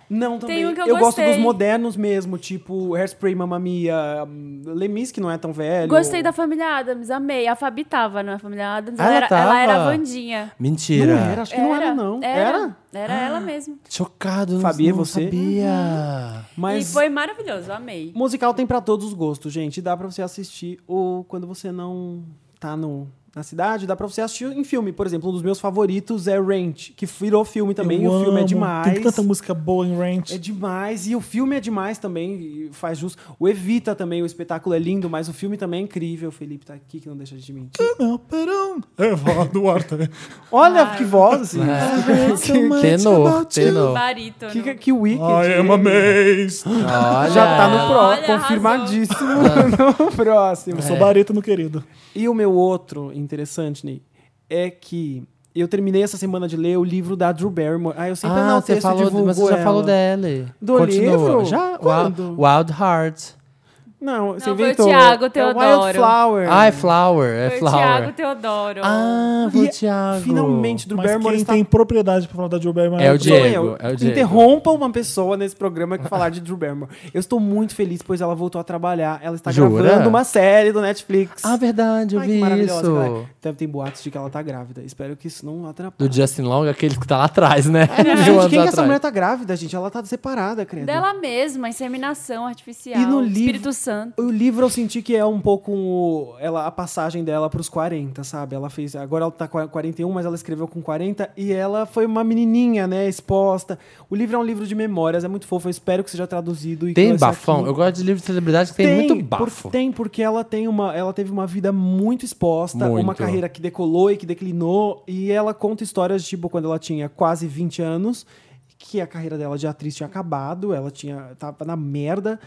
Não, também.
um que eu
gosto dos
gostei.
modernos mesmo, tipo Hairspray, Mamma Mia, hum, Lemis, que não é tão velho.
Gostei da família Adams, amei. A Fabi tava na família Adams.
Ela
era, ela era a
tava?
Vandinha.
Mentira.
Não era, Ah, acho que não era, Ah, não.
Era? Era ela mesmo.
Chocado, não,
Fabi,
não
você?
sabia.
Mas
E foi maravilhoso, amei.
musical tem pra todos os gostos, gente. Dá pra você assistir ou quando você não tá no, na cidade, dá pra você assistir em filme. Por exemplo, um dos meus favoritos é Ranch, que virou filme também.
Eu
o filme é
amo.
demais.
Tem tanta música boa em Ranch.
É demais. E o filme é demais também. e Faz jus. O Evita também, o espetáculo é lindo, mas o filme também é incrível. O Felipe tá aqui, que não deixa de mentir.
Não, perdão. É, Evaldo Horta.
Olha que voz, assim.
É. Tenor, tenor.
Barítono.
Que, é? que wicked.
I am amazed.
Olha. Ah.
Já tá no
Olha,
próximo. Confirmadíssimo no próximo.
É.
Eu sou bareta no querido.
E o meu outro interessante, Ney, é que eu terminei essa semana de ler o livro da Drew Barrymore. Ah, eu sempre
Ah,
não
você falou, mas você já falou dele.
Do livro?
Já? Wild,
Quando?
Wild Heart.
Não, você
Não, foi o
inventou.
Thiago
É
Teodoro.
Wildflower.
Ah, é Flower, é
Foi o Thiago
Flower.
Teodoro.
Ah, foi o Thiago.
Finalmente, Drew
Mas
Barrymore
quem
está...
tem propriedade pra falar da Joe Barrymore
É o
Joe.
Diego.
Sou eu.
é o Diego.
Interrompa uma pessoa nesse programa que falar de Drew Barrymore. Eu estou muito feliz, pois ela voltou a trabalhar. Ela está
Jura?
gravando uma série do Netflix.
Ah, verdade, eu
Ai, que
vi
maravilhosa.
isso.
galera. Deve ter boatos de que ela tá grávida. Espero que isso não atrapalhe.
Do Justin Long, aquele que tá lá atrás, né?
É, né,
De um
gente,
ano
quem que essa
atrás.
mulher tá grávida, gente? Ela tá separada, credo.
Dela mesma, inseminação artificial.
E no livro-
Espírito Santo.
O livro eu senti que é um pouco o- ela, a passagem dela pros 40, sabe? Ela fez. Agora ela tá com 41, mas ela escreveu com 40 e ela foi uma menininha, né? Exposta. O livro é um livro de memórias, é muito fofo. Eu espero que seja traduzido. E que
Tem
vai ser
bafão?
aqui.
Eu gosto de livro de celebridade que tem, muito bafo.
por- tá assim? tem, porque ela tem uma. Ela teve uma vida muito exposta, uma
Muito.
carreira que decolou e que declinou. E ela conta histórias de tipo quando ela tinha quase 20 anos, que a carreira dela de atriz tinha acabado, ela tinha. tava na merda.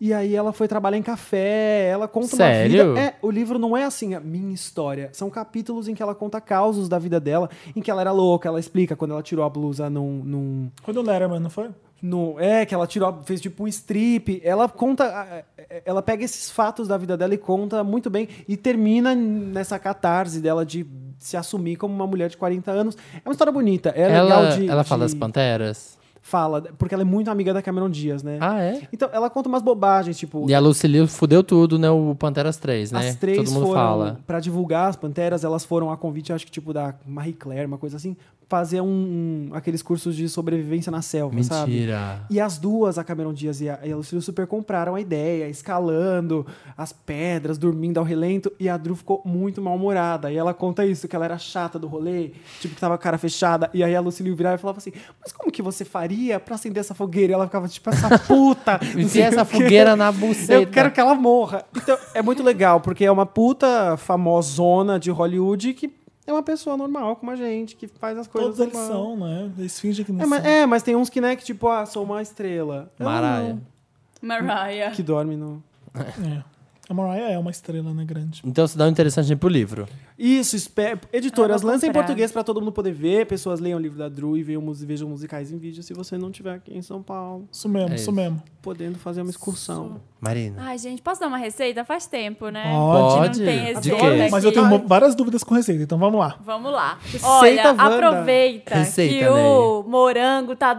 E aí ela foi trabalhar em café, ela conta uma
Sério?
vida. É, o livro não é assim, a minha história. São capítulos em que ela conta causos da vida dela, em que ela era louca, ela explica quando ela tirou a blusa num- num
Quando o Letterman, não foi?
no, é, que ela tirou, fez tipo um strip. Ela conta. ah, eh, Ela pega esses fatos da vida dela e conta muito bem. E termina nessa catarse dela de se assumir como uma mulher de 40 anos. É uma história bonita. É
ela
legal de.
ela fala
de-
das panteras?
Fala, porque ela é muito amiga da Cameron Dias, né?
Ah, é?
Então, ela conta umas bobagens, tipo.
E a Lucille fudeu tudo, né? O Panteras 3, né?
As três
Todo mundo
foram,
fala.
pra divulgar as Panteras, elas foram a convite, acho que tipo da Marie Claire, uma coisa assim, fazer um, um- aqueles cursos de sobrevivência na selva, sabe?
Mentira.
E as duas, a Cameron Diaz e a e a Lucille, super compraram a ideia, escalando as pedras, dormindo ao relento. E a Drew ficou muito mal-humorada. E ela conta isso, que ela era chata do rolê, tipo, que tava com a cara fechada. E aí a Lucille virava e falava assim: Mas como que você faria pra acender essa fogueira? E ela ficava tipo, essa puta. não
Enfia
sei
essa
o quê.
fogueira né?" na buceta.
Eu quero que ela morra. Então, é muito legal, porque é uma puta famosona de Hollywood que é uma pessoa normal como a gente, que faz as coisas
Todos eles
normal.
são, né? Eles fingem que não
É mas,
são.
é, mas tem uns que, né, que tipo, ah, sou uma estrela. Ela
Maraia.
não,
Mariah.
Que dorme no...
É. A Mariah é uma estrela, né? Grande.
Então se dá um interessante pro livro.
Isso, espe- editoras,
Eu vou
lancem em
comprar.
português pra todo mundo poder ver. Pessoas leiam o livro da Drew e vejam, mus- vejam musicais em vídeo se você não estiver aqui em São Paulo,
Isso mesmo,
É
isso
isso.
mesmo.
podendo fazer uma excursão.
Marina.
Ai, gente, posso dar uma receita? Faz tempo, né?
Pode.
Não tem
De
receita
quê?
É
aqui.
Mas eu tenho
Ah,
mo- várias dúvidas com receita, então vamos lá.
Vamos lá.
Receita
Olha,
Wanda.
aproveita que
Receita,
o morango tá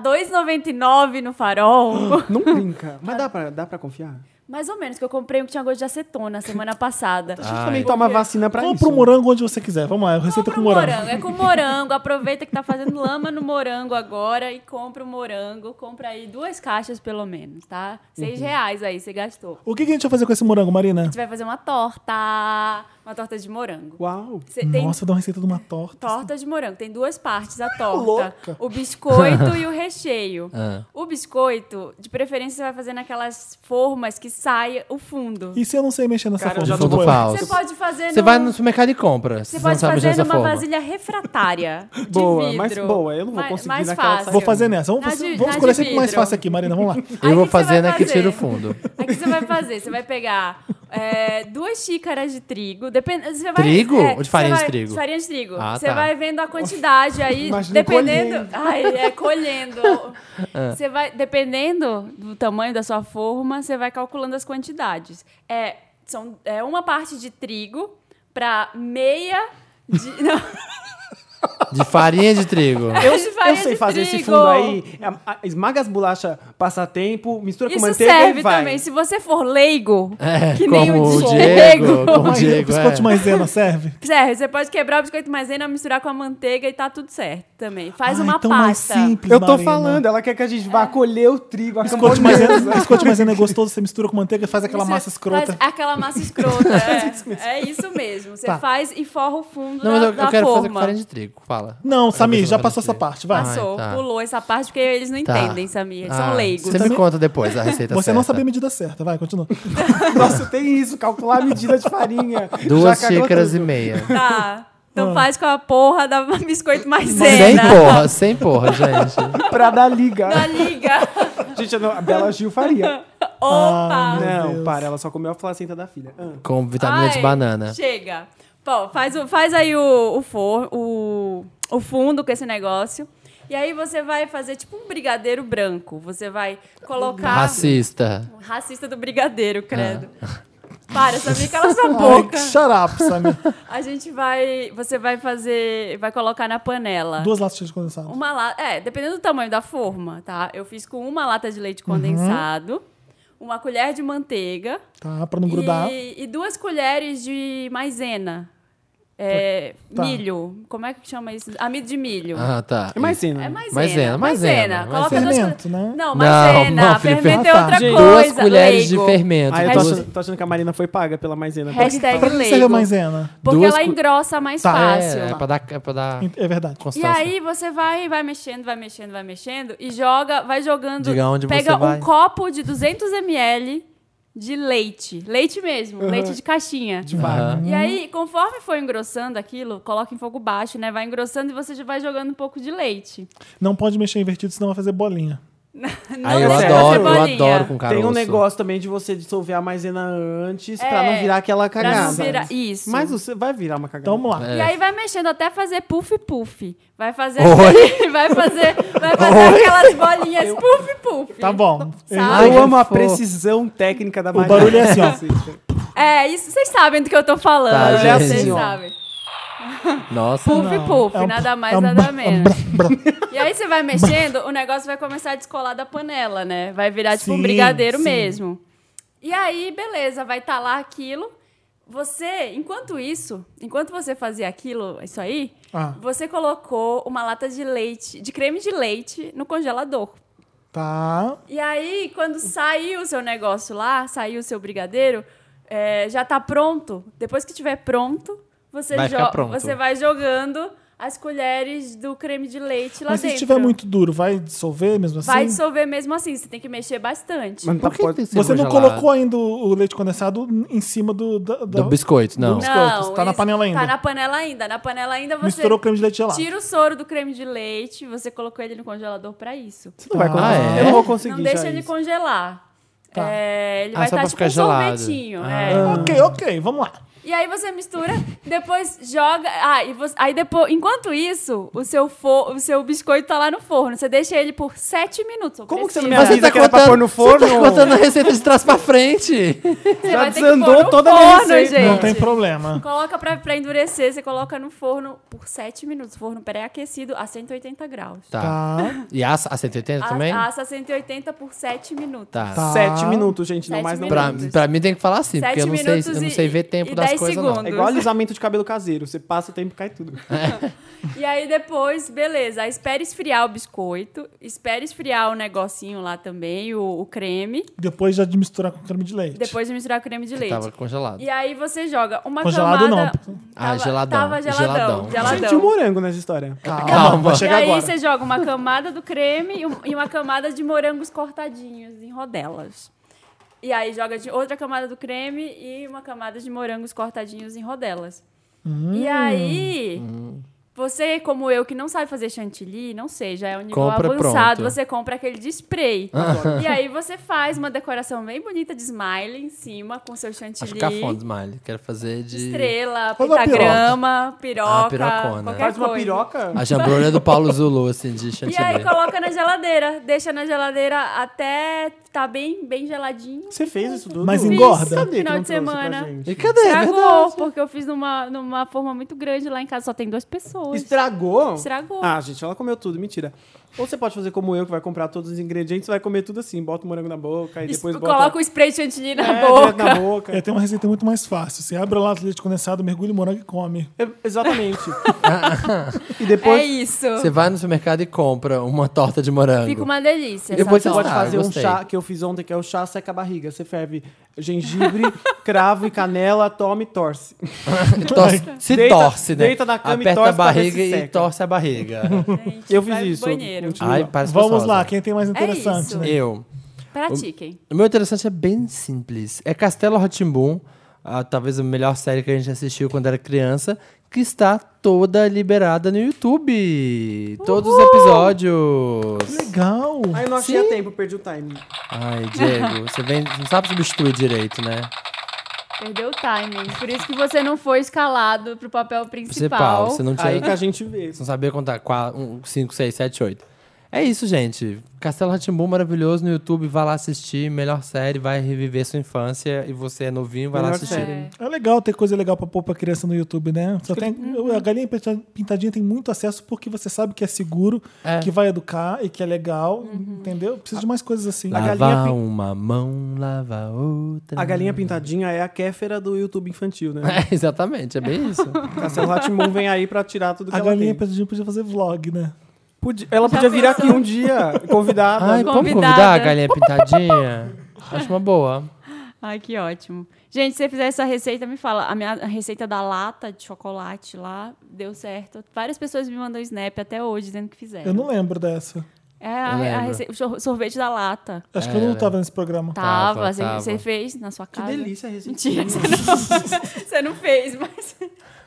2,99 no farol.
Não brinca. Mas dá pra, dá pra confiar?
Mais ou menos, que eu comprei um que tinha gosto de acetona semana passada.
A gente também toma vacina pra
Compra
isso.
o morango onde você quiser. Vamos lá, receita
Compra
com
um
morango.
morango. É com morango. Aproveita que tá fazendo lama no morango agora e compra o morango. Compra aí duas caixas pelo menos, tá? Seis reais aí, você gastou. A
O que, que a gente vai fazer com esse morango, Marina?
gente vai fazer uma torta. Uma torta de morango.
Uau.
Você tem
Nossa, dá uma receita de uma torta.
Torta de morango. Tem duas partes a torta.
louca.
O biscoito e o recheio.
Ah.
O biscoito, de preferência, você vai fazer naquelas formas que sai o fundo.
E se eu não sei mexer nessa
Cara,
forma?
eu já
Sou
não
vou
eu.
falar.
Você pode fazer
Você
num-
vai no supermercado e compra.
Ah, Você
se
pode
não sabe
fazer
dessa
numa
forma.
vasilha refratária de
Boa,
vidro.
mas boa, eu não vou
Ma-
conseguir
mais
naquela que
fácil.
Vou fazer nessa. Vamos,
Na Tá de-
vamos
na
escolher
de
sempre mais
vidro.
fácil aqui, Marina. Vamos lá.
Aí
Eu vou
que você vai
fazer na que tira o
fazer?
fundo.
Aí O que você vai fazer? Você vai pegar é, duas xícaras de trigo. Depend... você vai- é,
Trigo? Ou de
você
farinha de
vai-
trigo?
Farinha de trigo.
Ah,
você
tá.
vai vendo a quantidade aí,
Imagina
dependendo. Ai, é colhendo.
Ah.
Você vai, dependendo do tamanho da sua forma, você vai calculando as quantidades. É, são, é uma parte de trigo para meia de. Não,
De farinha de trigo.
Eu,
de farinha
eu sei
de
fazer esse
trigo.
fundo aí. É, a- Esmaga as bolachas, passa tempo, mistura
isso
com manteiga
serve
e vai.
também. Se você for leigo,
É,
que nem
como
o Diego.
Como o
Mas
Diego,
biscoito de
é.
maisena serve?
Sério, você pode quebrar o biscoito maisena, misturar com a manteiga e tá tudo certo também. Faz
Ah,
uma
então mais
pasta.
simples,
Eu tô
Marina.
falando, é um ela quer que a gente
É.
vá colher o trigo, a
Biscoito de
camponesa.
maisena, biscoito de maisena é gostoso, você mistura com manteiga e faz aquela
Você
massa escrota.
faz aquela massa escrota. é. É isso mesmo. Você
Tá.
faz e forra o fundo
Não,
da,
mas eu, eu
da
quero
forma.
fazer com farinha de trigo. Fala.
Não,
Eu
Samir,
quero fazer
já
com
passou
farinha
essa
de
parte, vai.
Ah,
Ai,
Passou,
tá.
pulou essa parte porque eles não
Tá.
entendem, Samir. Eles
Ah,
são leigos.
Você me conta depois a
tá
receita
Você não
certa.
sabe a medida certa, vai, continua.
Nossa, tem isso, calcular a medida de farinha.
Duas
Já cagou
xícaras e
tudo.
meia.
Tá.
Ah.
Então faz com a porra da biscoito
Sem
maisena.
porra, sem porra, gente.
Pra dar liga.
Da liga.
Ah.
Gente, eu não- a Bela Gil faria.
Opa.
não,
Deus.
para, ela só comeu a placenta da filha. Ah,
Com vitamina de
Ai,
banana.
Chega. Bom, faz, o- faz aí o, o, for, o, o fundo com esse negócio. E aí você vai fazer tipo um brigadeiro branco. Você vai colocar. um
Racista. Ah.
Racista do brigadeiro, credo. Para, Samir, cala sua boca.
Xarapo, Samir.
A gente vai. Você vai fazer. Vai colocar na panela.
Duas latas de leite condensado.
Uma lata. É, dependendo do tamanho da forma, tá? Eu fiz com uma lata de leite condensado, uma colher de manteiga.
Tá, pra não
Um
grudar.
E, e duas colheres de maisena. É,
Tá.
Milho. Como é que chama isso? Amido de milho.
Ah, tá.
é mais cena.
É maisena.
Maisena, maisena,
Coloca
maisena.
duas
Fermento,
col-
né?
Não,
Não, maisena.
não, Felipe,
fermento
ah,
é
tá.
outra
Gente,
coisa.
Duas colheres
leigo.
de fermento.
Ah, eu tô
Duas-
achando, tô achando que a Marina foi paga pela maisena.
Hashtag
Pra que serve a
leigo.
maisena?
Porque
Duas
ela
co-
engrossa mais
Tá,
fácil.
é, é pra dar, é pra dar
É verdade.
E
constância.
aí você vai, vai mexendo, vai mexendo, vai mexendo e joga, vai jogando.
Diga onde
pega
você
um
vai.
copo de 200 ml de leite, leite mesmo, leite de caixinha.
Aham.
E aí, conforme for engrossando aquilo, coloca em fogo baixo, né? Vai engrossando e você já vai jogando um pouco de leite.
Não pode mexer invertido, senão vai fazer bolinha.
Não
Aí eu
deixa
você
adoro,
fazer
eu
bolinha.
adoro com caroço.
Tem um negócio também de você dissolver a maisena antes pra
É,
não virar aquela
Pra não
cagada.
virar isso.
Mas você vai virar uma cagada.
Então vamos
É.
lá.
E aí vai mexendo até fazer puff puff. Vai fazer
Oi.
vai fazer, vai fazer aquelas bolinhas puff puff.
Tá bom.
Sabe?
Ai,
Eu
que
amo a
fofo.
precisão técnica da
O
Marina.
barulho é assim, ó.
É, isso vocês sabem do que eu tô falando,
Tá,
né?
gente.
Vocês
Ó.
sabem.
Nossa.
Puff puff,
É um-
nada mais,
é um-
nada
é um-
menos. E aí você vai mexendo, o negócio vai começar a descolar da panela, né? Vai virar tipo um
Sim,
brigadeiro
sim.
mesmo. E aí, beleza, vai talar tá aquilo. Você, enquanto isso, enquanto você fazia aquilo, isso aí,
Ah.
você colocou uma lata de leite, de creme de leite, no congelador.
Tá.
E aí, quando saiu o seu negócio lá, saiu o seu brigadeiro, é, já tá pronto. Depois que tiver pronto, você,
Vai
jo-
ficar pronto.
você vai jogando as colheres do creme de leite lá
Mas se
dentro.
estiver muito duro, vai dissolver mesmo assim?
Vai dissolver mesmo assim, você tem que mexer bastante.
Mas
tá
Por que pode- tem que ser
Você não
congelado?
colocou ainda o o leite condensado em cima do... da- da-
Do biscoito, não.
Do biscoito. Tá na
isso-
panela ainda.
Tá na panela ainda. Na panela ainda você.
Misturou o creme de leite gelado.
Tira o soro do creme de leite, você colocou ele no congelador pra isso.
Não vai
Ah,
conseguir.
é?
Eu não vou conseguir.
não deixa
já
ele
isso.
congelar.
Tá.
É, ele
Ah,
vai
só
estar
pra
tipo
ficar
um
gelado.
sorvetinho.
Ah.
é.
Ok, ok, vamos lá.
E aí você mistura, depois joga. Ah, e você- aí depois, enquanto isso, o seu, fo- o seu biscoito tá lá no forno. Você deixa ele por 7 minutos.
Como que você não me
precisa.
avisa que era pra pôr no forno?
Você tá contando a receita de trás pra frente.
Você
Já
vai ter que pôr
desandou
no
toda a minha
forno,
receita.
gente.
Não tem problema.
Coloca pra, pra endurecer, você coloca no forno por 7 minutos. Forno pré-aquecido a 180 graus.
Tá.
Tá,
E a, a 180 também?
A- Assa 180 por 7 minutos.
Tá.
tá.
Sete minutos, gente, não
Sete
mais não.
Pra,
minutos.
pra mim tem que falar assim, porque
Sete
eu não, sei, eu
minutos
não
e-
sei ver tempo
e
das
dez
coisas, não.
segundos.
É igual alisamento de cabelo caseiro. Você passa o tempo e cai tudo.
E aí depois, beleza, aí espera esfriar o biscoito, espera esfriar o negocinho lá também, o, o creme,
Depois já de misturar com creme de leite.
depois de misturar o creme de leite.
Tava congelado.
E aí você joga uma
Congelado
camada...
não.
Ah,
Tava-
geladão,
Tava geladão.
geladão.
geladão.
Gente, um o morango nessa história.
Calma.
vai
E
chegar
aí
agora.
você joga uma camada do creme e um- e uma camada de morangos cortadinhos em rodelas. E aí joga de outra camada do creme e uma camada de morangos cortadinhos em rodelas.
Hum.
E aí,
Hum.
você, como eu, que não sabe fazer chantilly, não sei, já é um nível
Compra
avançado,
pronto.
você compra aquele de spray. e aí você faz uma decoração bem bonita de smile em cima com seu
Acho
chantilly.
que cafona, Smiley. Quero fazer de...
Estrela,
Faz uma
pentagrama, piroca,
Ah, pirocona.
qualquer
Faz uma
coisa.
piroca.
A jambrolha do Paulo Zulu, assim, de
E
chantilly.
aí coloca na geladeira, deixa na geladeira até tá bem, bem geladinho.
Você fez isso tudo?
Mas engorda?
Cadê que
Final
não
de
trouxe pra
semana.
gente?
E cadê? É
Estragou,
verdade.
porque eu fiz numa, numa forma muito grande lá em casa, só tem duas pessoas.
Estragou?
Estragou.
Ah, gente, ela comeu tudo, mentira. Ou você pode fazer como eu, que vai comprar todos os ingredientes, vai comer tudo assim, bota o morango na boca e
Es-
depois bota...
Coloca o spray de chantilly na
É, direto
boca.
na boca.
É, tem uma receita muito mais fácil. Você abre lá o leite condensado, mergulha o morango e come.
É, exatamente. e depois
É isso.
Você vai no supermercado e compra uma torta de morango.
Fica uma delícia.
Eu vou
essa
te-
pode
torta.
Ah, eu
fazer um
gostei.
chá que eu fiz ontem, que é o chá seca a barriga. Você ferve gengibre, cravo e canela, toma e torce.
Torce- se
Deita-
torce, né?
deita na cama e
Aperta
torce
a
pra ver
barriga
se
e
seca.
torce a barriga.
Eu fiz
Vai no
isso.
banheiro.
Continua.
Ai, parece
Vamos
gostosa.
lá, quem tem mais
É isso.
interessante, né?
Eu.
Pratiquem.
O meu interessante é bem simples. É Castelo Rotimbum, talvez a melhor série que a gente assistiu quando era criança, que está toda liberada no YouTube. Todos os episódios.
Legal.
Ai, não achei a tempo, perdi o time.
Ai, Diego, você vem, você não sabe substituir direito, né?
Perdeu o timing. Por isso que você não foi escalado pro papel
Você
principal.
pau, você não tinha.
Aí que a gente vê.
Você não sabia contar um, 5, 6, 7, 8. É isso, gente. Castelo Ratimbu maravilhoso no YouTube. Vai lá assistir. Melhor série. Vai reviver sua infância. E você é novinho, vai lá
Melhor
assistir.
série.
É legal ter coisa legal pra pôr pra criança no YouTube, né? Só tem, a galinha Pinta- pintadinha tem muito acesso porque você sabe que é seguro,
É.
que vai educar e que é legal, entendeu? Precisa de mais coisas assim.
A
Lava
galinha pin-
uma mão, lava outra.
A galinha pintadinha é a Kéfera do YouTube infantil, né?
É, exatamente. É bem isso.
Castelo Latimon vem aí pra tirar tudo que
A
ela
galinha
tem.
pintadinha podia fazer vlog, né?
Podia- ela podia vir aqui um dia, convidada.
Ai, vamos convidar a galinha pintadinha? Acho uma boa.
Ai, que ótimo. Gente, se você fizer essa receita, me fala. A minha receita da lata de chocolate lá deu certo. Várias pessoas me mandam snap até hoje dizendo que fizeram.
Eu não lembro dessa.
É a,
Eu
a
lembro.
rece- o sor- sorvete da lata.
Acho que eu não
Era.
tava nesse programa.
Tava,
Tava,
você,
tava.
você fez na sua
Que
casa.
delícia a receita.
Mentira, você não, você não fez, mas.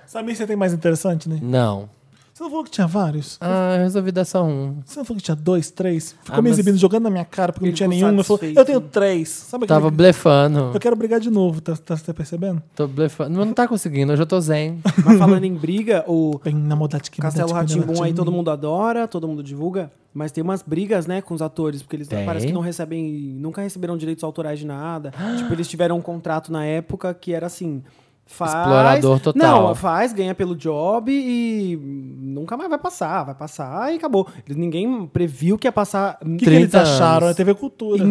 Samir, você tem mais interessante, né?
Não.
Você não falou que tinha vários?
Ah, eu resolvi dar só um.
Você não falou que tinha dois, três? Ficou
Ah,
me
mas-
exibindo, jogando na minha cara porque não
Ele
tinha
ficou
nenhum. Eu, falei,
satisfeito.
eu tenho três. Sabe aquele-
Tava blefando.
Eu quero brigar de novo, tá, tá, tá percebendo?
Tô blefando. Mas não tá conseguindo. Hoje eu tô zen.
Mas falando em briga, o
Bem, na maldade
tá
que me dá
Castelo
de quando eu
Ratimbum
era
aí todo
tímido.
mundo adora, todo mundo divulga, mas tem umas brigas, né, com os atores, porque eles
Tem.
parece que não recebem, nunca receberam direitos autorais de nada. tipo, eles tiveram um contrato na época que era assim, Faz,
Explorador total.
Não, faz, ganha pelo job e nunca mais vai passar. Vai passar e acabou. Eles- Ninguém previu que ia passar
O que, que eles
30
acharam?
anos.
É TV Cultura.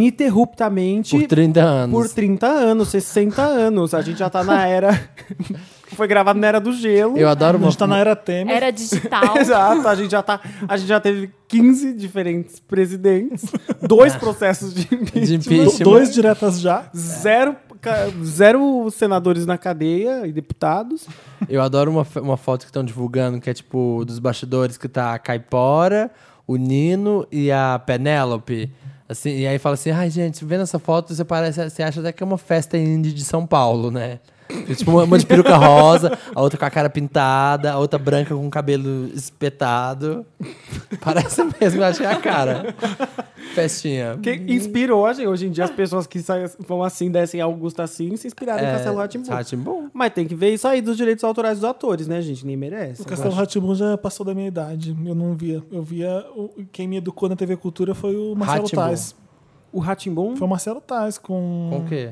ininterruptamente
Por 30 anos.
por 30 anos, 60 anos. A gente já tá na era. Foi gravado na era do gelo.
Eu adoro
A
uma,
gente tá na era Temer.
Era digital.
Exato, a gente, já tá, a gente já teve 15 diferentes presidentes, dois processos de impeachment,
Ah. de
Do-
impeachment.
Dois diretas já.
zero, ca- zero senadores na cadeia e deputados.
Eu adoro uma, f- uma foto que estão divulgando, que é tipo dos bastidores, que tá a Caipora, o Nino e a Penélope. Assim, e aí fala assim: ai, gente, vendo essa foto, você, parece, você acha até que é uma festa indie de São Paulo, né? É Tipo, uma, uma de peruca rosa, a outra com a cara pintada, a outra branca com o cabelo espetado. Parece mesmo, eu achei a cara. Festinha.
Que inspirou hoje, hoje em dia as pessoas que saem- vão assim, descem Augusta assim, se inspiraram
É,
em
é
Castelo
tá
Rá-Tim-Bum.
Rá-Tim-Bum.
Mas tem que ver isso aí dos direitos autorais dos atores, né, gente? Nem merece.
O Castelo Ratibum já passou da minha idade. Eu não via. Eu via. o- Quem me educou na TV Cultura foi o Marcelo
Rá-Tim-Bum.
Tais.
O Ratimbum
Foi o Marcelo Tais
Com o
com.
quê?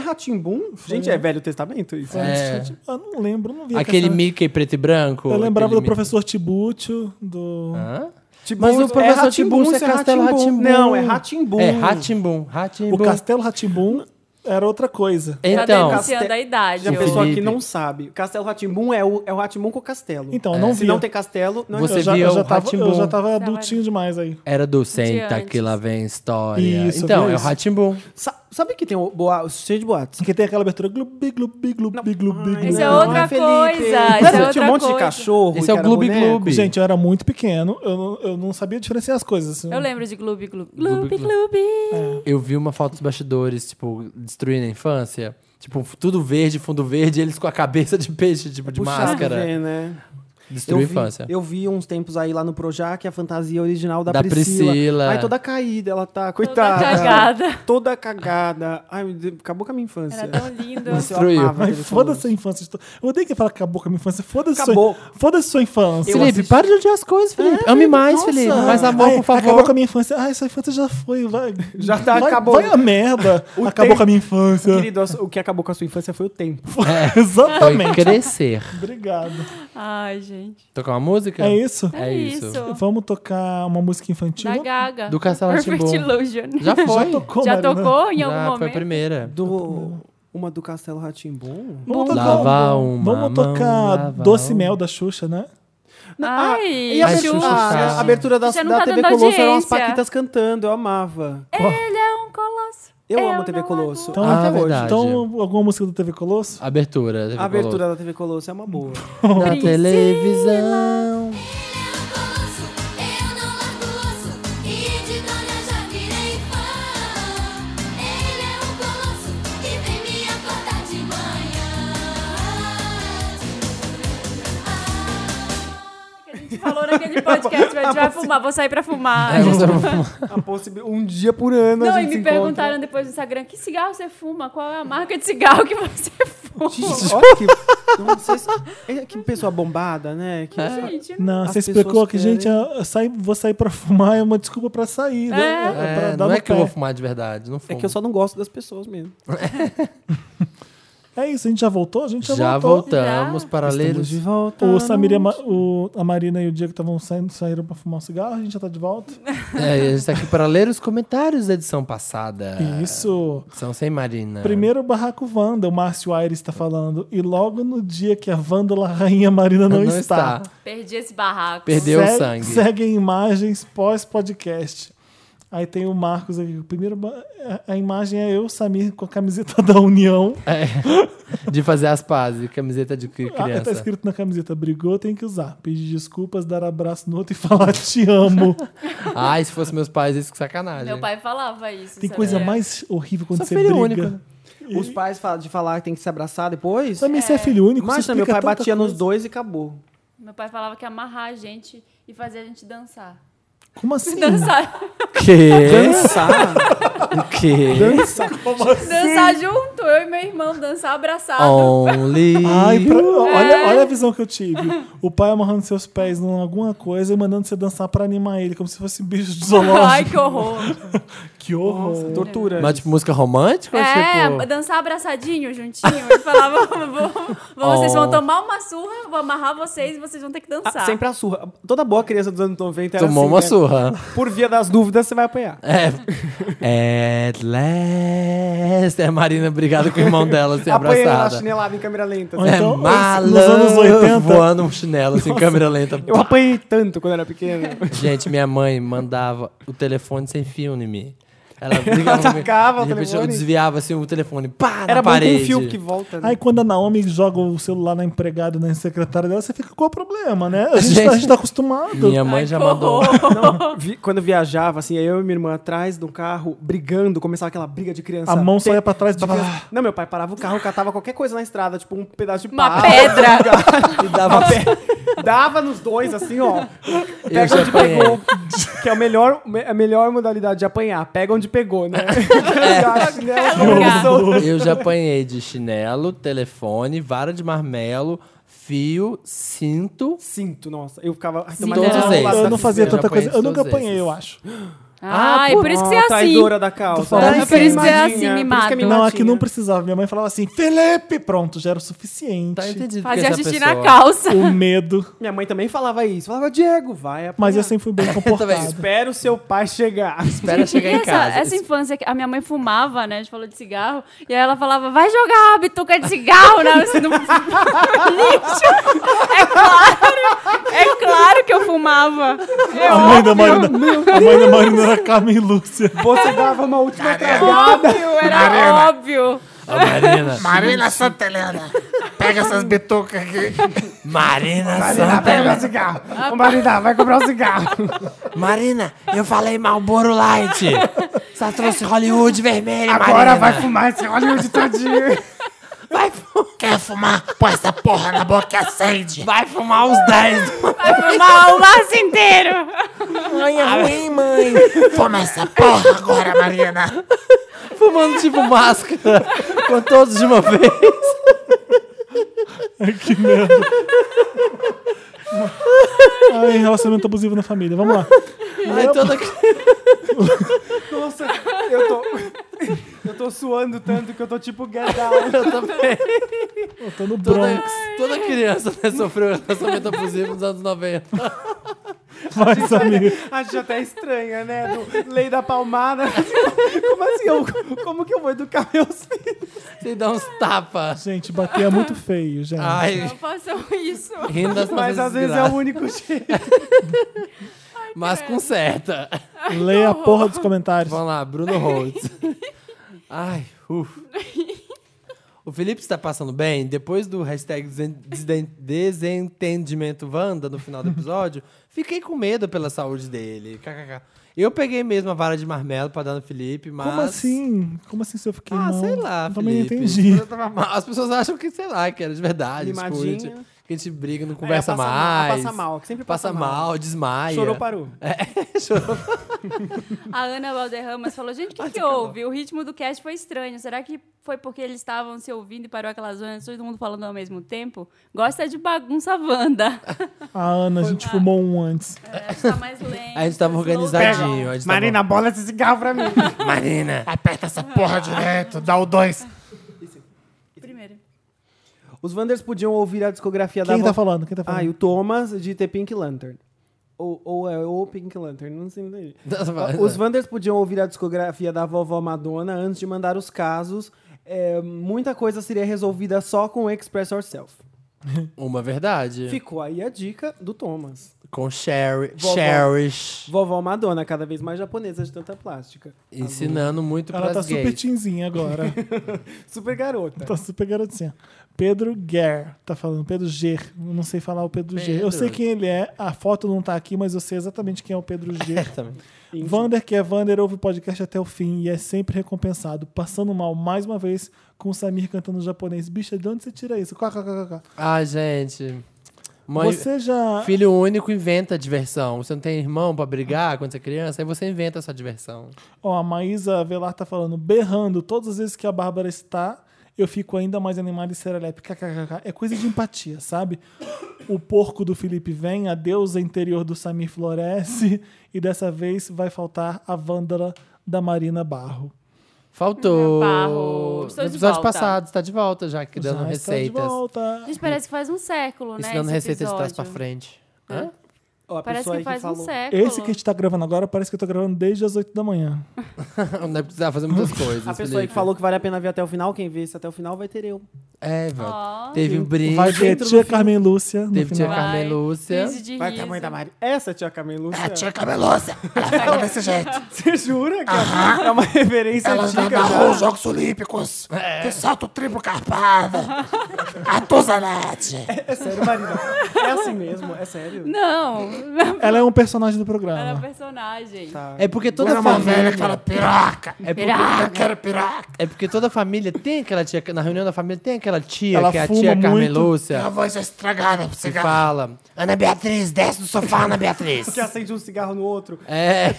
pré-Ratimbum? Gente, é Velho Testamento isso. né?
É.
Eu não lembro, não via.
Aquele
Castelo-
Mickey preto e branco.
Eu lembrava
aquele
do
Mi-
professor Tibúcio, do.
Hã?
Tipo,
Mas o
é
professor
Rá-Tim-Bum,
Tibum,
isso
você é Castelo
Rá-Tim-Bum.
Rá-Tim-Bum.
Não, é Ratimbum.
É, Ratimbum, Ratimbum.
O Castelo Ratibum era outra coisa.
Tá
Então,
denunciando a idade.
E a
ó.
pessoa que
Felipe.
não sabe. Castelo Ratimbum é o, é o Ratimbum com o castelo. É.
Então, eu não
Se
via.
não tem castelo, não
Você
eu já,
via
eu já
o
tava, eu
Rá-Tim-Bum.
já tava adultinho demais aí.
era do Senta
antes.
que lá vem história.
Isso,
então,
viu
é o
isso?
Ratimbum.
Sa- Sabe que tem o boa, o cheio de boatos?
Porque tem aquela abertura glubi, glubi, glubi, glubi, glubi.
Isso é
Não,
outra
Felipe.
coisa. Isso
Lembra
é
que tinha
outra
um monte
coisa.
de cachorro.
Esse
que
é o
era
Gloob
boneco?
Gloob.
Gente, eu era muito pequeno, eu não, eu não sabia diferenciar as coisas. assim.
Eu lembro de Gloob Gloob.
Gloob,
Gloob Gloob.
Eu vi uma foto dos bastidores, tipo, destruindo a infância. Tipo, tudo verde, fundo verde, eles com a cabeça de peixe, tipo,
É
de
Puxado,
máscara.
Ver, né? Eu
Destruiu a
vi,
infância.
eu vi uns tempos aí lá no Projac a fantasia original da,
Da
Priscila.
Priscila.
Ai, toda caída ela tá,
Toda
coitada.
cagada.
Toda cagada. Ai, meu Deus, acabou com a minha infância.
Era tão lindo.
Nossa, eu
Destruiu.
amava
Ai,
aquele
foda-se
filme.
a infância. de to- Eu odeio que fala que acabou com a minha infância. Foda-se
Acabou.
sua,
Tá.
foda sua infância.
Felipe, para de odiar as coisas, Felipe. Ame mais,
É, Nossa.
Felipe. Mais amor,
Ai,
por favor.
Acabou com a minha infância. Ah, essa infância já foi. Vai,
Já tá,
vai,
acabou.
Vai a merda.
O
acabou
tempo-
com a minha infância.
Querido, o que acabou com a sua infância foi o tempo.
Tá Foi
Exatamente.
crescer.
Obrigado.
Ai, gente.
Tocar uma música?
É isso?
É
É
isso.
isso.
Vamos tocar uma música infantil?
Da Gaga.
Do Castelo
Perfect
Rá-Tim-Bum.
Illusion.
Já foi.
Já tocou,
Já
Marina?
tocou em algum
Já foi a
momento?
primeira.
Do, uma do Castelo Ratimbum.
Vamos tocar,
Lava
um-
uma
vamos
mão, um.
tocar
lava
Doce
uma.
Mel da Xuxa, né?
Ah,
Ai,
E a tá
Ai,
abertura,
Xuxa.
a- a abertura da,
Xuxa não
da
tá
TV
dando
Colosso eram as
audiência.
Paquitas cantando, eu amava.
Ele é um colosso.
Eu,
Eu
amo TV
não
Colosso.
Então,
Ah,
até
verdade.
hoje.
Então, alguma música do TV Colosso?
Abertura.
A abertura da TV Colosso é uma boa.
da televisão.
Falou naquele podcast, velho. A gente vai fumar, vou sair pra
É,
fumar.
A possi- um dia por ano
Não,
É, a
e
gente
me
se encontra.
perguntaram depois no Instagram que cigarro você fuma, qual é a marca de cigarro que você fuma.
Gente, olha que, não sei se- é que pessoa bombada, né?
É
Que-
Gente,
Não,
As
você
pessoas
explicou que,
querem.
gente, eu- eu saio- vou sair pra fumar é uma desculpa pra sair, né?
É,
pra
não
no
é que eu vou
pé.
fumar de verdade, não
É
fumo.
que eu só não gosto das pessoas mesmo.
É isso, a gente já voltou? A gente já,
Já,
voltou.
voltamos para ler
Estamos
os...
de volta.
O Samir e a, Ma- o- a Marina e o Diego estavam saindo, saíram pra fumar um cigarro, a gente já tá de volta.
É, a gente está aqui para ler os comentários da edição passada.
Isso.
São sem Marina.
Primeiro o Barraco Wanda, o Márcio Aires tá falando. E logo no dia que a Vândala Rainha Marina não, está.
perdi esse barraco.
Perdeu
Segue-
o sangue.
Seguem imagens pós-podcast. Aí tem o Marcos aqui. O primeiro, ba- a, a imagem é eu, Samir, com a camiseta da União.
É. De fazer as pazes, camiseta de cri-
Ah, tá
criança.
escrito na camiseta: brigou, tem que usar. Pedir desculpas, dar abraço no outro e falar te amo.
Ai, Ah, se fosse meus pais, isso que sacanagem.
Meu pai falava isso. É.
Tem
sabia?
coisa mais horrível quando
Sou
você
filho
briga.
único.
é.
né?
Os pais falam de falar que tem que se abraçar depois.
Samir, você é filho único? você
Imagina, meu pai
explica tanta
batia nos
coisa.
dois e acabou.
Meu pai falava que ia amarrar a gente e fazer a gente dançar.
Como assim?
Dançar,
Que?
Dançar?
Que?
Dançar?
dançar junto. muito eu e meu irmão dançar abraçado.
Only.
Ai, pra- assim?
É.
olha, olha a visão que eu tive. O pai amarrando seus pés em alguma coisa e mandando você dançar pra animar ele, como se fosse um bicho de zoológico.
Ai, que horror.
Que horror.
Tortura.
Mas tipo, música romântica
É,
ou tipo.
dançar abraçadinho, juntinho. Ele falava, vamos, vamos, vocês vão
Oh.
tomar uma surra, eu vou amarrar vocês e vocês vão ter que
Ah,
dançar.
sempre a surra. Toda boa criança dos anos 90 era
Tomou
assim,
uma
né?
surra.
Por via das dúvidas, você vai apanhar.
É. At last. É a Marina brigada com o irmão dela, assim,
Apanhei na
abraçada.
chinelada em câmera lenta. assim.
Ou
É,
então,
malandro,
nos anos 80.
voando um chinelo, assim, câmera lenta.
Eu apanhei tanto quando era pequeno.
Gente, minha mãe mandava o telefone sem fio em mim. Ela brigava comigo.
Atacava o
de repente, Eu
telefone?
desviava assim o telefone. Pá,
Era
na
bom com
parede.
um fio que volta. né?
Aí quando a Naomi joga o celular na empregada, na secretária dela, você fica com o problema, né? A gente,
Gente.
tá, a gente tá acostumado.
Minha mãe
Ai,
já
que
mandou.
horror.
Vi- quando eu viajava, assim, aí eu e minha irmã atrás de um carro, brigando, começava aquela briga de criança.
A mão
Tem-
saia pra trás.
de
Blá,
criança- Não, meu pai parava o carro, catava qualquer coisa na estrada, tipo um pedaço de
Uma
pau.
pedra.
e dava
Dava nos dois, assim, ó.
Eu
Pega
já
onde
apanhei.
pegou. Que é a melhor, a melhor modalidade de apanhar. Pega onde pegou, né? Já, né?
lugar.
Eu já apanhei de chinelo, telefone, vara de marmelo, fio, cinto.
Cinto, nossa. Eu ficava. Ai,
Todos
eles.
Eu não fazia
Eu já
tanta coisa.
apanhei
Eu nunca
todos
apanhei, eu
esses.
acho.
Ai, por isso que você é
Ah,
assim.
Traidora da causa.
falando
né?
Por isso
que é assim,
Mimadinha,
mimado.
por isso que é
Não, aqui
mimadinha.
não precisava. Minha mãe falava assim, Felipe! Pronto, já era o suficiente.
Tá entendido. que
Fazia
essa
xixi
pessoa...
na calça.
o medo.
Minha mãe também falava isso. Falava, Diego, vai apanhar.
Mas eu sempre fui bem comportado.
Espera o seu pai chegar.
Espera chegar
E
em
essa,
casa.
essa infância, que a minha mãe fumava, né? A gente falou de cigarro. E aí ela falava, vai jogar a bituca de cigarro na, no, no lixo. É claro, é claro que eu fumava. É
a mãe da Marina, a mãe da Marina era Carmen Lúcia.
Você dava uma última tragada.
Óbvio, era óbvio.
Ó, Marina.
Marina Santa Helena, pega essas bitucas aqui.
Marina Santa.
Pega o um cigarro. Ô, Marina, vai comprar um cigarro.
Marina, eu falei Malboro Light. Só trouxe Hollywood vermelho,
Agora
Marina.
vai fumar esse Hollywood todinho. Vai fumar. Quer fumar? Põe essa porra na boca e acende.
Vai fumar os 10.
Fumava o laço assim inteiro.
Mãe, é ruim, mãe.
Fuma essa porra agora, Marina.
Fumando tipo máscara. Com todos de uma vez.
Ai, Ah, relacionamento abusivo na família. Vamos lá.
Ai, é toda...
Nossa, eu tô. Eu tô suando tanto que eu tô tipo get down.
Eu também.
Eu tô no
Toda,
Bronx.
toda criança né, sofreu relacionamento abusivo nos anos 90.
Vai, Samir.
A gente até estranha, né? Do lei da palmada. Como assim? Eu, como que eu vou educar meus filhos?
Você dá uns tapas.
Gente, bater é muito feio, gente.
Ai,
Não façam isso.
rindo das
Mas às vezes
um
é o único jeito.
Mas conserta.
Leia a porra dos comentários.
Vamos lá, Bruno Holtz. Ai, ufa. O Felipe está passando bem. Depois do hashtag desen- desen- desentendimento Wanda no final do episódio, fiquei com medo pela saúde dele. KKK. Eu peguei mesmo a vara de marmelo para dar no Felipe, mas.
Como assim? Como assim se eu fiquei
Ah,
mal?
sei lá,
Eu Também não
Felipe.
entendi.
Eu tava mal. As pessoas acham que, sei lá, que era de verdade.
Mimadinho.
escute, Que a gente briga, não conversa
É, passa mal-
mais.
Passa mal, que sempre passa,
Passa mal, desmaia.
Chorou, parou.
A Ana Valderramas falou, gente, o que, que houve? O ritmo do cast foi estranho. Será que foi porque eles estavam se ouvindo e parou aquela zona, todo mundo falando ao mesmo tempo? Gosta de bagunça, Wanda.
A Ana, a gente fumou um antes.
É, a gente tá mais lento.
A gente tava organizadinho. a gente tava-
Marina, bola esse cigarro pra mim.
Marina.
tá Aperta essa porra direto, dá o dois.
Primeiro.
Os Wanders podiam ouvir a discografia da
Quem tá
avó-
falando? Quem tá
Ah, e
falando?
o Thomas de The Pink Lantern. Ou, ou é o Pink Lantern, não sei. não entendi. Os Wanders podiam ouvir a discografia da vovó Madonna antes de mandar os casos. É, muita coisa seria resolvida só com Express Yourself.
Uma verdade.
Ficou aí a dica do Thomas.
Com Sherry.
Vovó. Tá
Cherish.
Vovó Madonna, cada vez mais japonesa de tanta plástica.
Ensinando muito
Ela
pras
tá super
gays.
tinzinha agora.
Super garota.
tá super garotinha. Pedro Guer tá falando. Pedro G. Eu não sei falar o Pedro, G. Eu
Pedro.
sei quem ele é. A foto não tá aqui, mas eu sei exatamente quem é o Pedro G.
Também.
Vander, que é Vander, ouve o podcast até o fim e é sempre recompensado. Passando mal mais uma vez com o Samir cantando japonês. Bicha, de onde você tira isso? Quá, quá, quá, quá, quá.
Ah, gente. Mãe,
Você tá- já.
Filho único inventa diversão. Você não tem irmão pra brigar quando você é criança, aí você inventa essa diversão.
Ó, a Maísa Velar tá falando, berrando todas as vezes que a Bárbara está eu fico ainda mais animado e serelepe. kkkk. É coisa de empatia, sabe? O porco do Felipe vem, a deusa interior do Samir floresce, e dessa vez vai faltar a Vândala da Marina Barro.
Faltou.
Barro.
No
Estou de
episódio
volta.
passado, está tá de volta já, que dando
Já está de
receitas.
volta.
Gente, parece que faz um século, né?
Isso dando
esse
receitas de trás pra
episódio.
frente.
É.
Hã?
Ó, a
Parece
pessoa
que
aí
faz um
falou.
século.
Esse que a gente tá gravando agora parece que eu tô gravando desde as 8 da manhã.
Não deve precisar fazer muitas coisas.
A pessoa aí
Felipe.
que falou que vale a pena ver até o final, quem vê esse até o final vai ter eu.
É, velho.
Ó.
Teve um brinde,
Vai ter
Dentro do
tia
fim.
Carmen Lúcia no
teve tia
final.
Carmen Lúcia.
Crise de
Vai ter a
riso.
mãe da Mari. Essa é a tia Camelúcia.
A Ah, tia cabelosa. Ela fala desse jeito.
Você jura que é uma referência
Ela já
antiga?
narrou
já?
os Jogos Olímpicos. Que salto triplo carpado. A Tuzanete.
É sério, Marina. É assim mesmo, é sério.
Não,
Ela é um personagem do
era
programa.
personagem.
Tá.
É porque
Era
toda
uma velha que
família.
fala piroca.
É porque,
Eu quero piroca.
é porque toda família tem aquela tia. Na reunião da família tem aquela tia
Ela
que é a
fuma
tia Carmen
muito.
Minha
Lúcia.
voz é estragada
Que
pro cigarro.
fala.
Ana Beatriz, desce do sofá, Ana Beatriz.
Que acende um cigarro no outro,
É.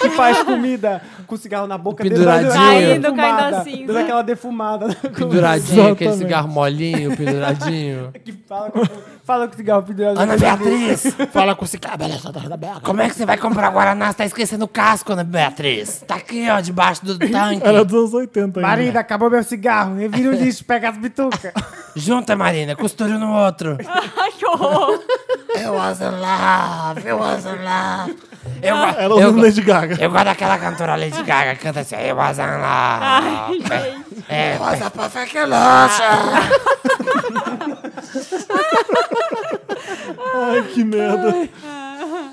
que faz comida com cigarro na boca
Penduradinho.
Caindo,
dando aquela defumada,
caindo assim.
Dando aquela defumada. na comida.
Penduradinho, aquele
Exatamente.
cigarro molinho, penduradinho.
Que fala com, fala com cigarro penduradinho.
Ana Beatriz, fala com o cigarro. Beleza, Ana Beatriz. Como é que você vai comprar Guaraná? Você tá esquecendo o casco, Ana Beatriz. Tá aqui, ó, debaixo do tanque.
Era é dos anos 80 ainda.
Marina, acabou meu cigarro. Revira o lixo, pega as bitucas.
Junta, Marina, costura no outro.
Ai, que horror.
Eu was in love, eu was in love. Eu, go-
Ela usando
eu,
Lady Gaga.
eu gosto daquela cantora Lady Gaga, canta assim, eu was in
Ai,
love.
gente.
É, was a perfect lotion.
Ai, que merda.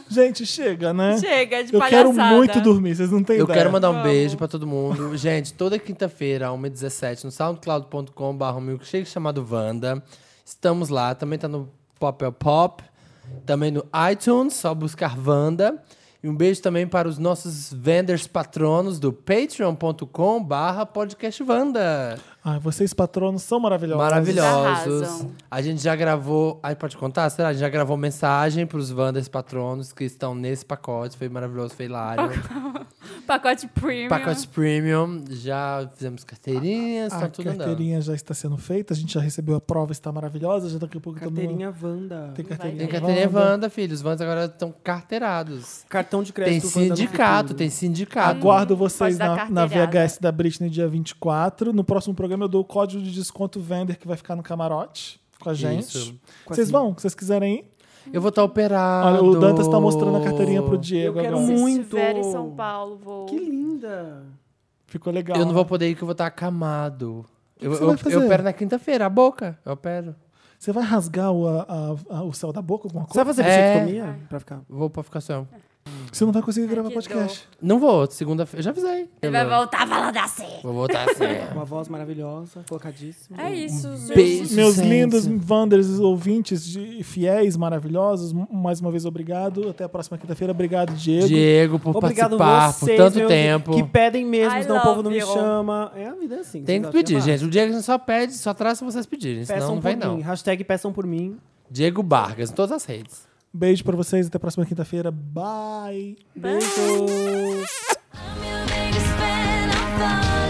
Gente, chega, né?
Chega de
Eu
palhaçada.
quero muito dormir, vocês não têm
Eu
ideia.
quero mandar um beijo pra todo mundo. Gente, toda quinta-feira, 1h17, no soundcloud.com.br, um milkshake chamado Wanda. Estamos lá. Também tá no Popel Pop. Também no iTunes, só buscar Wanda. E um beijo também para os nossos vendors patronos do patreon.com.br podcast Wanda.
Ai, Ah, vocês patronos são maravilhosos.
Maravilhosos.
Arrasam.
A gente já gravou. Aí pode contar? Será? A gente já gravou mensagem para os Wanders patronos que estão nesse pacote. Foi maravilhoso, foi hilário.
Pacote premium.
Pacote premium, já fizemos carteirinhas,
A
tá tudo andando.
Ah, carteirinha já está sendo feita, a gente já recebeu a prova, está maravilhosa. Já daqui a pouco todo mundo-
Carteirinha Wanda.
Tem carteirinha.
Tem carteirinha
Wanda.
Wanda, filho. Os Wandas agora estão carteirados.
Cartão de
Tem
crédito Wanda no
sindicato,
futuro.
tem sindicato.
Aguardo vocês
pode dar
na, na
carteirada.
VHS da Britney dia 24. No próximo programa eu dou o código de desconto Vender que vai ficar no camarote com a gente.
Isso.
Vocês vão, se vocês quiserem ir.
Eu vou estar operado.
Olha, o Dantas tá mostrando a carteirinha pro Diego
Eu quero
agora.
muito.
Se estiver em São Paulo, vou.
Que linda.
Ficou legal.
Eu não vou poder ir, que eu vou estar acamado. Eu,
que você
eu,
vai fazer?
eu opero na quinta-feira, a boca. Eu opero.
Você vai rasgar o, a- a- a- o céu da boca, alguma
Você
coisa?
vai fazer
É.
bichectomia? Pra ficar...
Vou pra ficar só.
Você não vai conseguir gravar
que
podcast.
Não vou, segunda-feira. Eu já avisei.
Ele vai voltar falando assim.
Vou voltar assim.
Uma voz maravilhosa, colocadíssima.
É isso, gente.
Beijo,
Meus
gente.
lindos Wanders, ouvintes de, fiéis, maravilhosos, m- mais uma vez obrigado. Até a próxima quinta-feira. Obrigado, Diego.
Diego, por
Obrigado
participar
vocês,
por tanto
meus-
tempo.
Que pedem mesmo,
I
senão o povo
love
não me
you.
chama. É a vida é assim.
Tem que
vocês
pedir,
acham?
gente. O Diego só pede, só traz se vocês pedirem, senão
Peçam
um
não
por
vem,
mim.
não.
Hashtag peçam por mim.
Diego Vargas, em todas as redes.
Beijo pra vocês. Até a próxima quinta-feira. Bye.
Beijos.
I'm your biggest fan, I thought.